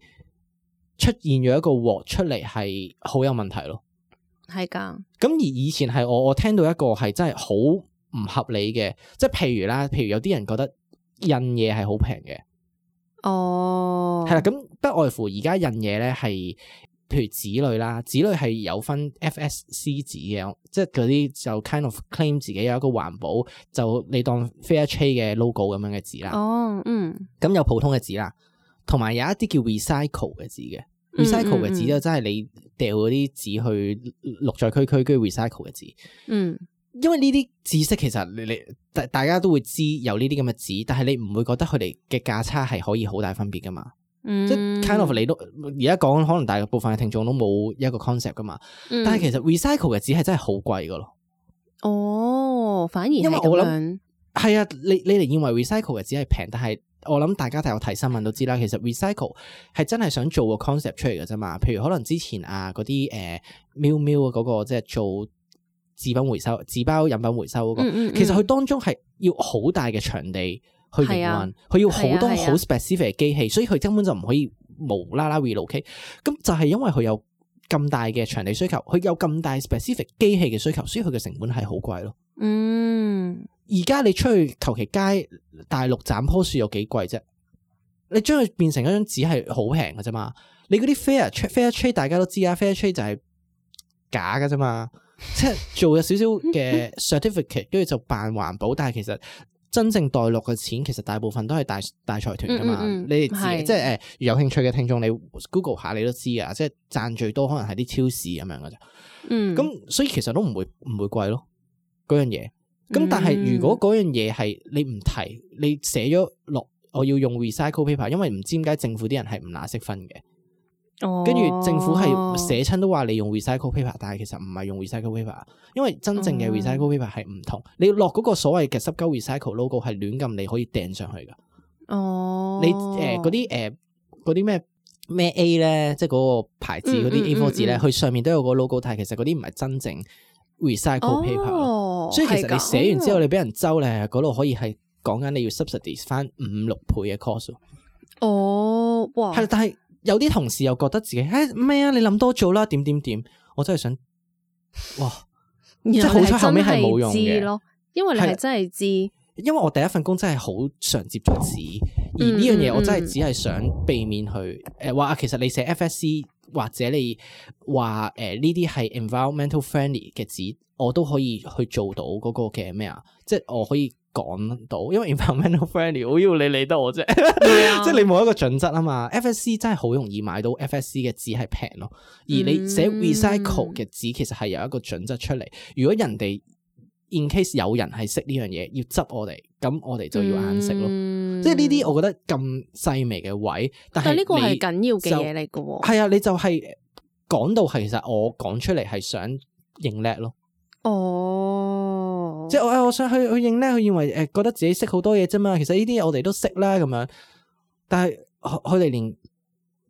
A: 出現咗一個鑊出嚟係好有問題咯。
C: 係㗎，
A: 咁而以前係我我聽到一個係真係好唔合理嘅，即係譬如啦，譬如有啲人覺得印嘢係好平嘅，
C: 哦，
A: 係啦、咁不外乎而家印嘢咧係。譬如紙類啦，紙類係有分 FSC 紙嘅，即係嗰啲就 kind of claim 自己有一個環保，就你當 fair trade 嘅 logo 咁樣嘅紙啦。
C: 哦，嗯
A: 咁、有普通嘅紙啦，同埋有一啲叫 recycle 嘅紙嘅。
C: 嗯
A: recycle 嘅
C: 嗯
A: 紙啊
C: 嗯
A: 就真係你掉嗰啲紙去綠在區區，跟住 recycle 嘅紙。
C: 嗯，
A: 因為呢啲知識其實你你大大家都會知有呢啲咁嘅紙，但係你唔會覺得佢哋嘅價差係可以好大分別噶嘛。
C: 嗯
A: 即係 kind of 你都而家講，可能大部分嘅聽眾都冇一個 concept 噶嘛。
C: 嗯
A: 但係其實 recycle 嘅紙係真係好貴噶咯。
C: 哦，反而
A: 因為
C: 為
A: 我諗係啊，你你哋認為 recycle 嘅紙係平，但係我諗大家睇有睇新聞都知啦。其實 recycle 係真係想做個 concept 出嚟嘅啫嘛。譬如可能之前啊嗰啲誒喵喵嗰個即係做紙品回收、紙包飲品回收嗰、個，
C: 嗯嗯，
A: 其實佢
C: 嗯
A: 當中係要好大嘅場地去營
C: 係啊
A: 運，佢要
C: 係
A: 好
C: 啊
A: 多
C: 係啊
A: 好 specific 嘅機器，所以佢根本就唔可以無啦啦 relocate。咁就係因為佢有咁大嘅場地需求，佢有咁大 specific 機器嘅需求，所以佢嘅成本係好貴咯。
C: 嗯
A: 而家你出去求其街大陸斬棵樹有幾貴啫？你將佢變成一張紙係好平嘅啫嘛。你嗰啲 fair tra- fair trade 大家都知啊，fair trade 就係假嘅啫嘛，即係做咗少少 嘅 certificate，跟住就扮環保，但係其實真正代落嘅錢其實大部分都係大大財團噶嘛。
C: 嗯嗯嗯
A: 你哋自己
C: 係
A: 即係誒、呃有興趣嘅聽眾，你 Google 下你都知啊，即係賺最多可能係啲超市咁樣嘅啫。
C: 嗯，
A: 咁所以其實都唔會唔會貴咯，嗰樣嘢。咁但
C: 嗯
A: 係如果嗰樣嘢係你唔提，你寫咗落我要用 recycle paper，因為唔知點解政府啲人係唔乸識分嘅，
C: 哦
A: 跟住政府係寫親都話你用 recycle paper，但係其實唔係用 recycle paper，因啊為真正嘅
C: 哦
A: recycle paper 係唔同，你落嗰個所謂嘅濕鳩 recycle logo 係亂咁你可以掟上去噶。
C: 哦，
A: 你誒嗰啲誒嗰啲咩咩 A 咧，即係嗰個牌子嗰
C: 嗯嗯
A: 啲 A4
C: 嗯
A: 紙咧，
C: 嗯
A: 佢上面都有個 logo，但係其實嗰啲唔係真正 recycle paper 咯。
C: 哦，
A: 所以其實你寫完之後，
C: 係㗎
A: 你俾人周咧，嗰度可以係講緊你要 subsidies 翻五六倍嘅 cost 咯。
C: 哦，哇，
A: 係啦，但係有啲同事又覺得自己誒咩啊，你諗多咗啦，點點點，我真係想哇！
C: 即
A: 係好彩後尾係冇用嘅
C: 咯，因為你
A: 係啦
C: 係真係知，
A: 因為我第一份工真係好常接觸紙，而
C: 嗯
A: 呢樣嘢我真
C: 嗯嗯
A: 呃係只係想避免去誒話、啊其實你寫 FSC 或者你話誒呢啲係 environmental friendly 嘅紙，我都可以去做到嗰個嘅咩啊？即係我可以講到，因為 environmental friendly，我要你理得我啫， 即係你冇一個準則啊嘛。FSC 真係好容易買到 FSC 嘅紙係平咯，而你寫
C: 嗯
A: recycle 嘅紙其實係有一個準則出嚟。如果人哋 in case 有人係識呢樣嘢，要執我哋，咁我哋就要硬食咯。
C: 嗯
A: 即係呢啲，我覺得咁細微嘅位，但
C: 但
A: 係
C: 呢個係
A: 你
C: 緊要嘅
A: 就
C: 嘢嚟嘅喎。
A: 係啊，你就係講到係其實我講出嚟係想認叻咯，
C: 哦，
A: 即係我我想去去認叻，佢認為誒、呃、覺得自己識好多嘢啫嘛，其實呢啲嘢我哋都識啦咁樣，但係佢佢哋連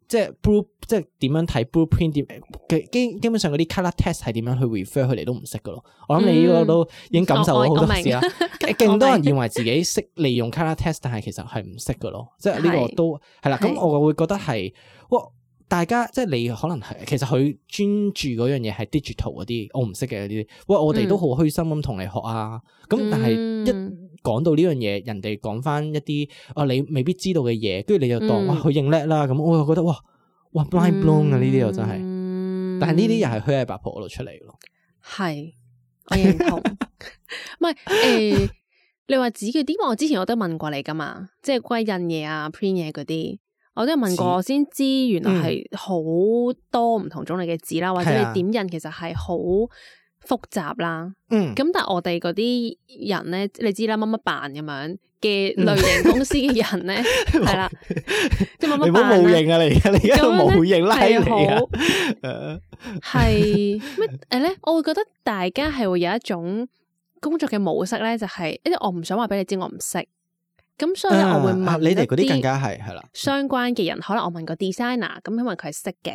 A: 即係 blue 即係點樣睇 blueprint 點嘅基基本上嗰啲 color test 係點樣去 refer 佢哋都唔識噶咯，我諗你呢個
C: 嗯
A: 都已經感受
C: 我
A: 到
C: 我
A: 好
C: 我
A: 多
C: 明
A: 次 啦，勁多人認為自己識利用 color test，但係其實係唔識噶咯，即係呢個
C: 係
A: 都係啦。咁
C: 係
A: 我會覺得係，哇！大家即係你可能係其實佢專注嗰樣嘢係 digital 嗰啲，我唔識嘅嗰啲。哇！我哋都好虛心咁同你學啊。咁但係一
C: 嗯
A: 講到呢樣嘢，人哋講翻一啲啊你未必知道嘅嘢，跟住你就當
C: 嗯
A: 哇佢認叻啦。咁我又覺得哇哇 blind blown 啊呢啲又真係。
C: 係
A: 但係呢啲又係虛偽八婆嗰度出嚟咯。
C: 嗯係，我 認同。唔係誒，你話紙嘅啲，因為我之前我都問過你噶嘛，即係歸印嘢啊、print 嘢嗰啲，我都有問過，
A: 紙
C: 我先知原來係好多唔同種類嘅紙啦，或
A: 嗯
C: 者
A: 係啊
C: 你點印其實係好複雜啦。
A: 嗯，
C: 咁但係我哋嗰啲人咧，你知啦，乜乜辦咁樣嘅類型公司嘅 人咧，係啦，即係乜
A: 你
C: 乜
A: 唔好
C: 辦
A: 冇
C: 啦
A: 認啊！你而家你而家
C: 咁樣
A: 冇認拉
C: 咧係
A: 你啊
C: 好！
A: 誒
C: 係咩誒咧？我會覺得大家係會有一種工作嘅模式咧，就係、因為我唔想話俾你知我唔識，咁所以咧我會
A: 啊
C: 問
A: 你哋嗰
C: 一
A: 啲更加係係啦，
C: 相關嘅人，可能我問個 designer，咁因為佢係識嘅，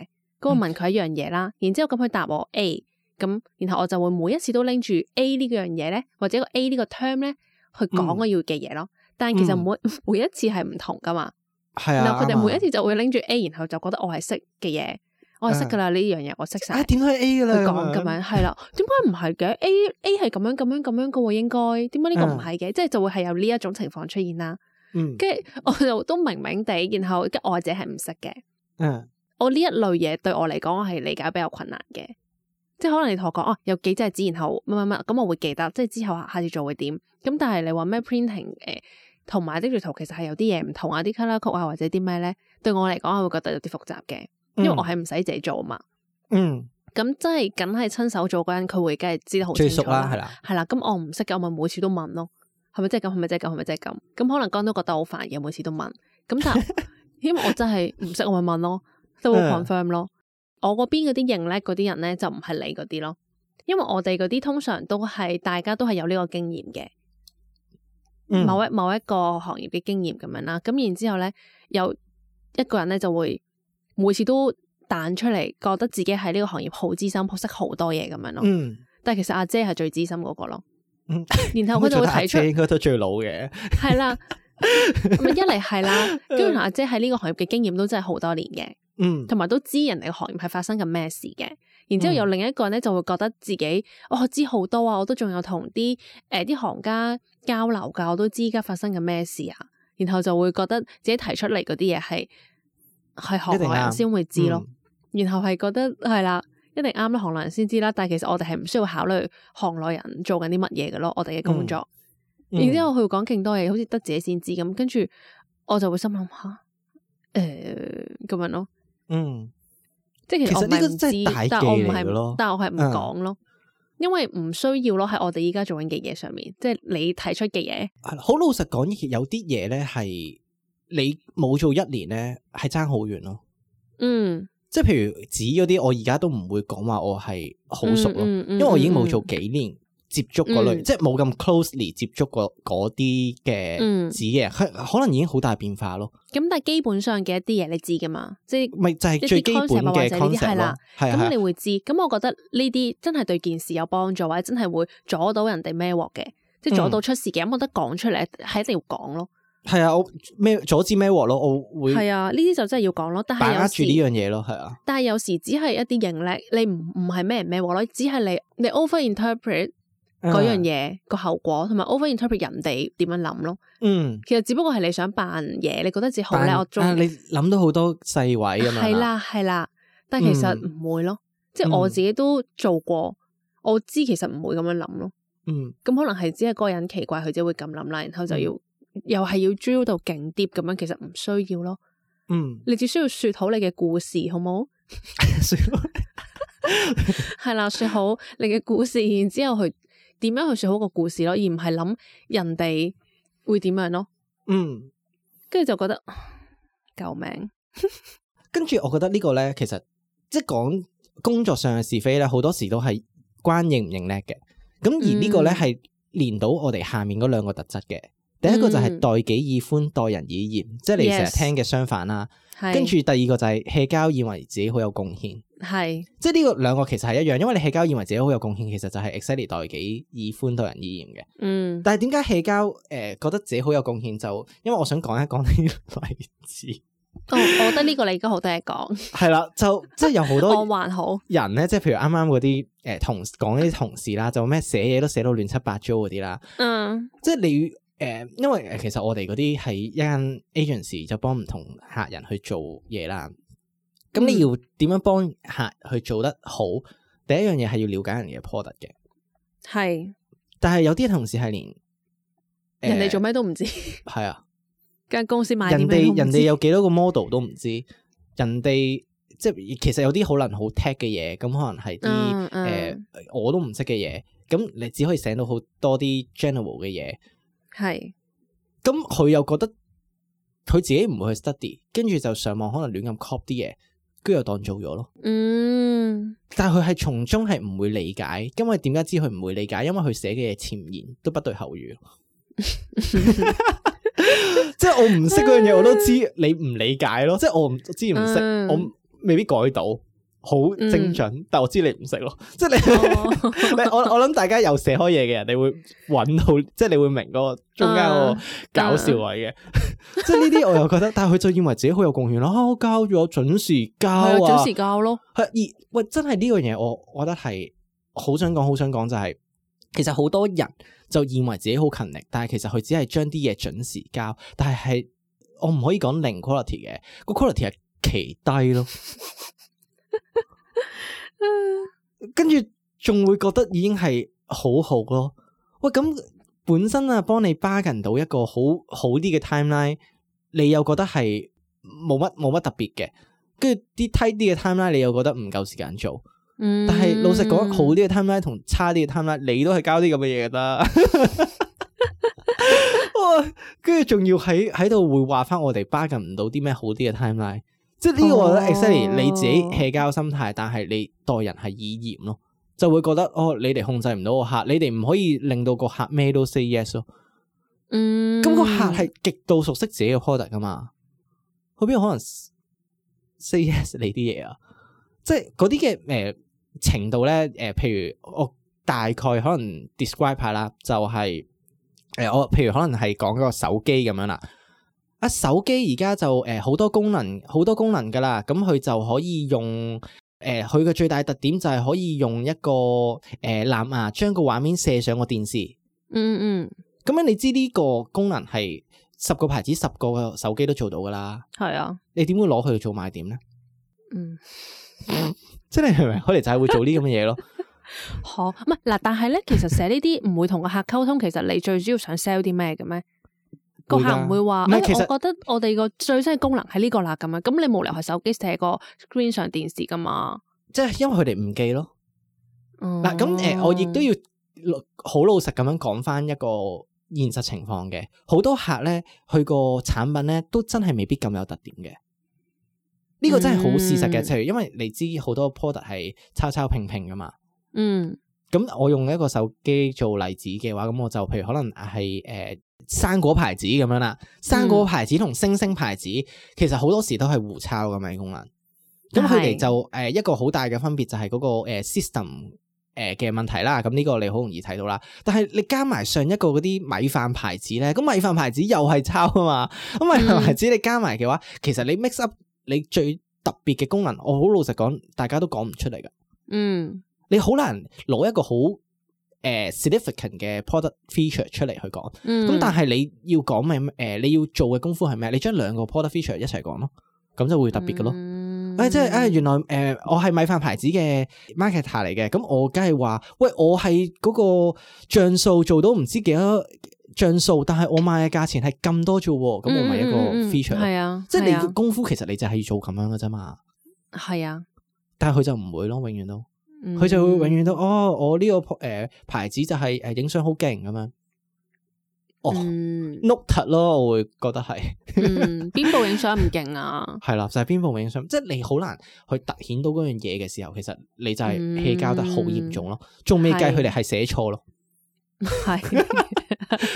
A: 嗯
C: 咁我問佢一樣嘢啦，然之後咁佢答我 A，咁然後我就會每一次都拎住 A 呢樣嘢咧，或者個 A 呢個 term 咧去講
A: 嗯
C: 我要嘅嘢咯。但係其實
A: 嗯
C: 每每 一次係唔同噶嘛，
A: 係啊，
C: 然後佢
A: 啱
C: 哋
A: 啊
C: 每一次就會拎住 A，然後就覺得我係識嘅嘢，我係識噶啦呢樣嘢，我識晒
A: 啊。點解 A 噶啦
C: 佢講咁樣係啦，點解唔係嘅？A A 係咁樣咁樣咁樣嘅喎，應該點解呢
A: 啊
C: 個唔係嘅？即係就會係有呢一種情況出現啦。
A: 嗯
C: 跟住我就都明明地，然後跟我自己係唔識嘅。
A: 嗯
C: 我呢一類嘢對我嚟講，我係理解比較困難嘅。即係可能你同我講哦，有幾隻紙，然後乜乜乜，咁我會記得，即係之後下次做會點。咁但係你話咩 printing 誒、同埋 digital 其實係有啲嘢唔同啊，啲 colour code 啊或者啲咩咧，對我嚟講我會覺得有啲複雜嘅，因為我係唔使自己做嘛。
A: 嗯
C: 咁真係梗係親手做嗰人，佢會梗係知得好清
A: 最
C: 楚
A: 熟啦，係
C: 啦。
A: 啦，
C: 係啦，咁我唔識嘅，我咪每次都問咯，係咪真係咁？係咪真係咁？係咪真係咁？咁可能剛都覺得好煩嘅，每次都問。咁 但係因為我真係唔識，我咪問咯，都會
A: 嗯
C: confirm 咯。我嗰邊嗰啲認叻嗰啲人咧，就唔係你嗰啲咯，因為我哋嗰啲通常都係大家都係有呢個經驗嘅。
A: 嗯
C: 某一某一個行業嘅經驗咁樣啦。咁然之後咧，有一個人咧就會每次都彈出嚟，覺得自己喺呢個行業好資深，識好多嘢咁樣咯。
A: 嗯
C: 但係其實阿姐係最資深嗰個咯。
A: 嗯
C: 然後佢就會 提出
A: 應該都最老嘅，
C: 係啦，咪一嚟係啦，跟住阿姐喺呢個行業嘅經驗都真係好多年嘅。
A: 嗯
C: 同埋都知人哋嘅行業係發生緊咩事嘅。然之後有另一個人咧就會覺得自己，哦我知好多啊，我都仲有同啲誒啲行家交流㗎，我都知而家發生緊咩事啊。然後就會覺得自己提出嚟嗰啲嘢係係行內人先會知咯。然後係覺得係啦，一定啱啦，行內人先知啦。但係其實我哋係唔需要考慮行內人做緊啲乜嘢嘅咯，我哋嘅工作。
A: 嗯，
C: 然之後佢會講勁多嘢，好似得自己先知咁。跟住我就會心諗下，誒咁樣咯。
A: 嗯
C: 即係其實
A: 其
C: 我
A: 實呢個
C: 唔
A: 真係
C: 係
A: 大
C: 唔知，但我唔
A: 忌嚟嘅咯
C: 係，但我係唔
A: 嗯
C: 講咯，因為唔需要咯。喺我哋依家做緊嘅嘢上面，即係你提出嘅嘢，
A: 係啦啊好老實講，有啲嘢咧係你冇做一年咧係爭好遠咯，
C: 嗯，
A: 即係譬如紙嗰啲，我而家都唔會講話我係好熟咯，
C: 嗯，因
A: 因為我已經冇做幾年。接觸嗰類，
C: 嗯
A: 即係冇咁 closely 接觸過嗰啲嘅
C: 嗯
A: 紙嘅，佢可能已經好大變化咯。
C: 咁，但係基本上嘅一啲嘢你知噶嘛，即係
A: 咪就係最基本嘅
C: 一啲 concept 啊或者呢啲
A: concept
C: 係
A: 咯
C: 啦，
A: 係啊
C: 咁
A: 係
C: 你
A: 啊，
C: 會知。咁我覺得呢啲真係對件事有幫助，或者真係會阻到人哋孭鑊嘅，即
A: 嗯
C: 係阻到出事嘅。咁我覺得講出嚟係一定要講咯。
A: 係啊，我咩阻止咩鑊咯，我會
C: 係啊，呢啲就真係要講咯。但係
A: 把握
C: 有
A: 住
C: 時
A: 呢樣嘢咯，係啊，
C: 但係有時只係一啲認叻，你唔唔係咩人孭鑊咯，只係你你 overinterpret
A: 啊
C: 嗰樣嘢個後果，同埋 overinterpret 人哋點樣諗咯。
A: 嗯，
C: 其實只不過係你想扮嘢，你覺得自己好
A: 但啊
C: 叻，我中
A: 啊你諗到好多細位咁樣，嗯
C: 係，啦係啦。但係其實唔會咯，即係我自己都做過，我知其實唔會咁樣諗咯。
A: 嗯，
C: 咁可能係只係嗰個人奇怪，佢只會咁諗啦，然後就要又係要 drill 到勁啲咁樣，其實唔需要咯。
A: 嗯，
C: 你只需要說好你嘅故事，好冇？
A: 算啦
C: 係啦，說好你嘅故事，然之後去點樣去說好個故事咯，而唔係諗人哋會點樣咯。
A: 嗯。
C: 跟住就覺得救命，
A: 跟住我覺得呢個咧，其實即係講工作上嘅是非咧，好多時都係關認唔認叻嘅。咁而呢個咧
C: 嗯
A: 係連到我哋下面嗰兩個特質嘅。第一個就係
C: 嗯
A: 待己以寬，待人以嚴，即係你成日
C: Yes
A: 聽嘅相反啦。
C: 係
A: 跟住第二個就係 hea 交，以為自己好有貢獻。
C: 係
A: 即係呢個兩個其實係一樣，因為你 hea 交以為自己好有貢獻，其實就係 exactly 待己以寬，待人以嚴嘅。
C: 嗯
A: 但係點解 hea 交誒覺得自己好有貢獻就？因為我想講一講呢個例子。
C: 哦，我覺得呢個你而家好多 嘢講，
A: 係啦，就即係有好多
C: 我還好，
A: 人咧，即係譬如啱啱嗰啲誒同講啲同事啦，就咩寫嘢都寫到亂七八糟嗰啲啦，
C: 嗯
A: 即係你誒、呃因為誒其實我哋嗰啲係一間 agency 就幫唔同客人去做嘢啦，咁你
C: 嗯
A: 要點樣幫客去做得好？第一樣嘢係要了解人哋嘅 product 嘅，
C: 係，
A: 但係有啲同事係連、呃
C: 人哋做咩都唔知，
A: 係啊，
C: 間公司買
A: 人
C: 啲咩都
A: 哋
C: 唔
A: 人
C: 知
A: 哋有幾多個 model 都唔知，人哋即係其實有啲可能好 tech 嘅嘢，咁可能係啲。誒、
C: 嗯嗯
A: 我都唔識嘅嘢，咁你只可以醒到好多啲 general 嘅嘢，
C: 係
A: 咁佢又覺得佢自己唔會去 study，跟住就上網可能亂咁 copy 啲嘢，跟住又當做咗咯。
C: 嗯
A: 但係佢係從中係唔會理解，因為點解知佢唔會理解？因為佢寫嘅嘢前言都不對後 語。即係我唔識嗰樣嘢，我都知你唔理解咯。即係我唔知唔識，
C: 嗯
A: 我未必改到好精準，但我知你唔識咯。即係 你。
C: 哦
A: 你我我諗大家有寫開嘢嘅人，你會揾到，即係你會明嗰個中間嗰個
C: 啊
A: 搞笑位嘅。 即係呢啲我又覺得，但係佢就認為自己好有貢獻啦。啊我交咗準時交
C: 係啊，準
A: 啊，
C: 時教咯，
A: 係而喂，真係呢樣嘢，我我覺得係好想講，好想講就係、其實好多人就認為自己好勤力，但係其實佢只係將啲嘢準時交，但係係我唔可以講零 quality 嘅，個 quality 係奇低咯。跟住仲會覺得已經係好好咯。喂，咁本身啊，幫你 bargain 到一個好好啲嘅 timeline，你又覺得係冇乜冇乜特別嘅，跟住啲低啲嘅 timeline，你又覺得唔夠時間做。
C: 嗯，
A: 但係老實講，好啲嘅 timeline 同差啲嘅 timeline，你都係交啲咁嘅嘢噶啦。哇跟住仲要喺喺度會話翻我哋 bargain 唔到啲咩好啲嘅 timeline，即係呢個我覺得
C: 哦
A: exactly 你自己 hea 交心態，但係你待人係以嚴咯，就會覺得哦，你哋控制唔到個客，你哋唔可以令到個客咩都 say yes 咯。
C: 嗯，
A: 咁個客係極度熟悉自己嘅 product 噶嘛，佢邊有可能 say yes 你啲嘢啊？即係嗰啲嘅誒程度咧，誒、呃譬如我大概可能 describe 下啦，就係、誒、我譬如可能係講嗰個手機咁樣啦。啊，手機而家就誒好、多功能，好多功能噶啦，咁佢就可以用誒佢嘅最大特點就係可以用一個誒、呃、藍牙將個畫面射上個電視。
C: 嗯嗯
A: 咁樣你知呢個功能係十個牌子十個手機都做到噶啦，
C: 係啊，
A: 你點會攞佢做賣點咧？
C: 嗯。
A: 即係你明唔明？佢哋就係會做呢啲咁嘅 嘢咯。
C: 可唔係嗱？但係咧，其實寫呢啲唔會同個客溝通，其實你最主要想 sell 啲咩嘅咩？個
A: 會㗎
C: 客唔會話，
A: 唔係
C: 哎
A: 其實
C: 我覺得我哋個最新嘅功能係呢個啦，咁樣啊咁你冇理由係手機寫個 screen 上電視噶嘛？哦
A: 即係因為佢哋唔記咯。嗱
C: 嗱
A: 咁誒，我亦都要好老實咁樣講翻一個現實情況嘅。好多客咧，佢個產品咧都真係未必咁有特點嘅。呢個真係好事實嘅，
C: 嗯
A: 就係因為你知好多 product 係抄抄拼拼噶嘛。
C: 嗯
A: 咁我用一個手機做例子嘅話，咁我就譬如可能係誒生果牌子咁樣啦，生果牌子同星星牌子其實好多時都係互抄嘅咪功能。咁佢哋
C: 係
A: 就誒、呃一個好大嘅分別就係嗰、個、呃 system 誒嘅問題啦。咁呢個你好容易睇到啦。但係你加埋上一個嗰啲米飯牌子咧，咁米飯牌子又係抄啊嘛。咁米飯牌子你加埋嘅話，其實你 mix up 你最特別嘅功能，我好老實講，大家都講唔出嚟㗎。
C: 嗯
A: 你好難攞一個好誒、呃 significant 嘅 product feature 出嚟去講，咁、
C: 嗯，
A: 但係你要講咪誒你要做嘅功夫係咩？你將兩個 product feature 一齊講咯，咁就會特別嘅咯。哎
C: 嗯嗯
A: 誒即係誒原來誒、呃我係米飯牌子嘅 marketer 嚟嘅，咁我梗係話，喂，我係嗰個像素做到唔知幾多像素，但係我賣嘅價錢係咁多啫喎，咁我咪一個
C: 嗯嗯嗯嗯
A: feature 咯
C: 係啊，
A: 即係你
C: 係啊
A: 嘅功夫其實你就係要做咁樣嘅啫嘛。
C: 係啊，嗯
A: 但係佢就唔會咯，永遠都佢
C: 佢
A: 就會永遠都哦，我呢個誒、呃牌子就係呃誒影相好勁咁樣。哦
C: 嗯
A: note 咯，我會覺得係
C: 嗯，邊部影相唔勁啊？
A: 係啦，就係邊部影相，即係你好難去突顯到嗰樣嘢嘅時候，其實你就係
C: 嗯
A: 氣交得好嚴重咯。仲未計
C: 係
A: 佢哋係寫錯 咯，
C: 係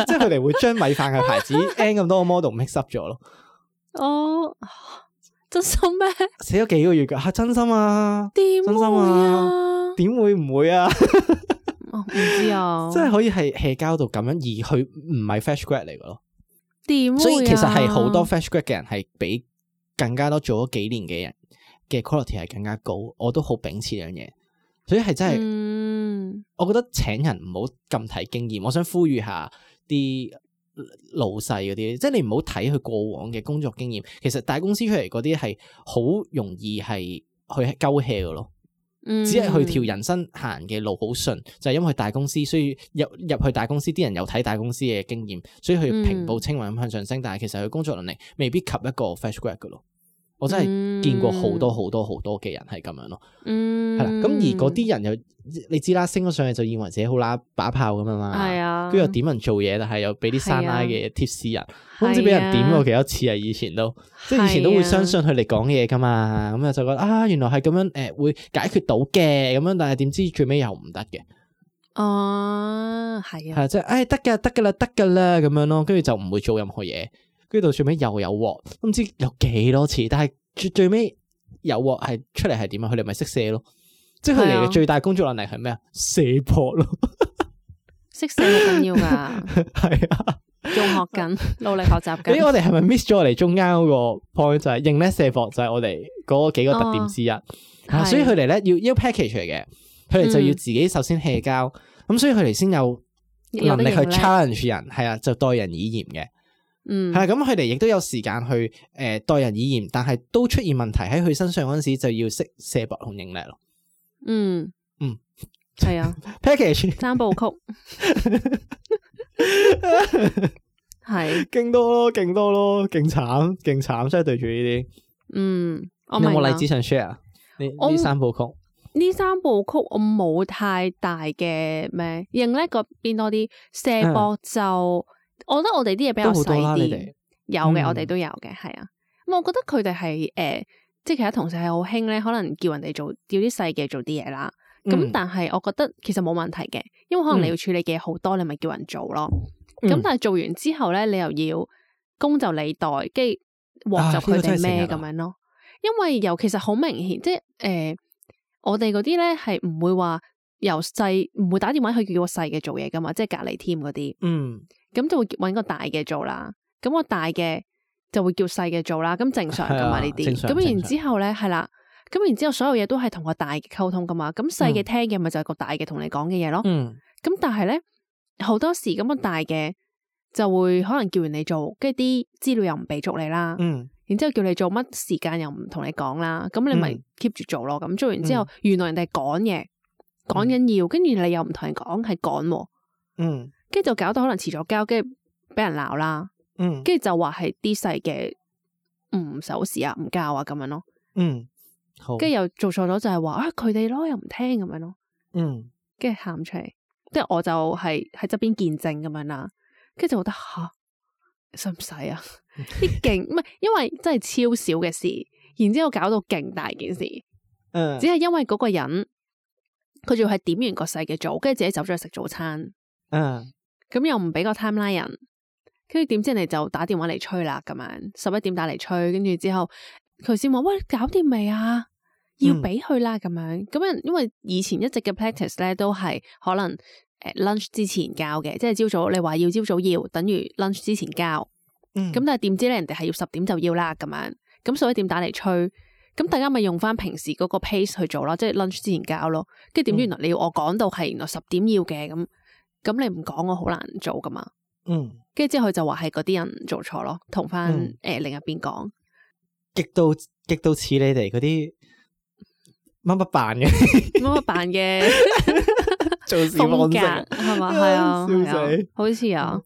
A: 即係佢哋會將米飯嘅 牌子 N 咁多個 model mix up 咗咯，
C: 哦，真心咩？
A: 寫咗幾個月㗎，嚇真心啊，
C: 點
A: 真心
C: 會啊
A: 啊？點會唔會啊？
C: 我唔知 啊，
A: 即係可以係氣交到咁樣，而佢唔係 fresh grad 嚟嘅咯。
C: 點會啊？
A: 所以其實係好多 fresh grad 嘅人係比更加多做咗幾年嘅人嘅 quality 係更加高，我都好秉持呢樣嘢。所以係真係，
C: 嗯
A: 我覺得請人唔好咁睇經驗。我想呼籲下啲老細嗰啲，即係你唔好睇佢過往嘅工作經驗。其實大公司出嚟嗰啲係好容易係去鳩 hea 嘅咯。
C: 嗯
A: 只係佢條人生行嘅路好順，就係、因為大公司，所以入入去大公司啲人有睇大公司嘅經驗，所以佢平
C: 嗯
A: 步青雲咁向上升。但係其實佢工作能力未必及一個 fresh grad 嘅咯。我真係見過好多好多好多嘅人係咁樣咯，係
C: 嗯，
A: 啦、咁而嗰啲人又你知啦，升咗上去就以為自己好啦把炮咁樣嘛，
C: 係啊
A: 跟住又點人做嘢，但係又俾啲山拉嘅 tips 人，我唔知
C: 係
A: 俾人點過
C: 啊
A: 幾多次啊！以前都即係以前都會相信佢哋講嘢噶嘛，咁啊就覺得啊原來係咁樣誒、呃、會解決到嘅咁樣，但係點知最尾又唔得嘅，
C: 哦，係啊，
A: 係即係誒得㗎得㗎啦得㗎啦咁樣咯，跟住就唔會做任何嘢，跟住到最尾又有鑊，都唔知有幾多次，但係最最尾有鑊係出嚟係點啊？佢哋咪識射咯，即係佢哋
C: 係啊
A: 嘅最大工作能力係咩啊？射破咯，
C: 識寫好緊要㗎，
A: 係啊。
C: 仲學緊，努力學習
A: 咦，
C: 緊。
A: 我哋係咪 miss 咗我哋中間嗰個 point 就係認叻射博就係我哋嗰幾個特點之一，啊
C: 係嗯
A: 所以佢哋咧要要 package 嚟嘅，佢哋就要自己首先 hea 交，咁所以佢哋先有
C: 有
A: 能
C: 得
A: 力去
C: 認叻
A: challenge 人，係啊，就待人以嚴嘅，
C: 嗯，
A: 係啦，咁佢哋亦都有時間去誒待人以嚴，但係都出現問題喺佢身上嗰陣時就要識射博同認叻咯
C: 嗯，
A: 嗯，
C: 係啊，
A: ，package
C: 三部曲，係，
A: 勁多咯，勁多咯，勁慘，勁慘，真係對住呢啲，
C: 嗯，我
A: 你
C: 明
A: 有冇
C: 啦
A: 例子想 share？啊呢
C: 我
A: 呢三部曲。
C: 呢三部曲我冇太大嘅咩，認叻嗰邊多啲，射博就、我覺得我哋啲嘢比較
A: 嗯都好多啦
C: 細
A: 你
C: 啲
A: 哋，
C: 有嘅、
A: 嗯
C: 我哋都有嘅，係啊。咁、我覺得佢哋係誒，即係其他同事係好興咧，可能叫人哋做叫啲細嘅做啲嘢啦。咁、
A: 嗯
C: 但係我覺得其實冇問題嘅，因為可能你
A: 嗯
C: 要處理嘅嘢好多，你咪叫人做咯。咁、但係做完之後咧，你又要功就你袋，跟住鑊就
A: 啊呢個
C: 佢
A: 真
C: 哋
A: 係成日
C: 孭
A: 啊
C: 咁樣咯。因為尤其實好明顯，即係誒、呃我哋嗰啲咧係唔會話由細唔會打電話去叫個細嘅做嘢噶嘛，即係隔離 team 嗰啲，
A: 嗯。
C: 咁就會揾個大嘅做啦。咁個大嘅就會叫細嘅做啦，咁正常噶
A: 係啊
C: 嘛呢啲。
A: 正常
C: 咁然
A: 正常
C: 之後咧係啦，咁然之後所有嘢都係同個大嘅溝通噶嘛，咁細嘅
A: 嗯
C: 聽嘅咪就係個大嘅同你講嘅嘢咯。
A: 嗯
C: 咁但係咧，好多時咁樣大嘅就會可能叫完你做，跟住啲資料又唔俾足你啦，
A: 嗯
C: 然之後叫你做乜時間又唔同你講啦，咁你咪
A: 嗯
C: keep 住做咯。咁做完之後，原來人哋係趕嘢，趕緊要，跟住你又唔同人講係趕喎，
A: 嗯
C: 跟住就搞到可能遲咗交，跟住俾人鬧啦，
A: 嗯
C: 跟住就話係啲細嘅唔守時啊，唔教啊咁樣咯，
A: 嗯，好，
C: 跟住又做錯咗就係話啊佢哋咯又唔聽咁樣咯。
A: 嗯
C: 跟住喊出嚟，即係我就係喺側邊見證咁樣啦，跟住就覺得吓，使唔使啊？啲勁唔係，因為真係超少嘅事，然之後搞到勁大件事，
A: 嗯
C: 只係因為嗰個人，佢仲要係點完個細嘅組，跟住自己走咗去食早餐，
A: 嗯
C: 咁又唔俾個 timeline 人，跟住點知人哋就打電話嚟催啦，咁樣十一點打嚟催，跟住之後佢先話喂搞掂未啊？要
A: 嗯
C: 俾佢啦咁樣，咁樣因為以前一直嘅 practice 咧都係可能誒、呃 lunch 之前交嘅，即係朝早你話要朝早要，等於 lunch 之前交，
A: 嗯
C: 咁但係點知咧人哋係要十點就要啦咁樣，咁十一點打嚟催，咁大家咪用翻平時嗰個 pace 去做咯，即係 lunch 之前交咯，跟
A: 嗯
C: 住點知原來你要我講到係原來十點要嘅咁，咁你唔講我好難做噶嘛。
A: 嗯
C: 跟住之後佢就話係嗰啲人做錯咯，同翻
A: 嗯
C: 誒另一邊講，
A: 極度極到似你哋嗰啲乜乜扮 嘅
C: 乜乜扮 嘅
A: 做事
C: 風
A: 方
C: 格
A: 式。
C: 係嘛？係啊，
A: 嗯笑死嗯
C: 係啊好似啊，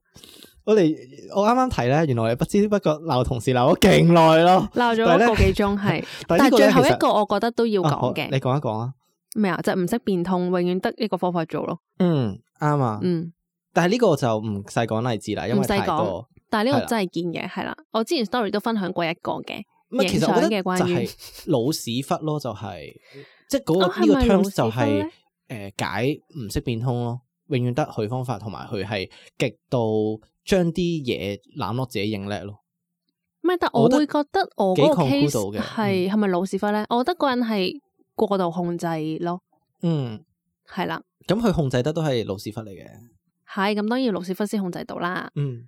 A: 我哋我啱啱睇咧，原來我哋不知不覺鬧同事鬧咗勁耐咯。
C: 鬧咗
A: 但係咧
C: 一個幾鐘係，
A: 但
C: 但
A: 係
C: 係
A: 呢
C: 最
A: 後
C: 後一個我覺得都要講
A: 你
C: 嘅
A: 講一講啊。
C: 咩啊？就唔識變通，永遠得一個方法做咯。
A: 嗯，啱啊。
C: 嗯，
A: 但係呢個就唔細講例子啦，因
C: 唔
A: 為
C: 使
A: 太
C: 講
A: 多。
C: 但係呢
A: 係啊
C: 個
A: 啦
C: 真係堅嘅，係啦。我之前 story 都分享過一個嘅，
A: 唔啊係，其實
C: 影
A: 我覺
C: 相
A: 得
C: 嘅關
A: 就
C: 於
A: 係 老屎忽咯，就係即係嗰
C: 啊
A: 個
C: 係
A: 呢個
C: 咪
A: terms
C: 老
A: 就
C: 屎忽咧
A: 係誒解唔識變通咯，永遠得佢方法，同埋佢係極度將啲嘢攬落自己認叻咯。
C: 咩？但
A: 我
C: 我
A: 覺得
C: 會覺得我嗰個
A: 幾 conclude 到
C: case
A: 嘅嗯
C: 係係咪老屎忽咧？我覺得嗰人係過度控制咯，
A: 嗯，
C: 係啦，
A: 咁佢控制得都係老屎忽嚟嘅。
C: 係咁當然要老屎忽先控制到啦。
A: 嗯，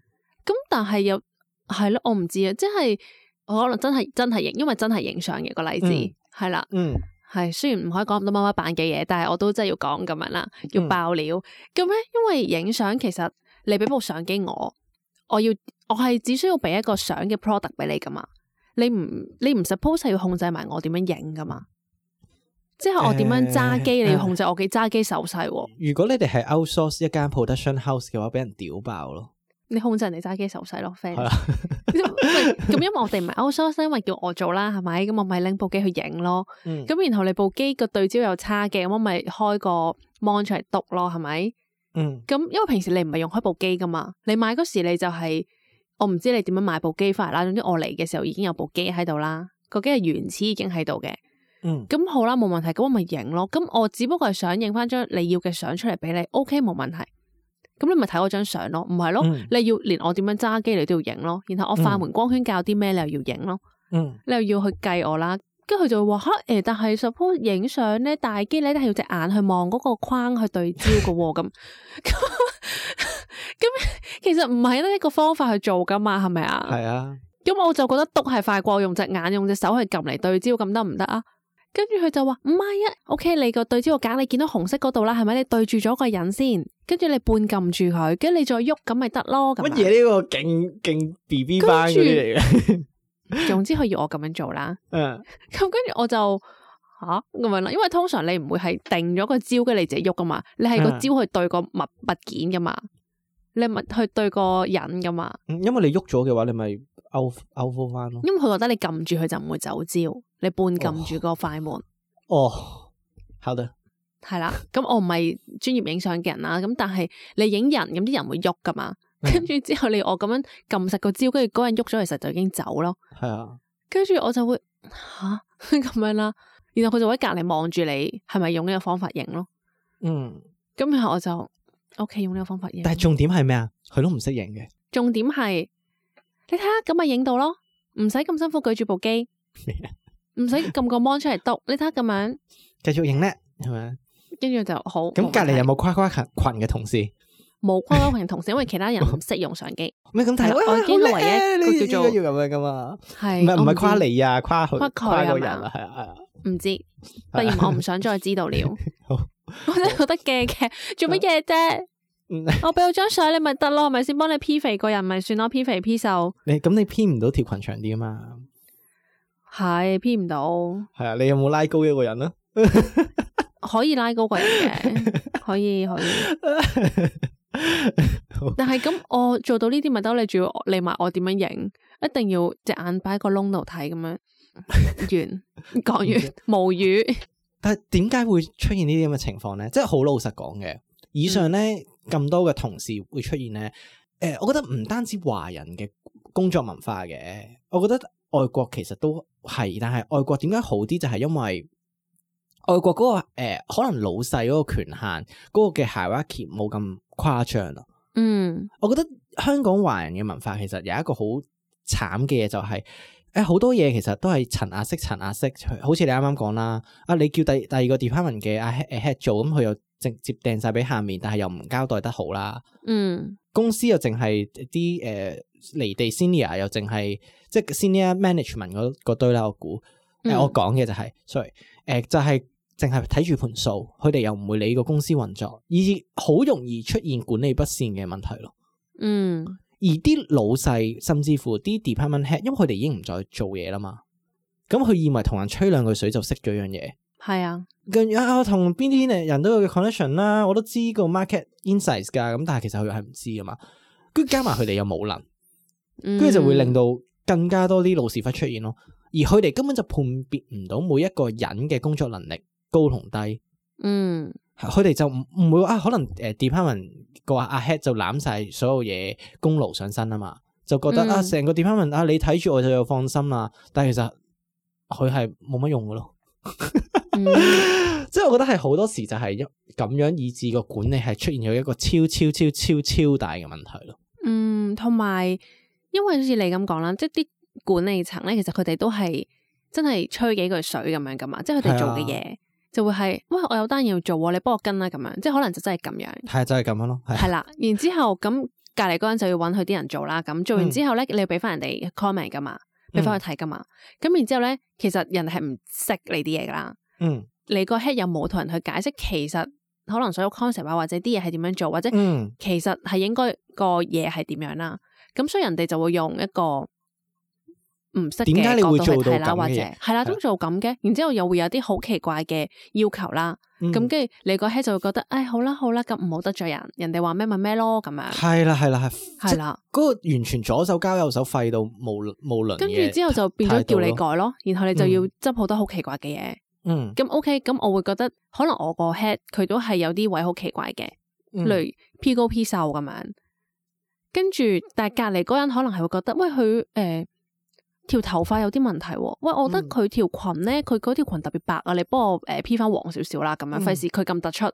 C: 咁但係又係咯，我唔知啊，即係我可能真係真係影，因為真係影相嘅個例子
A: 嗯
C: 係啦，
A: 嗯，
C: 係雖然唔可以講咁多乜乜版嘅嘢，但係我都真係要講咁樣啦，要
A: 嗯
C: 爆料。咁咧、因為影相其實你俾部相機我，我要我係只需要俾一個相嘅 product 俾你噶嘛，你唔你唔 suppose 係要控制埋我點樣影噶嘛？即係我點樣揸機，
A: 誒
C: 你要
A: 誒
C: 控制我嘅揸機手勢喎，
A: 如果你哋係 outsource 一間 production house 嘅話，俾人屌爆咯。
C: 你控制人哋揸機手勢咯，friend
A: 係。啊，
C: 因為 咁因為我哋唔係 outsource，因為叫我做啦，係咪？咁我咪拎部機去影咯。
A: 嗯
C: 咁然後你部機個對焦又差嘅，咁我咪開個 mon 出嚟篤咯，係咪？
A: 嗯
C: 咁因為平時你唔係用開部機噶嘛，你買嗰時你就係、我唔知你點樣買部機翻嚟啦。總之我嚟嘅時候已經有部機喺度啦，個機係原始已經喺度嘅。
A: 嗯
C: 咁好啦，冇問題，咁我咪影咯。咁我只不過係想影翻張你要嘅相出嚟俾你，OK 冇問題。咁你咪睇我張相咯，唔係咯？
A: 嗯
C: 你要連我點樣揸機你都要影咯，然後我快門光圈教啲咩你又要影咯，
A: 嗯，
C: 你又要去計我啦。跟住佢就會話吓誒，但係 suppose 影相咧，大機咧都係要隻眼去望嗰個框去對焦噶喎，咁咁其實唔係得一個方法去做噶嘛，係咪啊？
A: 係啊，
C: 咁我就覺得篤係快過用隻眼用隻手去撳嚟對焦，咁得唔得啊？跟住佢就話唔係啊，OK，你個對焦個架你見到紅色嗰度啦，係咪？你對住咗個人先，跟住你半撳住佢，跟住你再喐咁咪得咯。咁啊
A: 乜
C: 樣
A: 嘢呢個勁勁 B B 班嗰啲嚟嘅？
C: 總之佢要我咁樣做啦。
A: 嗯
C: 咁跟住我就吓咁樣啦，因為通常你唔會係定咗個焦跟住你自己喐噶嘛，你係個
A: 嗯
C: 焦去對個物物件噶嘛，你物去對個人噶嘛，
A: 嗯，因為你喐咗嘅話，你咪 out out 翻咯。
C: 因為佢覺得你撳住佢就唔會走焦，你半撳住個快門。
A: 哦，好的，
C: 係啦，咁我唔係專業影相嘅人啦，咁但係你影人，咁啲人會喐噶嘛，跟住之後你我咁樣撳實個焦，跟住嗰人喐咗，其實就已經走咯，
A: 係啊，
C: 跟住我就會吓 咁樣啦，然後佢就會喺隔籬望住你係咪用呢個方法影咯，
A: 嗯，
C: 咁然後我就 OK 用呢個方法影，
A: 但係重點係咩啊？佢都唔識影嘅，
C: 重點係你睇下咁咪影到咯，唔使咁辛苦舉住部機，
A: 啊
C: 唔使撳個 mon 出嚟篤，你睇下咁樣，
A: 繼續影咧，係咪？啊
C: 跟住就好。
A: 咁隔
C: 離
A: 離有冇誇誇群群嘅同事？
C: 冇關關群同事，因為 其他人唔識用相機。
A: 咩咁？但係
C: 係啦我已經
A: 喂
C: 唯一一個叫做
A: 你應該要咁樣噶嘛？
C: 係
A: 唔係唔係
C: 我知
A: 誇你啊，誇佢
C: 誇佢
A: 誇個
C: 係
A: 人
C: 嘛
A: 啊，係 啊係啊。
C: 唔知，不然我唔想再知道了。
A: 好
C: 我真係覺得嘅嘅，做乜嘢啫？
A: 嗯
C: 我俾咗張相你咪得咯，係咪先幫你 P 肥個人咪算咯，P 肥 P 瘦
A: 你咁你編唔到條裙長啲啊嘛？
C: 係 P 唔到，
A: 係啊，你有冇拉高一個人啊？
C: 可以拉高個 人嘅，可以可以。但係咁我做到呢啲咪得，你仲要理埋我點樣影？一定要隻眼擺個窿度睇咁樣。 完講完無語，
A: 但係點解會出現呢啲咁嘅情況咧？即係好老實講嘅，以上咧咁多嘅同事會出現咧，誒、我覺得唔單止華人嘅工作文化嘅，我覺得外國其實都係，但係外國點解好啲就係因為外國嗰、個、誒可能老細嗰個權限嗰、個嘅 hierarchy 冇咁誇張啊啦。
C: 嗯
A: 我覺得香港華人嘅文化其實有一個好慘嘅嘢就係、誒好多嘢其實都係層壓式、層壓式，好似你啱啱講啦，啊你叫第第二個 department 嘅阿 head 誒 head 做，咁佢又直接掟晒俾下面，但係又唔交代得好啦。
C: 嗯
A: 公司又淨係啲誒離地 senior，又淨係即係 senior management 嗰嗰堆啦。我估誒、
C: 嗯
A: 我講嘅就係、sorry，誒、就係淨係睇住盤數，佢哋又唔會理個公司運作，以好容易出現管理不善嘅問題咯。
C: 嗯
A: 而啲老細甚至乎啲 department head，因為佢哋已經唔再做嘢啦嘛，咁佢以為同人吹兩句水就識咗樣嘢。
C: 系啊，
A: 跟住啊，我同邊啲人都有嘅 connection 啦，我都知個 market insights 㗎，咁但係其實佢係唔知㗎嘛。跟住加埋佢哋又冇能，
C: 跟
A: 跟住就會令到更加多啲老屎忽出現咯。而佢哋根本就判別唔到每一個人嘅工作能力高同低。
C: 嗯
A: 佢哋就唔唔會話啊，可能誒 department 個阿 head 就攬晒所有嘢功勞上身啊嘛，就覺得、
C: 嗯
A: 啊成個 department 啊你睇住我就有放心啦，但係其實佢係冇乜用嘅咯，
C: 嗯
A: 即係我覺得係好多時就係因咁樣以致個管理係出現咗一個超超超超超大嘅問題咯，
C: 嗯，同埋因為好似你咁講啦，即係啲管理層咧，其實佢哋都係真係吹幾句水咁樣噶嘛，即係佢
A: 係啊
C: 哋做嘅嘢就會係，喂，我有單嘢要做喎，你幫我跟啦咁樣，即係可能就真係咁樣。
A: 係啊就係咁樣咯，係
C: 係啦，然之後咁隔離嗰人就要揾佢啲人做啦，咁
A: 嗯
C: 做完之後咧，你要俾翻人哋 comment 噶嘛，俾翻佢睇噶嘛，咁然之後咧，其實人哋係唔識你啲嘢噶啦，
A: 嗯
C: 你個 head 有冇同人去解釋其實可能所有 concept 啊，或者啲嘢係點樣做，或者
A: 嗯
C: 其實係應該個嘢係點樣啦，咁所以人哋就會用一個唔識
A: 點解
C: 嘅
A: 你會
C: 角度
A: 做
C: 去
A: 到咁
C: 睇啦，
A: 嘅
C: 或者
A: 嘢
C: 係啦，咁做咁嘅，然之後又會有啲好奇怪嘅要求啦，
A: 嗯
C: 咁跟住你個 head 就會覺得，哎唉，好啦好啦，咁唔好得罪人，人哋話咩咪咩咯，咁樣
A: 係啦係啦係，即
C: 係
A: 係
C: 啦，
A: 嗰個完全左手交右手廢到無無論
C: 跟住
A: 嘅
C: 之後就變咗
A: 態度
C: 叫
A: 咯
C: 你改咯，然後你就要
A: 嗯
C: 執好多好奇怪嘅嘢，
A: 嗯
C: 咁 OK，咁我會覺得可能我個 head 佢都係有啲位好奇怪嘅。
A: 嗯
C: 例如 P 高 P 瘦咁樣，跟住但係隔離嗰人可能係會覺得，喂佢誒條頭髮有啲問題喎，喂我覺得
A: 嗯
C: 佢條裙咧，佢嗰條裙特別白啊，你幫我誒 P 翻黃少少啦，咁樣
A: 嗯
C: 費事佢咁突出，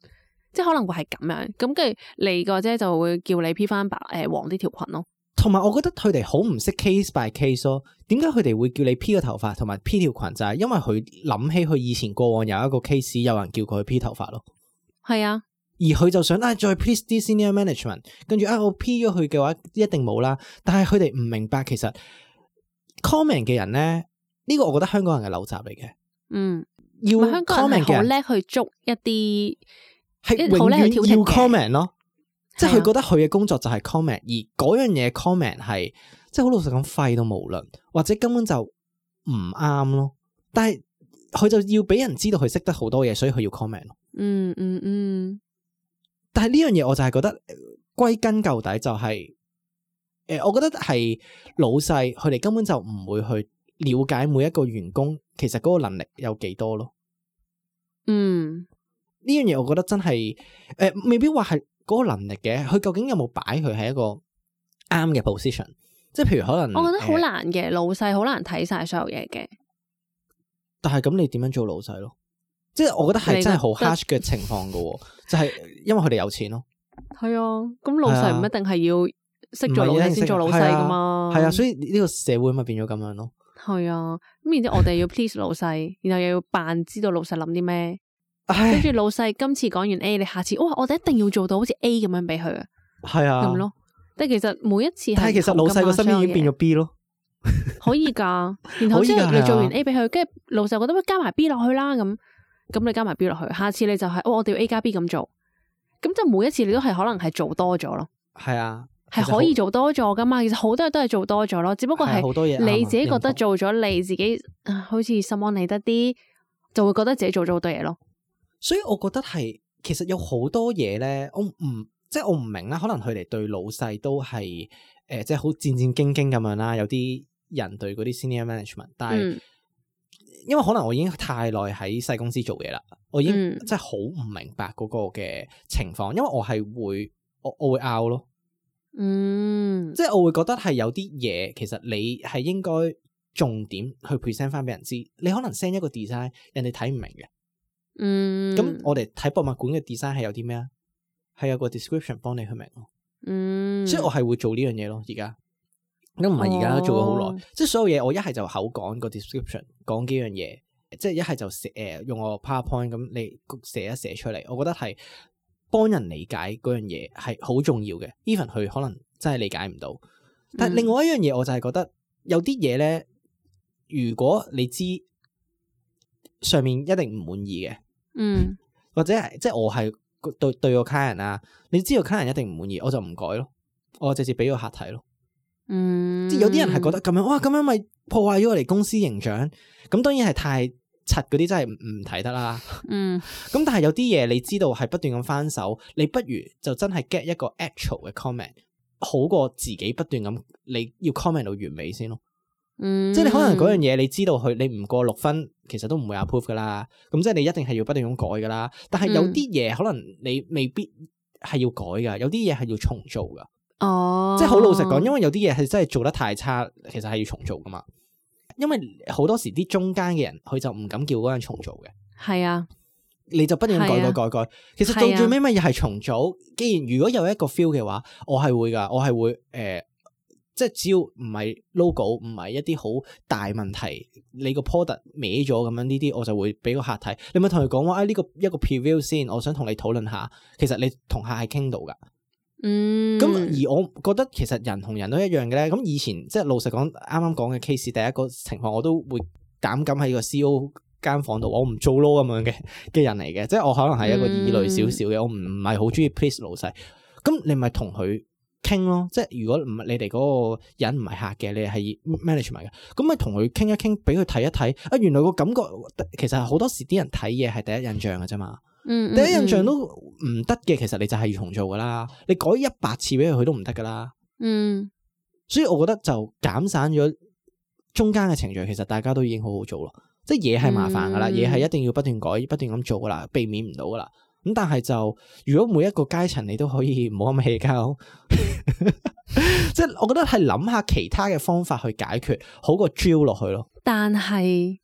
C: 即係可能會係咁樣，咁跟住你個姐就會叫你 P 翻白誒黃啲條裙咯，
A: 同埋我覺得佢哋好唔識 case by case 咯。點解佢哋會叫你 P 個頭髮同埋 P 條裙？就係因為佢諗起佢以前過往有一個 case，有人叫佢去 P 頭髮咯。
C: 係啊，
A: 而佢就想啊，再 please 啲 senior management，跟住啊，我 P 咗佢嘅話一定冇啦。但係佢哋唔明白其實 comment 嘅人咧，呢、個我覺得香港人嘅陋習嚟嘅。
C: 嗯，
A: 要
C: 咪香港人
A: comment
C: 係好
A: 嘅人
C: 叻去捉一啲，
A: 係
C: 一
A: 永
C: 好叻去挑
A: 遠
C: 剔
A: 要
C: 嘅
A: comment 咯。即係
C: 係
A: 佢
C: 啊
A: 覺得佢嘅工作就係 comment，而嗰樣嘢 comment 係即係好老實咁廢到無論，或者根本就唔啱咯。但係佢就要俾人知道佢識得好多嘢，所以佢要 comment 咯。
C: 嗯嗯嗯，
A: 但係呢樣嘢我就係覺得呃歸根究底就係、呃我覺得係老細佢哋根本就唔會去了解每一個員工其實嗰個能力有幾多咯。
C: 嗯
A: 呢樣嘢我覺得真係誒、呃未必話係嗰個能力嘅，佢究竟有冇擺佢係一個啱嘅 position？即係譬如可能，
C: 我覺得好
A: 呃
C: 難嘅，老細好難睇晒所有嘢嘅。
A: 但係咁你點樣做老細咯？即係我覺得係真係好
C: 你覺得
A: harsh 嘅情況嘅喎，就係因為佢哋有錢咯，
C: 係啊，咁老細唔一定係要識做老
A: 唔係一定
C: 細
A: 識
C: 先做老細噶嘛。
A: 係啊，所以呢個社會咪變咗咁樣咯。
C: 係啊，咁然之後我 哋要 please 老細，然後又要扮知道老細諗啲咩，跟
A: 唉，
C: 住老細今次講完 A，你下次哇，我哋一定要做到好似 A 咁樣俾佢啊，
A: 係啊
C: 咁，咯。但係其實每一次係唔同㗎嘛，
A: 但係其實老細個身邊已經變咗 B 咯，
C: 咗可以噶。然後
A: 可以
C: 之
A: 㗎
C: 後你做完
A: 係啊
C: A 俾佢，跟住老細覺得喂加埋 B 落去啦，咁咁你加埋 B 落去，下次你就係、哦我哋要 A 加 B 咁做，咁就每一次你都係可能係做多咗咯。
A: 係啊，
C: 係
A: 其實好
C: 可以做多咗噶嘛，其實好多嘢都係做多咗咯，只不過
A: 係好多嘢
C: 係
A: 啱啊
C: 你自己覺
A: 認
C: 得
A: 同
C: 做咗你自己，啊好似心安理得啲，就會覺得自己做咗好多嘢咯。
A: 所以我覺得係其實有好多嘢咧，我唔即係我唔明啦。可能佢哋對老細都係誒、呃即係好戰戰兢兢咁樣啦。有啲人對嗰啲 senior management，但係、
C: 嗯
A: 因為可能我已經太耐喺細公司做嘢啦，我已經、
C: 嗯
A: 即係好唔明白嗰個嘅情況，因為我係會我我會拗咯，
C: 嗯
A: 即係我會覺得係有啲嘢其實你係應該重點去 present 翻俾人知。你可能 send 一個 design，人哋睇唔明嘅。
C: 嗯，
A: 咁、我哋睇博物館嘅 design 係有啲咩啊？係有個 description 幫你去明咯，
C: 嗯，
A: 所以我係會做呢樣嘢咯。而家咁唔係而家都做咗好耐，
C: 哦
A: 即係所有嘢我一係就口講個 description，講幾樣嘢，即係一係就寫誒、呃用我 PowerPoint 咁你寫一寫出嚟，我覺得係幫人理解嗰樣嘢係好重要嘅。even 佢可能真係理解唔到，但係
C: 嗯
A: 另外一樣嘢我就係覺得有啲嘢咧，如果你知上面一定唔滿意嘅。
C: 嗯
A: 或者係即係我係個對對個客人啊，你知道客人一定唔滿意，我就唔改咯，我直接俾個客睇咯。
C: 嗯，
A: 即係有啲人係覺得咁樣，哇咁樣咪破壞咗我哋公司形象。咁當然係太柒嗰啲真係唔唔睇得啦。
C: 嗯，
A: 咁但係有啲嘢你知道係不斷咁翻手，你不如就真係 get 一個 actual 嘅 comment，好過自己不斷咁你要 comment 到完美先咯。
C: 嗯
A: 即係你可能嗰樣嘢你知道佢你唔過六分，其實都唔會 approve 噶啦。咁即係你一定係要不斷咁改噶啦。但係有
C: 嗯
A: 啲嘢可能你未必係要改噶，有啲嘢係要重做噶。
C: 哦，
A: 即係好老實講，因為有啲嘢係真係做得太差，其實係要重做噶嘛。因為好多時啲中間嘅人，佢就唔敢叫嗰個人重做嘅，
C: 係啊，
A: 你就不斷改
C: 係啊
A: 改改改。其實到
C: 係啊
A: 最尾咪又係重組。既然如果有一個 feel 嘅話，我係會㗎，我係會誒、呃即係只要唔係 logo，唔係一啲好大問題，你個 product 歪咗咁樣呢啲，我就會俾個客睇。你咪同佢講話啊，呢、個一個 preview 先，我想同你討論下。其實你同客係傾到㗎。
C: 嗯，
A: 咁而我覺得其實人同人都一樣嘅咧。咁以前即係老實講，啱啱講嘅 case，第一個情況我都會膽敢喺個 C.O. 間房度，我唔做咯咁樣嘅 嘅人嚟嘅，即係我可能係一個異類少少嘅，我唔唔係好中意 please 老細。咁你咪同佢傾咯，即係如果唔係你哋嗰個人唔係客嘅，你係 manage 埋嘅，咁咪同佢傾一傾，俾佢睇一睇啊，原來個感覺其實好多時啲人睇嘢係第一印象嘅啫嘛。
C: 嗯
A: 第一印象
C: 嗯
A: 都唔得嘅，其實你就係要重做噶啦，你改一百次俾佢，佢都唔得噶啦。
C: 嗯
A: 所以我覺得就減散咗中間嘅程序，其實大家都已經好好做咯。即係嘢係麻煩噶啦，
C: 嗯
A: 嘢係一定要不斷改、不斷咁做噶啦，避免唔到噶啦。咁但係就如果每一個階層你都可以唔好 咁氣交，即係我覺得係諗下其他嘅方法去解決，好過 drill 落去咯。
C: 但係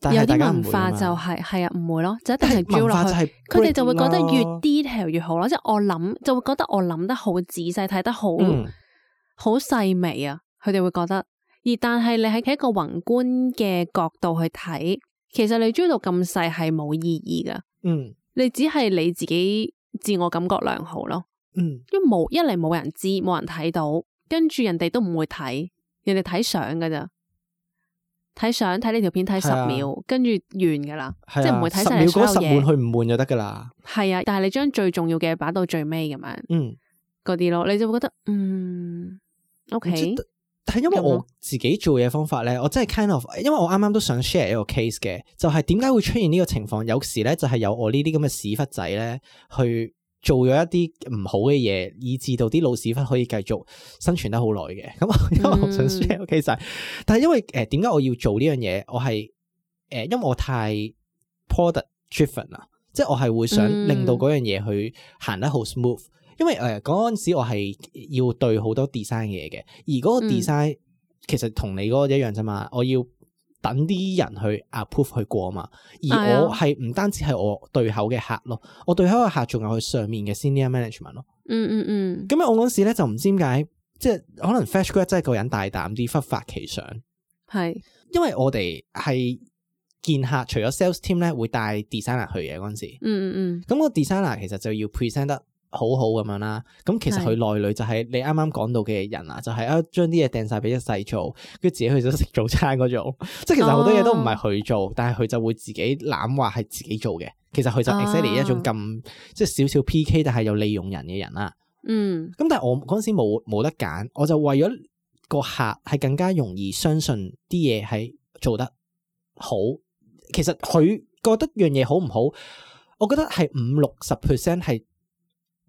A: 但
C: 有
A: 係大
C: 啲
A: 家唔
C: 文
A: 會
C: 化
A: 啊嘛
C: 就係係啊，唔會咯，就一定
A: 但
C: 係
A: 係
C: drill
A: 文化
C: 落
A: 就
C: 去。
A: 係
C: 佢哋就會覺得
A: break
C: 越
A: 咯
C: detail 越好咯，即係我諗就會覺得我諗得好仔細，睇得好
A: 嗯
C: 好細微啊。佢哋會覺得，而但係你喺一個宏觀嘅角度去睇，其實你追到咁細係冇意義噶，
A: 嗯
C: 你只係你自己自我感覺良好咯。
A: 嗯
C: 因為冇一嚟冇人知，冇人睇到，跟住人哋都唔會睇，人哋睇相噶咋，睇相睇你條片睇十
A: 係啊
C: 秒，跟住完噶啦，
A: 係啊
C: 即係唔會睇
A: 十
C: 晒
A: 秒
C: 你所
A: 嗰
C: 有
A: 十
C: 嘢
A: 悶。佢唔悶就得噶啦。
C: 係啊，但係你將最重要嘅擺到最尾咁樣
A: 嗯，
C: 嗰啲咯，你就會覺得嗯，OK，
A: 即但係因為
C: 咁
A: 我
C: 咯
A: 自己做嘢方法咧，我真係 kind of，因為我啱啱都想 share 一個 case 嘅，就係點解會出現呢個情況？有時咧就係有我呢啲咁嘅屎忽仔咧，去做咗一啲唔好嘅嘢，以致到啲老屎忽可以繼續生存得好耐嘅。咁我 因為我想
C: 嗯
A: share 個 case，就係但係因為誒點解我要做呢樣嘢？我係誒因為我太 product driven 啦，即係我係會想
C: 嗯
A: 令到嗰樣嘢去行得好 smooth。因為誒嗰陣時我係要對好多 design 嘅嘢嘅，而嗰個
C: 嗯
A: design 其實同你嗰個一樣啫嘛，我要等啲人去 approve 去過嘛，
C: 係
A: 而
C: 啊
A: 我係唔單止係我對口嘅客咯，我對口嘅客仲有佢上面嘅 senior management 咯。
C: 嗯嗯嗯，
A: 咁我嗰時咧就唔知點解，即係可能 fresh grad 真係個人大膽啲，忽發奇想。
C: 係，
A: 因為我哋係見客，除咗 sales team 咧會帶 designer 去嘅嗰陣時，
C: 嗯嗯
A: 咁個 designer 其實就要 present 得好好咁樣啦。咁其實佢內裏就係你啱啱講到嘅人啊，就係啊將啲嘢掟晒俾一細做，跟住自己去咗食早餐嗰種。即係其實好多嘢都唔係佢做，但係佢就會自己攬話係自己做嘅。其實佢就
C: 哦
A: exactly 一種咁即係少少 PK，但係又利用人嘅人啦。
C: 嗯
A: 咁但係我嗰陣時冇冇得揀，我就為咗個客係更加容易相信啲嘢係做得好。其實佢覺得樣嘢好唔好，我覺得係五六十 percent 係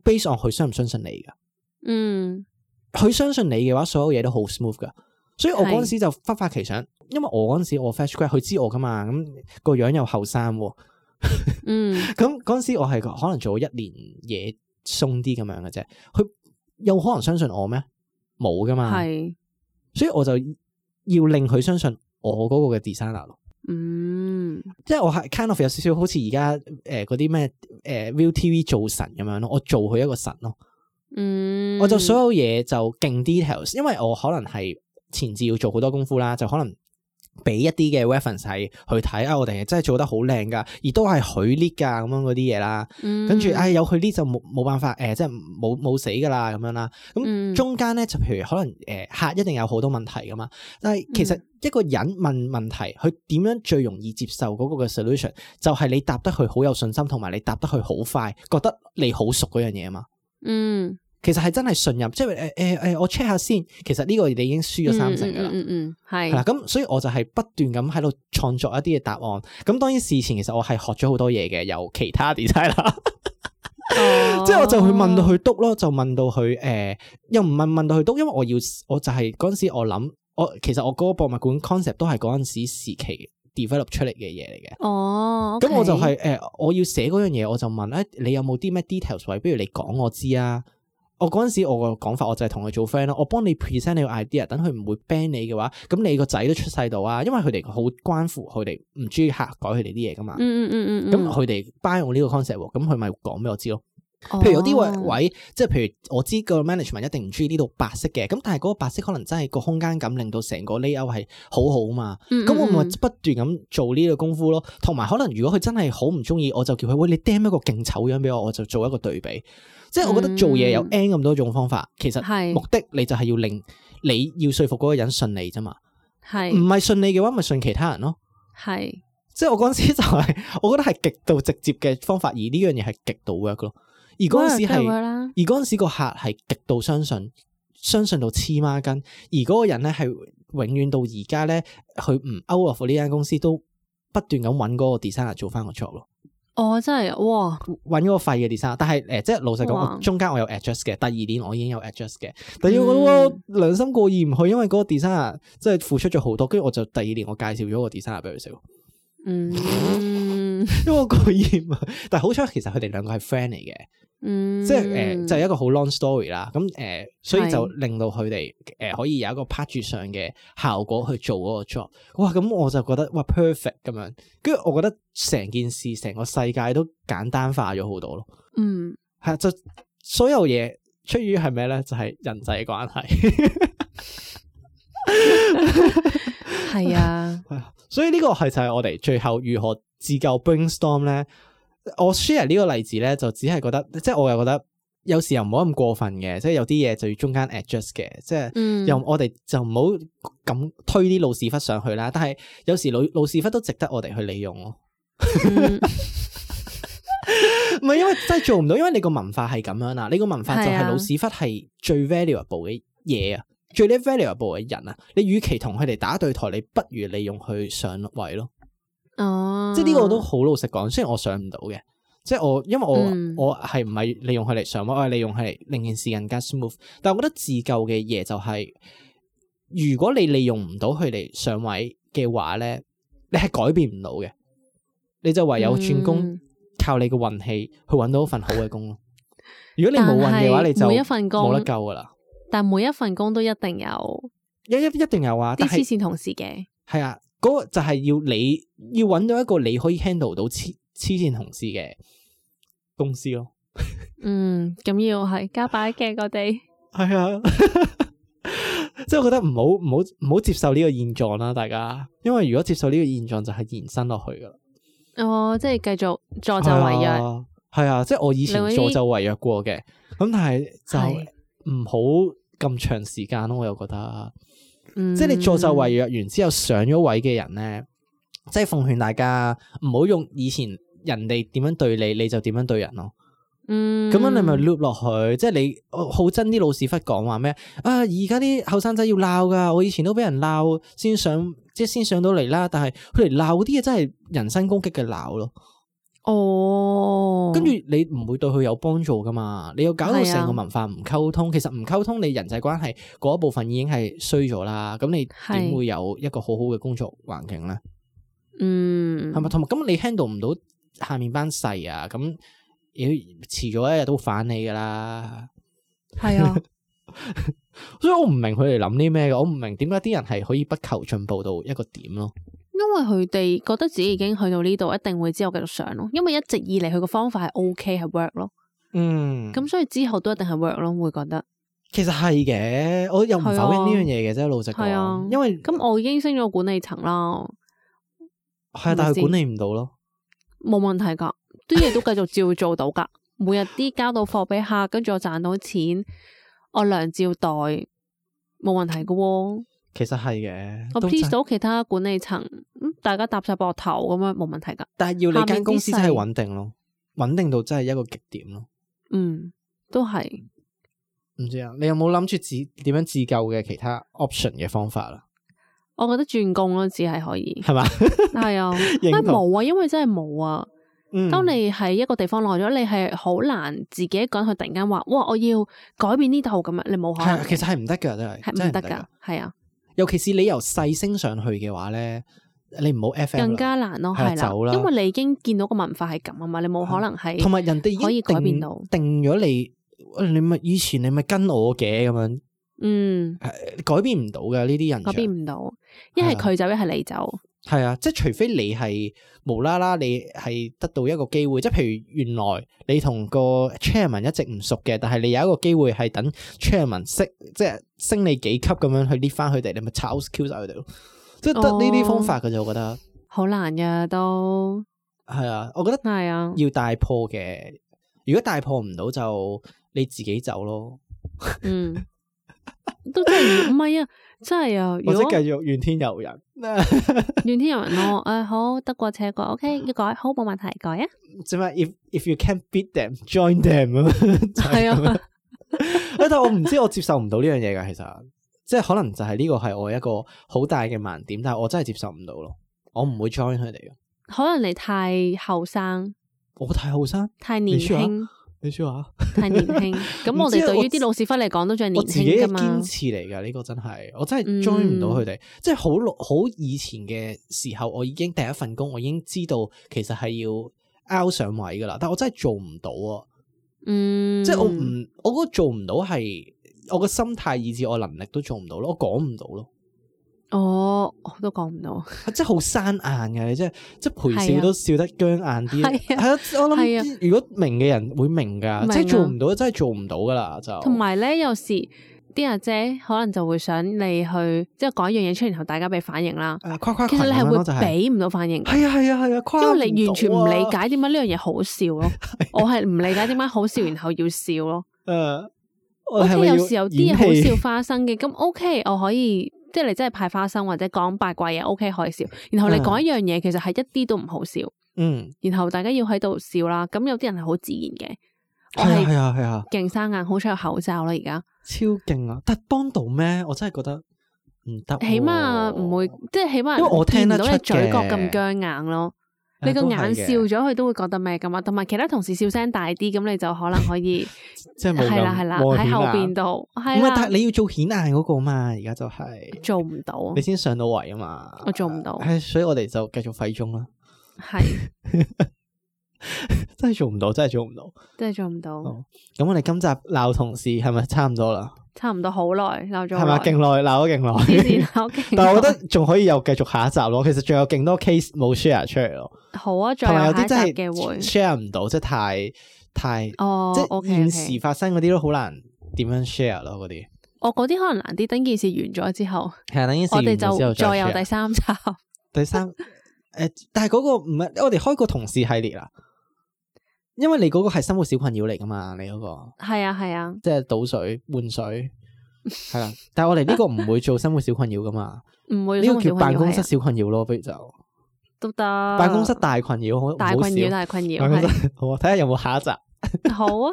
A: base on 佢相唔相信你噶。
C: 嗯
A: 佢相信你嘅話，所有嘢都好 smooth 噶。所以我嗰陣
C: 係
A: 時就忽發奇想，因為我嗰陣時我 fresh grad，佢知我噶嘛，咁個樣又後生喎。
C: 嗯
A: 咁嗰陣時我係可能做咗一年嘢鬆啲咁樣嘅啫，佢有可能相信我咩？冇噶嘛。
C: 係，
A: 所以我就要令佢相信我嗰個嘅 designer 咯。
C: 嗯
A: 即係我係 kind of 有少少好似而家誒嗰啲咩呃誒 ViuTV 做神咁樣咯，我做佢一個神咯，
C: 嗯，
A: 我就所有嘢就勁 details，因為我可能係前置要做好多功夫啦，就可能俾一啲嘅 reference 係去睇啊，我哋係真係做得好靚噶，而都係佢 lead 噶咁樣嗰啲嘢啦，
C: 嗯
A: 跟住唉有佢 lead 就冇冇辦法誒、呃即係冇冇死噶啦咁樣啦，咁
C: 嗯
A: 中間咧就譬如可能誒、呃客一定有好多問題噶嘛，但
C: 嗯
A: 係其實一個人問問題，佢點樣最容易接受嗰個嘅 solution，就係你答得佢好有信心，同埋你答得佢好快，覺得你好熟嗰樣嘢嘛。
C: 嗯
A: 其實係真係信任，即係誒誒誒，呃我 check 下先。其實呢個你已經輸咗三成㗎啦。
C: 嗯嗯嗯，
A: 係啦，
C: 系
A: 咁所以我就係不斷咁喺度創作一啲嘅答案。咁當然事前其實我係學咗好多嘢嘅，由其他 designer，即
C: 哦
A: 係我就去問到佢督咯，就問到佢誒、呃又唔問問到佢督，因為我要我就係嗰陣時我諗，我其實我嗰個博物館 concept 都係嗰陣時時期 develop 出嚟嘅嘢嚟嘅。
C: 哦，
A: 咁我就
C: OK
A: 係、誒、我要寫嗰樣嘢，我就問誒、哎你有冇啲咩 details 位？不如你講我知啊。我嗰陣時我個講法，我就係同佢做 friend 咯。我幫你 present 你個 idea，等佢唔會 ban 你嘅話，咁你個仔都出世到啊。因為佢哋好關乎佢哋唔中意客改佢哋啲嘢噶嘛。
C: 嗯嗯嗯嗯，
A: 咁佢哋 buy 我呢個 concept，喎咁佢咪講俾我知咯。
C: 譬
A: 譬如有啲
C: 哦
A: 位位，即係譬如我知個 management 一定唔中意呢度白色嘅，咁但係嗰個白色可能真係個空間感令到成個 layout 係好好嘛。
C: 嗯
A: 咁我咪不斷咁做呢個功夫咯，同埋可能如果佢真係好唔中意，我就叫佢喂，你 d 一個勁醜樣俾我，我就做一個對比。即係我覺得做嘢有
C: 嗯
A: N 咁多種方法，其實
C: 係
A: 目的你就係要令你要說服嗰個人信你啫嘛，唔
C: 係
A: 係信你嘅話咪信其他人咯。
C: 係
A: 即係我嗰陣時就係、我覺得係極度直接嘅方法，而呢樣嘢係極度 work 咯。而
C: 啊
A: 嗰陣時係。
C: 啦，
A: 而嗰陣時個客係極度相信，相信到黐孖筋。而嗰個人咧係永遠到而家咧，佢唔 out of 呢間公司都不斷咁揾嗰個 designer 做翻個 job 咯，
C: 哦真係哇，
A: 揾嗰個廢嘅 designer。但係誒、呃即係老實講，
C: 哇
A: 我中間我有 adjust 嘅，第二年我已經有 adjust 嘅。第二我覺得哇良心過意唔去，因為嗰個 designer 即係付出咗好多，跟住我就第二年我介紹咗個 designer 俾佢食咯，
C: 嗯
A: 因為我過意唔去。但係好彩其實佢哋兩個係 friend 嚟嘅。
C: 嗯，
A: 即係誒、呃就係一個好 long story 啦。咁誒、呃所以就
C: 係
A: 令到佢哋誒可以有一個拍住上嘅效果去做嗰個 job。哇！咁我就覺得哇 perfect 咁樣，跟住我覺得成件事成個世界都簡單化咗好多咯。
C: 嗯
A: 係啊就所有嘢出於係咩咧？就係、人際關係。
C: 係啊，
A: 係啊所以呢個係就係我哋最後如何自救 brainstorm 咧。我 share 呢個例子咧，就只係覺得，即係我又覺得有時又唔好咁過分嘅，即係有啲嘢就要中間 adjust 嘅，即係。
C: 嗯
A: 又我哋就唔好咁推啲老屎忽上去啦，但係有時老老屎忽都值得我哋去利 用咯。
C: 嗯
A: 唔係因為真係做唔到，因為你個文化係咁樣啦，你個文化就
C: 係
A: 係
C: 啊
A: 老屎忽係最 valuable 嘅嘢啊，最 valuable 嘅人啊。你與其同佢哋打對台，你不如利用佢上位咯。
C: 哦，
A: 即係呢個我都好老實講，雖然我上唔到嘅，即係我因為我、
C: 嗯
A: 我係唔係利用佢嚟上位，我係利用佢嚟令件事更加 smooth。但係我覺得自救嘅嘢就係、如果你利用唔到佢嚟上位嘅話咧，你係改變唔到嘅，你就唯有轉工，
C: 嗯
A: 靠你嘅運氣去揾到一份好嘅工咯。如果你冇運嘅
C: 但
A: 話，
C: 係
A: 你就
C: 每一份工
A: 冇得救噶啦。
C: 但每一份工都一定有
A: 一一一定有啊，
C: 啲
A: 但係
C: 黐線同事嘅，
A: 係啊，嗰、個就係要你要揾到一個你可以 handle 到黐黐線同事嘅公司咯。
C: 嗯，咁要係加把嘅我哋，
A: 係啊， 即係我覺得唔好唔好唔好接受呢個現狀啦，大家，因為如果接受呢個現狀就係延伸落去噶啦。
C: 哦，即係繼續助紂為
A: 係
C: 虐，
A: 啊，係啊，即係我以前
C: 你會
A: 助紂為虐過嘅，咁但係
C: 係
A: 就唔好咁長時間咯，我又覺得。
C: 嗯
A: 即係你助紂為虐完之後上咗位嘅人咧，即係奉勸大家唔好用以前人哋點樣對你，你就點樣對人咯。
C: 嗯，
A: 咁樣你咪 loop 落去，即係你哦好憎啲老屎忽講話咩啊？而家啲後生仔要鬧噶，我以前都俾人鬧先上，即係先上到嚟啦。但係佢哋鬧嗰啲嘢真係人身攻擊嘅鬧咯，
C: 哦，
A: 跟住你唔會對佢有幫助噶嘛？你又搞到
C: 係啊
A: 成個文化唔溝通，其實唔溝通你人際關係嗰一部分已經係衰咗啦。咁你點
C: 係
A: 會有一個好好嘅工作環境咧？
C: 嗯
A: 係咪？同埋咁你 handle 唔到下面班細啊，咁要遲早一日都反你噶啦。
C: 係啊，
A: 所以我唔明佢哋諗啲咩嘅，我唔明點解啲人係可以不求進步到一個點咯。
C: 因為佢哋覺得自己已經去到呢度，一定會之後繼續上咯。因為一直以嚟佢個方法係 O K 係 work 咯，
A: 嗯，咁
C: 咁所以之後都一定係 work 咯，會覺得
A: 其實係嘅，我又唔否
C: 係啊
A: 認呢樣嘢嘅啫，老實
C: 係啊
A: 講，因為
C: 咁我已經升咗管理層啦，
A: 係啊，但係佢管理唔到咯。
C: 冇問題噶，啲嘢都繼續照做到噶。 每日啲交到貨俾客，跟住我賺到錢，我糧照袋，冇問題噶喎、
A: 其實係嘅，
C: 我
A: 都
C: Ờ, please
A: 真
C: 到其他管理層，嗯大家搭晒膊頭咁樣冇問題噶。
A: 但係要你
C: 下面
A: 間
C: 啲
A: 公司真係
C: 細
A: 穩定咯，穩定到真係一個極點咯。
C: 嗯，都係
A: 唔知啊，你有冇諗住自點樣自救嘅其他 option 嘅方法啦？
C: 我覺得轉工咯，只係可以，
A: 係 嘛？
C: 係啊，
A: 認
C: 乜
A: 同
C: 冇啊？因為真係冇啊。
A: 嗯
C: 當你喺一個地方耐咗，你係好難自己一個人去突然間話，哇！我要改變呢度咁樣，你冇可能
A: 係，其實係唔得噶，真係
C: 係
A: 真係
C: 唔得
A: 㗎
C: 噶，係啊，
A: 尤其是你由細升上去嘅話咧，你唔好 FM 啦
C: 更加難咯，
A: 係啊
C: 係
A: 走啦
C: 啦，因為你已經見到個文化係咁啊嘛，你冇可能係
A: 同埋人哋已經
C: 可以改
A: 定
C: 變到
A: 定咗你，喂你咪以前你咪跟我嘅咁樣，
C: 嗯
A: 改變唔到嘅呢啲人
C: 改變
A: 場。
C: 唔到，一係
A: 係啊
C: 佢走，一係你走，
A: 係啊，即係除非你係無啦啦，你係得到一個機會，即係譬如原來你同個 chairman 一直唔熟嘅，但係你有一個機會係等 chairman 升，即係升你幾級咁樣去 lift 翻佢哋，你咪炒 Q 晒佢哋咯。即係得呢啲方法嘅啫，我覺得
C: 好難噶都
A: 係啊，我覺得
C: 係 啊，
A: 要大破嘅，如果大破唔到就你自己走咯，
C: 嗯，都真係要唔係啊，真 係啊，
A: 或
C: 如
A: 者
C: 果
A: 繼續怨天尤人。
C: 怨天尤人咯，誒好得過且過，OK 要改好冇問題改啊，
A: 即係 if if you can beat them, join them 咁樣就係
C: 係
A: 咁樣。
C: 啊，
A: 但係我唔知我接受唔到呢樣嘢噶，其實即係可能就係呢個係我一個好大嘅盲點，但係我真係接受唔到咯。我唔會 join 佢哋嘅，
C: 可能你太後生，
A: 我太後生。
C: 太年
A: 你輸啊
C: 輕。
A: 你說話，
C: 太年 輕，
A: 唔
C: 咁我
A: 知
C: 哋
A: 啊
C: 對
A: 我
C: 於啲老屎忽嚟講都仲係
A: 我
C: 年
A: 自己嘅
C: 輕噶嘛嗯
A: 堅，持嚟噶，呢、個真係我真係 join 唔到佢哋。即係好老好以前嘅時候，我已經第一份工，我已經知道其實係要 out 上位噶啦，但我真係做唔到啊！
C: 嗯，
A: 即係我唔，我覺得做唔到係我個心態以至我能力都做唔到咯，我講唔到咯，
C: 哦，我都講唔到，
A: 即係好生硬嘅，你即係即係陪
C: 係
A: 笑
C: 啊
A: 都笑得僵硬啲，
C: 係
A: 係
C: 啊
A: 啊，我
C: 係
A: 諗如果明嘅人會明噶，
C: 明啊
A: 即係做唔到真係做唔到噶啦，就
C: 同埋咧有時啲阿姐可能就會想你去即係講一樣嘢出嚟，然後大家俾反應啦，
A: 誒誇誇
C: 其實你
A: 係
C: 係會俾唔到反應㗎，
A: 係啊係啊係啊，啊誇
C: 因為你完全唔理
A: 到啊，
C: 解點解呢樣嘢好笑 咯，我係唔理解點解好笑，然後要笑咯，
A: 誒，
C: 我
A: 我
C: 覺
A: 係
C: 得
A: 咪要
C: 有時有啲嘢
A: 演
C: 好
A: 戲
C: 笑花生嘅，咁 OK 我可以。即係你真係派花生或者講八卦嘢，OK 可以笑。然後你
A: 啊
C: 講一樣嘢，其實係一啲都唔好笑。
A: 嗯，
C: 然後大家要喺度笑啦。咁有啲人係好自然嘅，我
A: 係啊係
C: 係
A: 啊係啊，
C: 勁生硬，好彩有口罩啦而家，
A: 超勁啊！但係幫到咩？我真係覺得唔得喎，
C: 起碼唔會即係起碼
A: 哦因為我聽
C: 見
A: 得
C: 唔
A: 出
C: 到
A: 嘅
C: 你嘴角咁僵硬咯。
A: 誒
C: 你個
A: 都係
C: 眼
A: 嘅
C: 笑咗，佢都會覺得咩噶嘛？同埋其他同事笑聲大啲，咁你就可能可以
A: 即 係冇
C: 係啦
A: 咁
C: 係啦
A: 冇咁
C: 喺後
A: 顯
C: 邊
A: 眼
C: 度
A: 唔
C: 係
A: 係，啊但係
C: 啦，
A: 你要做顯眼嗰個嘛，而家就係、
C: 做唔到
A: 你先上到位啊嘛。
C: 我做唔到
A: 唉所以我哋就繼續廢中啦。
C: 係
A: 真係做唔到，真係做唔到。
C: 真係做唔
A: 哦
C: 到，
A: 咁我哋今集鬧同事係咪差唔多啦？
C: 差唔多好耐鬧咗
A: 係
C: 好
A: 咪
C: 耐，
A: 啊勁 耐鬧咗勁
C: 黐線
A: 耐？
C: 鬧勁
A: 但係我覺
C: 耐
A: 得仲可以又繼續下一集咯。其實仲有勁多 case 冇 share 出嚟咯，
C: 好啊，再
A: 同埋有
C: 有下
A: 啲
C: 一
A: 真
C: 集
A: 係
C: 嘅會
A: share 唔到，即係太太、
C: 哦
A: 即係
C: OK，
A: 現
C: OK
A: 時發生嗰啲都好難點樣 share 咯。嗰啲
C: 我嗰啲可能難啲，等件事完咗之後，
A: 係啊等件事
C: 我
A: 完
C: 哋
A: 咗之後
C: 就再有
A: share
C: 第三集。
A: 第三，诶、但係嗰個唔係我哋開過同事系列啦，因為你嗰個係生活小困擾嚟噶嘛，你嗰、個
C: 係啊係啊，
A: 即係倒水換水係啦，但係我哋呢個唔會做生活小困擾噶嘛，
C: 唔會
A: 呢個叫辦公
C: 係
A: 室
C: 啊
A: 小困擾咯，不如就
C: 都得。辦
A: 辦公室大困擾，好
C: 大困擾，
A: 擾，
C: 大困擾
A: 辦公
C: 係
A: 室好啊，睇下有冇下一集。
C: 好啊！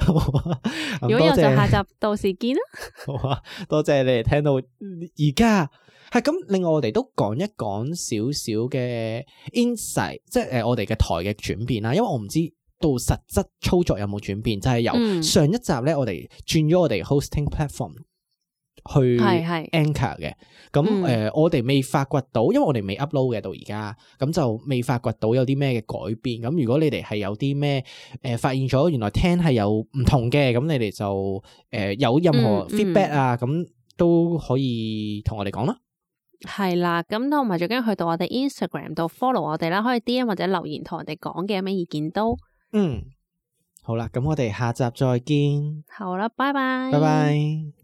A: 好啊咁
C: 如果有
A: 多
C: 就下
A: 謝
C: 集到時見啦。
A: 好啊，多謝你哋聽到而家。係咁，另外我哋都講一講少少嘅 insight，即係誒我哋嘅台嘅轉變啦。因為我唔知到實質操作有冇轉變，就係、由
C: 嗯
A: 上一集咧，我哋轉咗我哋 hosting platform 去
C: 係係
A: anchor 嘅。咁誒、
C: 嗯
A: 呃我哋未發掘到，因為我哋未 upload 嘅到而家，咁就未發掘到有啲咩嘅改變。咁如果你哋係有啲咩誒發現咗，原來聽係有唔同嘅，咁你哋就誒、呃有任何
C: 嗯嗯
A: feedback 啊，咁、都可以同我哋講啦。
C: 係啦，咁同埋最緊要去到我哋 Instagram 度 follow 我哋啦，可以 DM 或者留言同我哋講嘅有咩意見都
A: 嗯，好啦，咁我哋下集再見，
C: 好啦，拜拜，
A: 拜拜。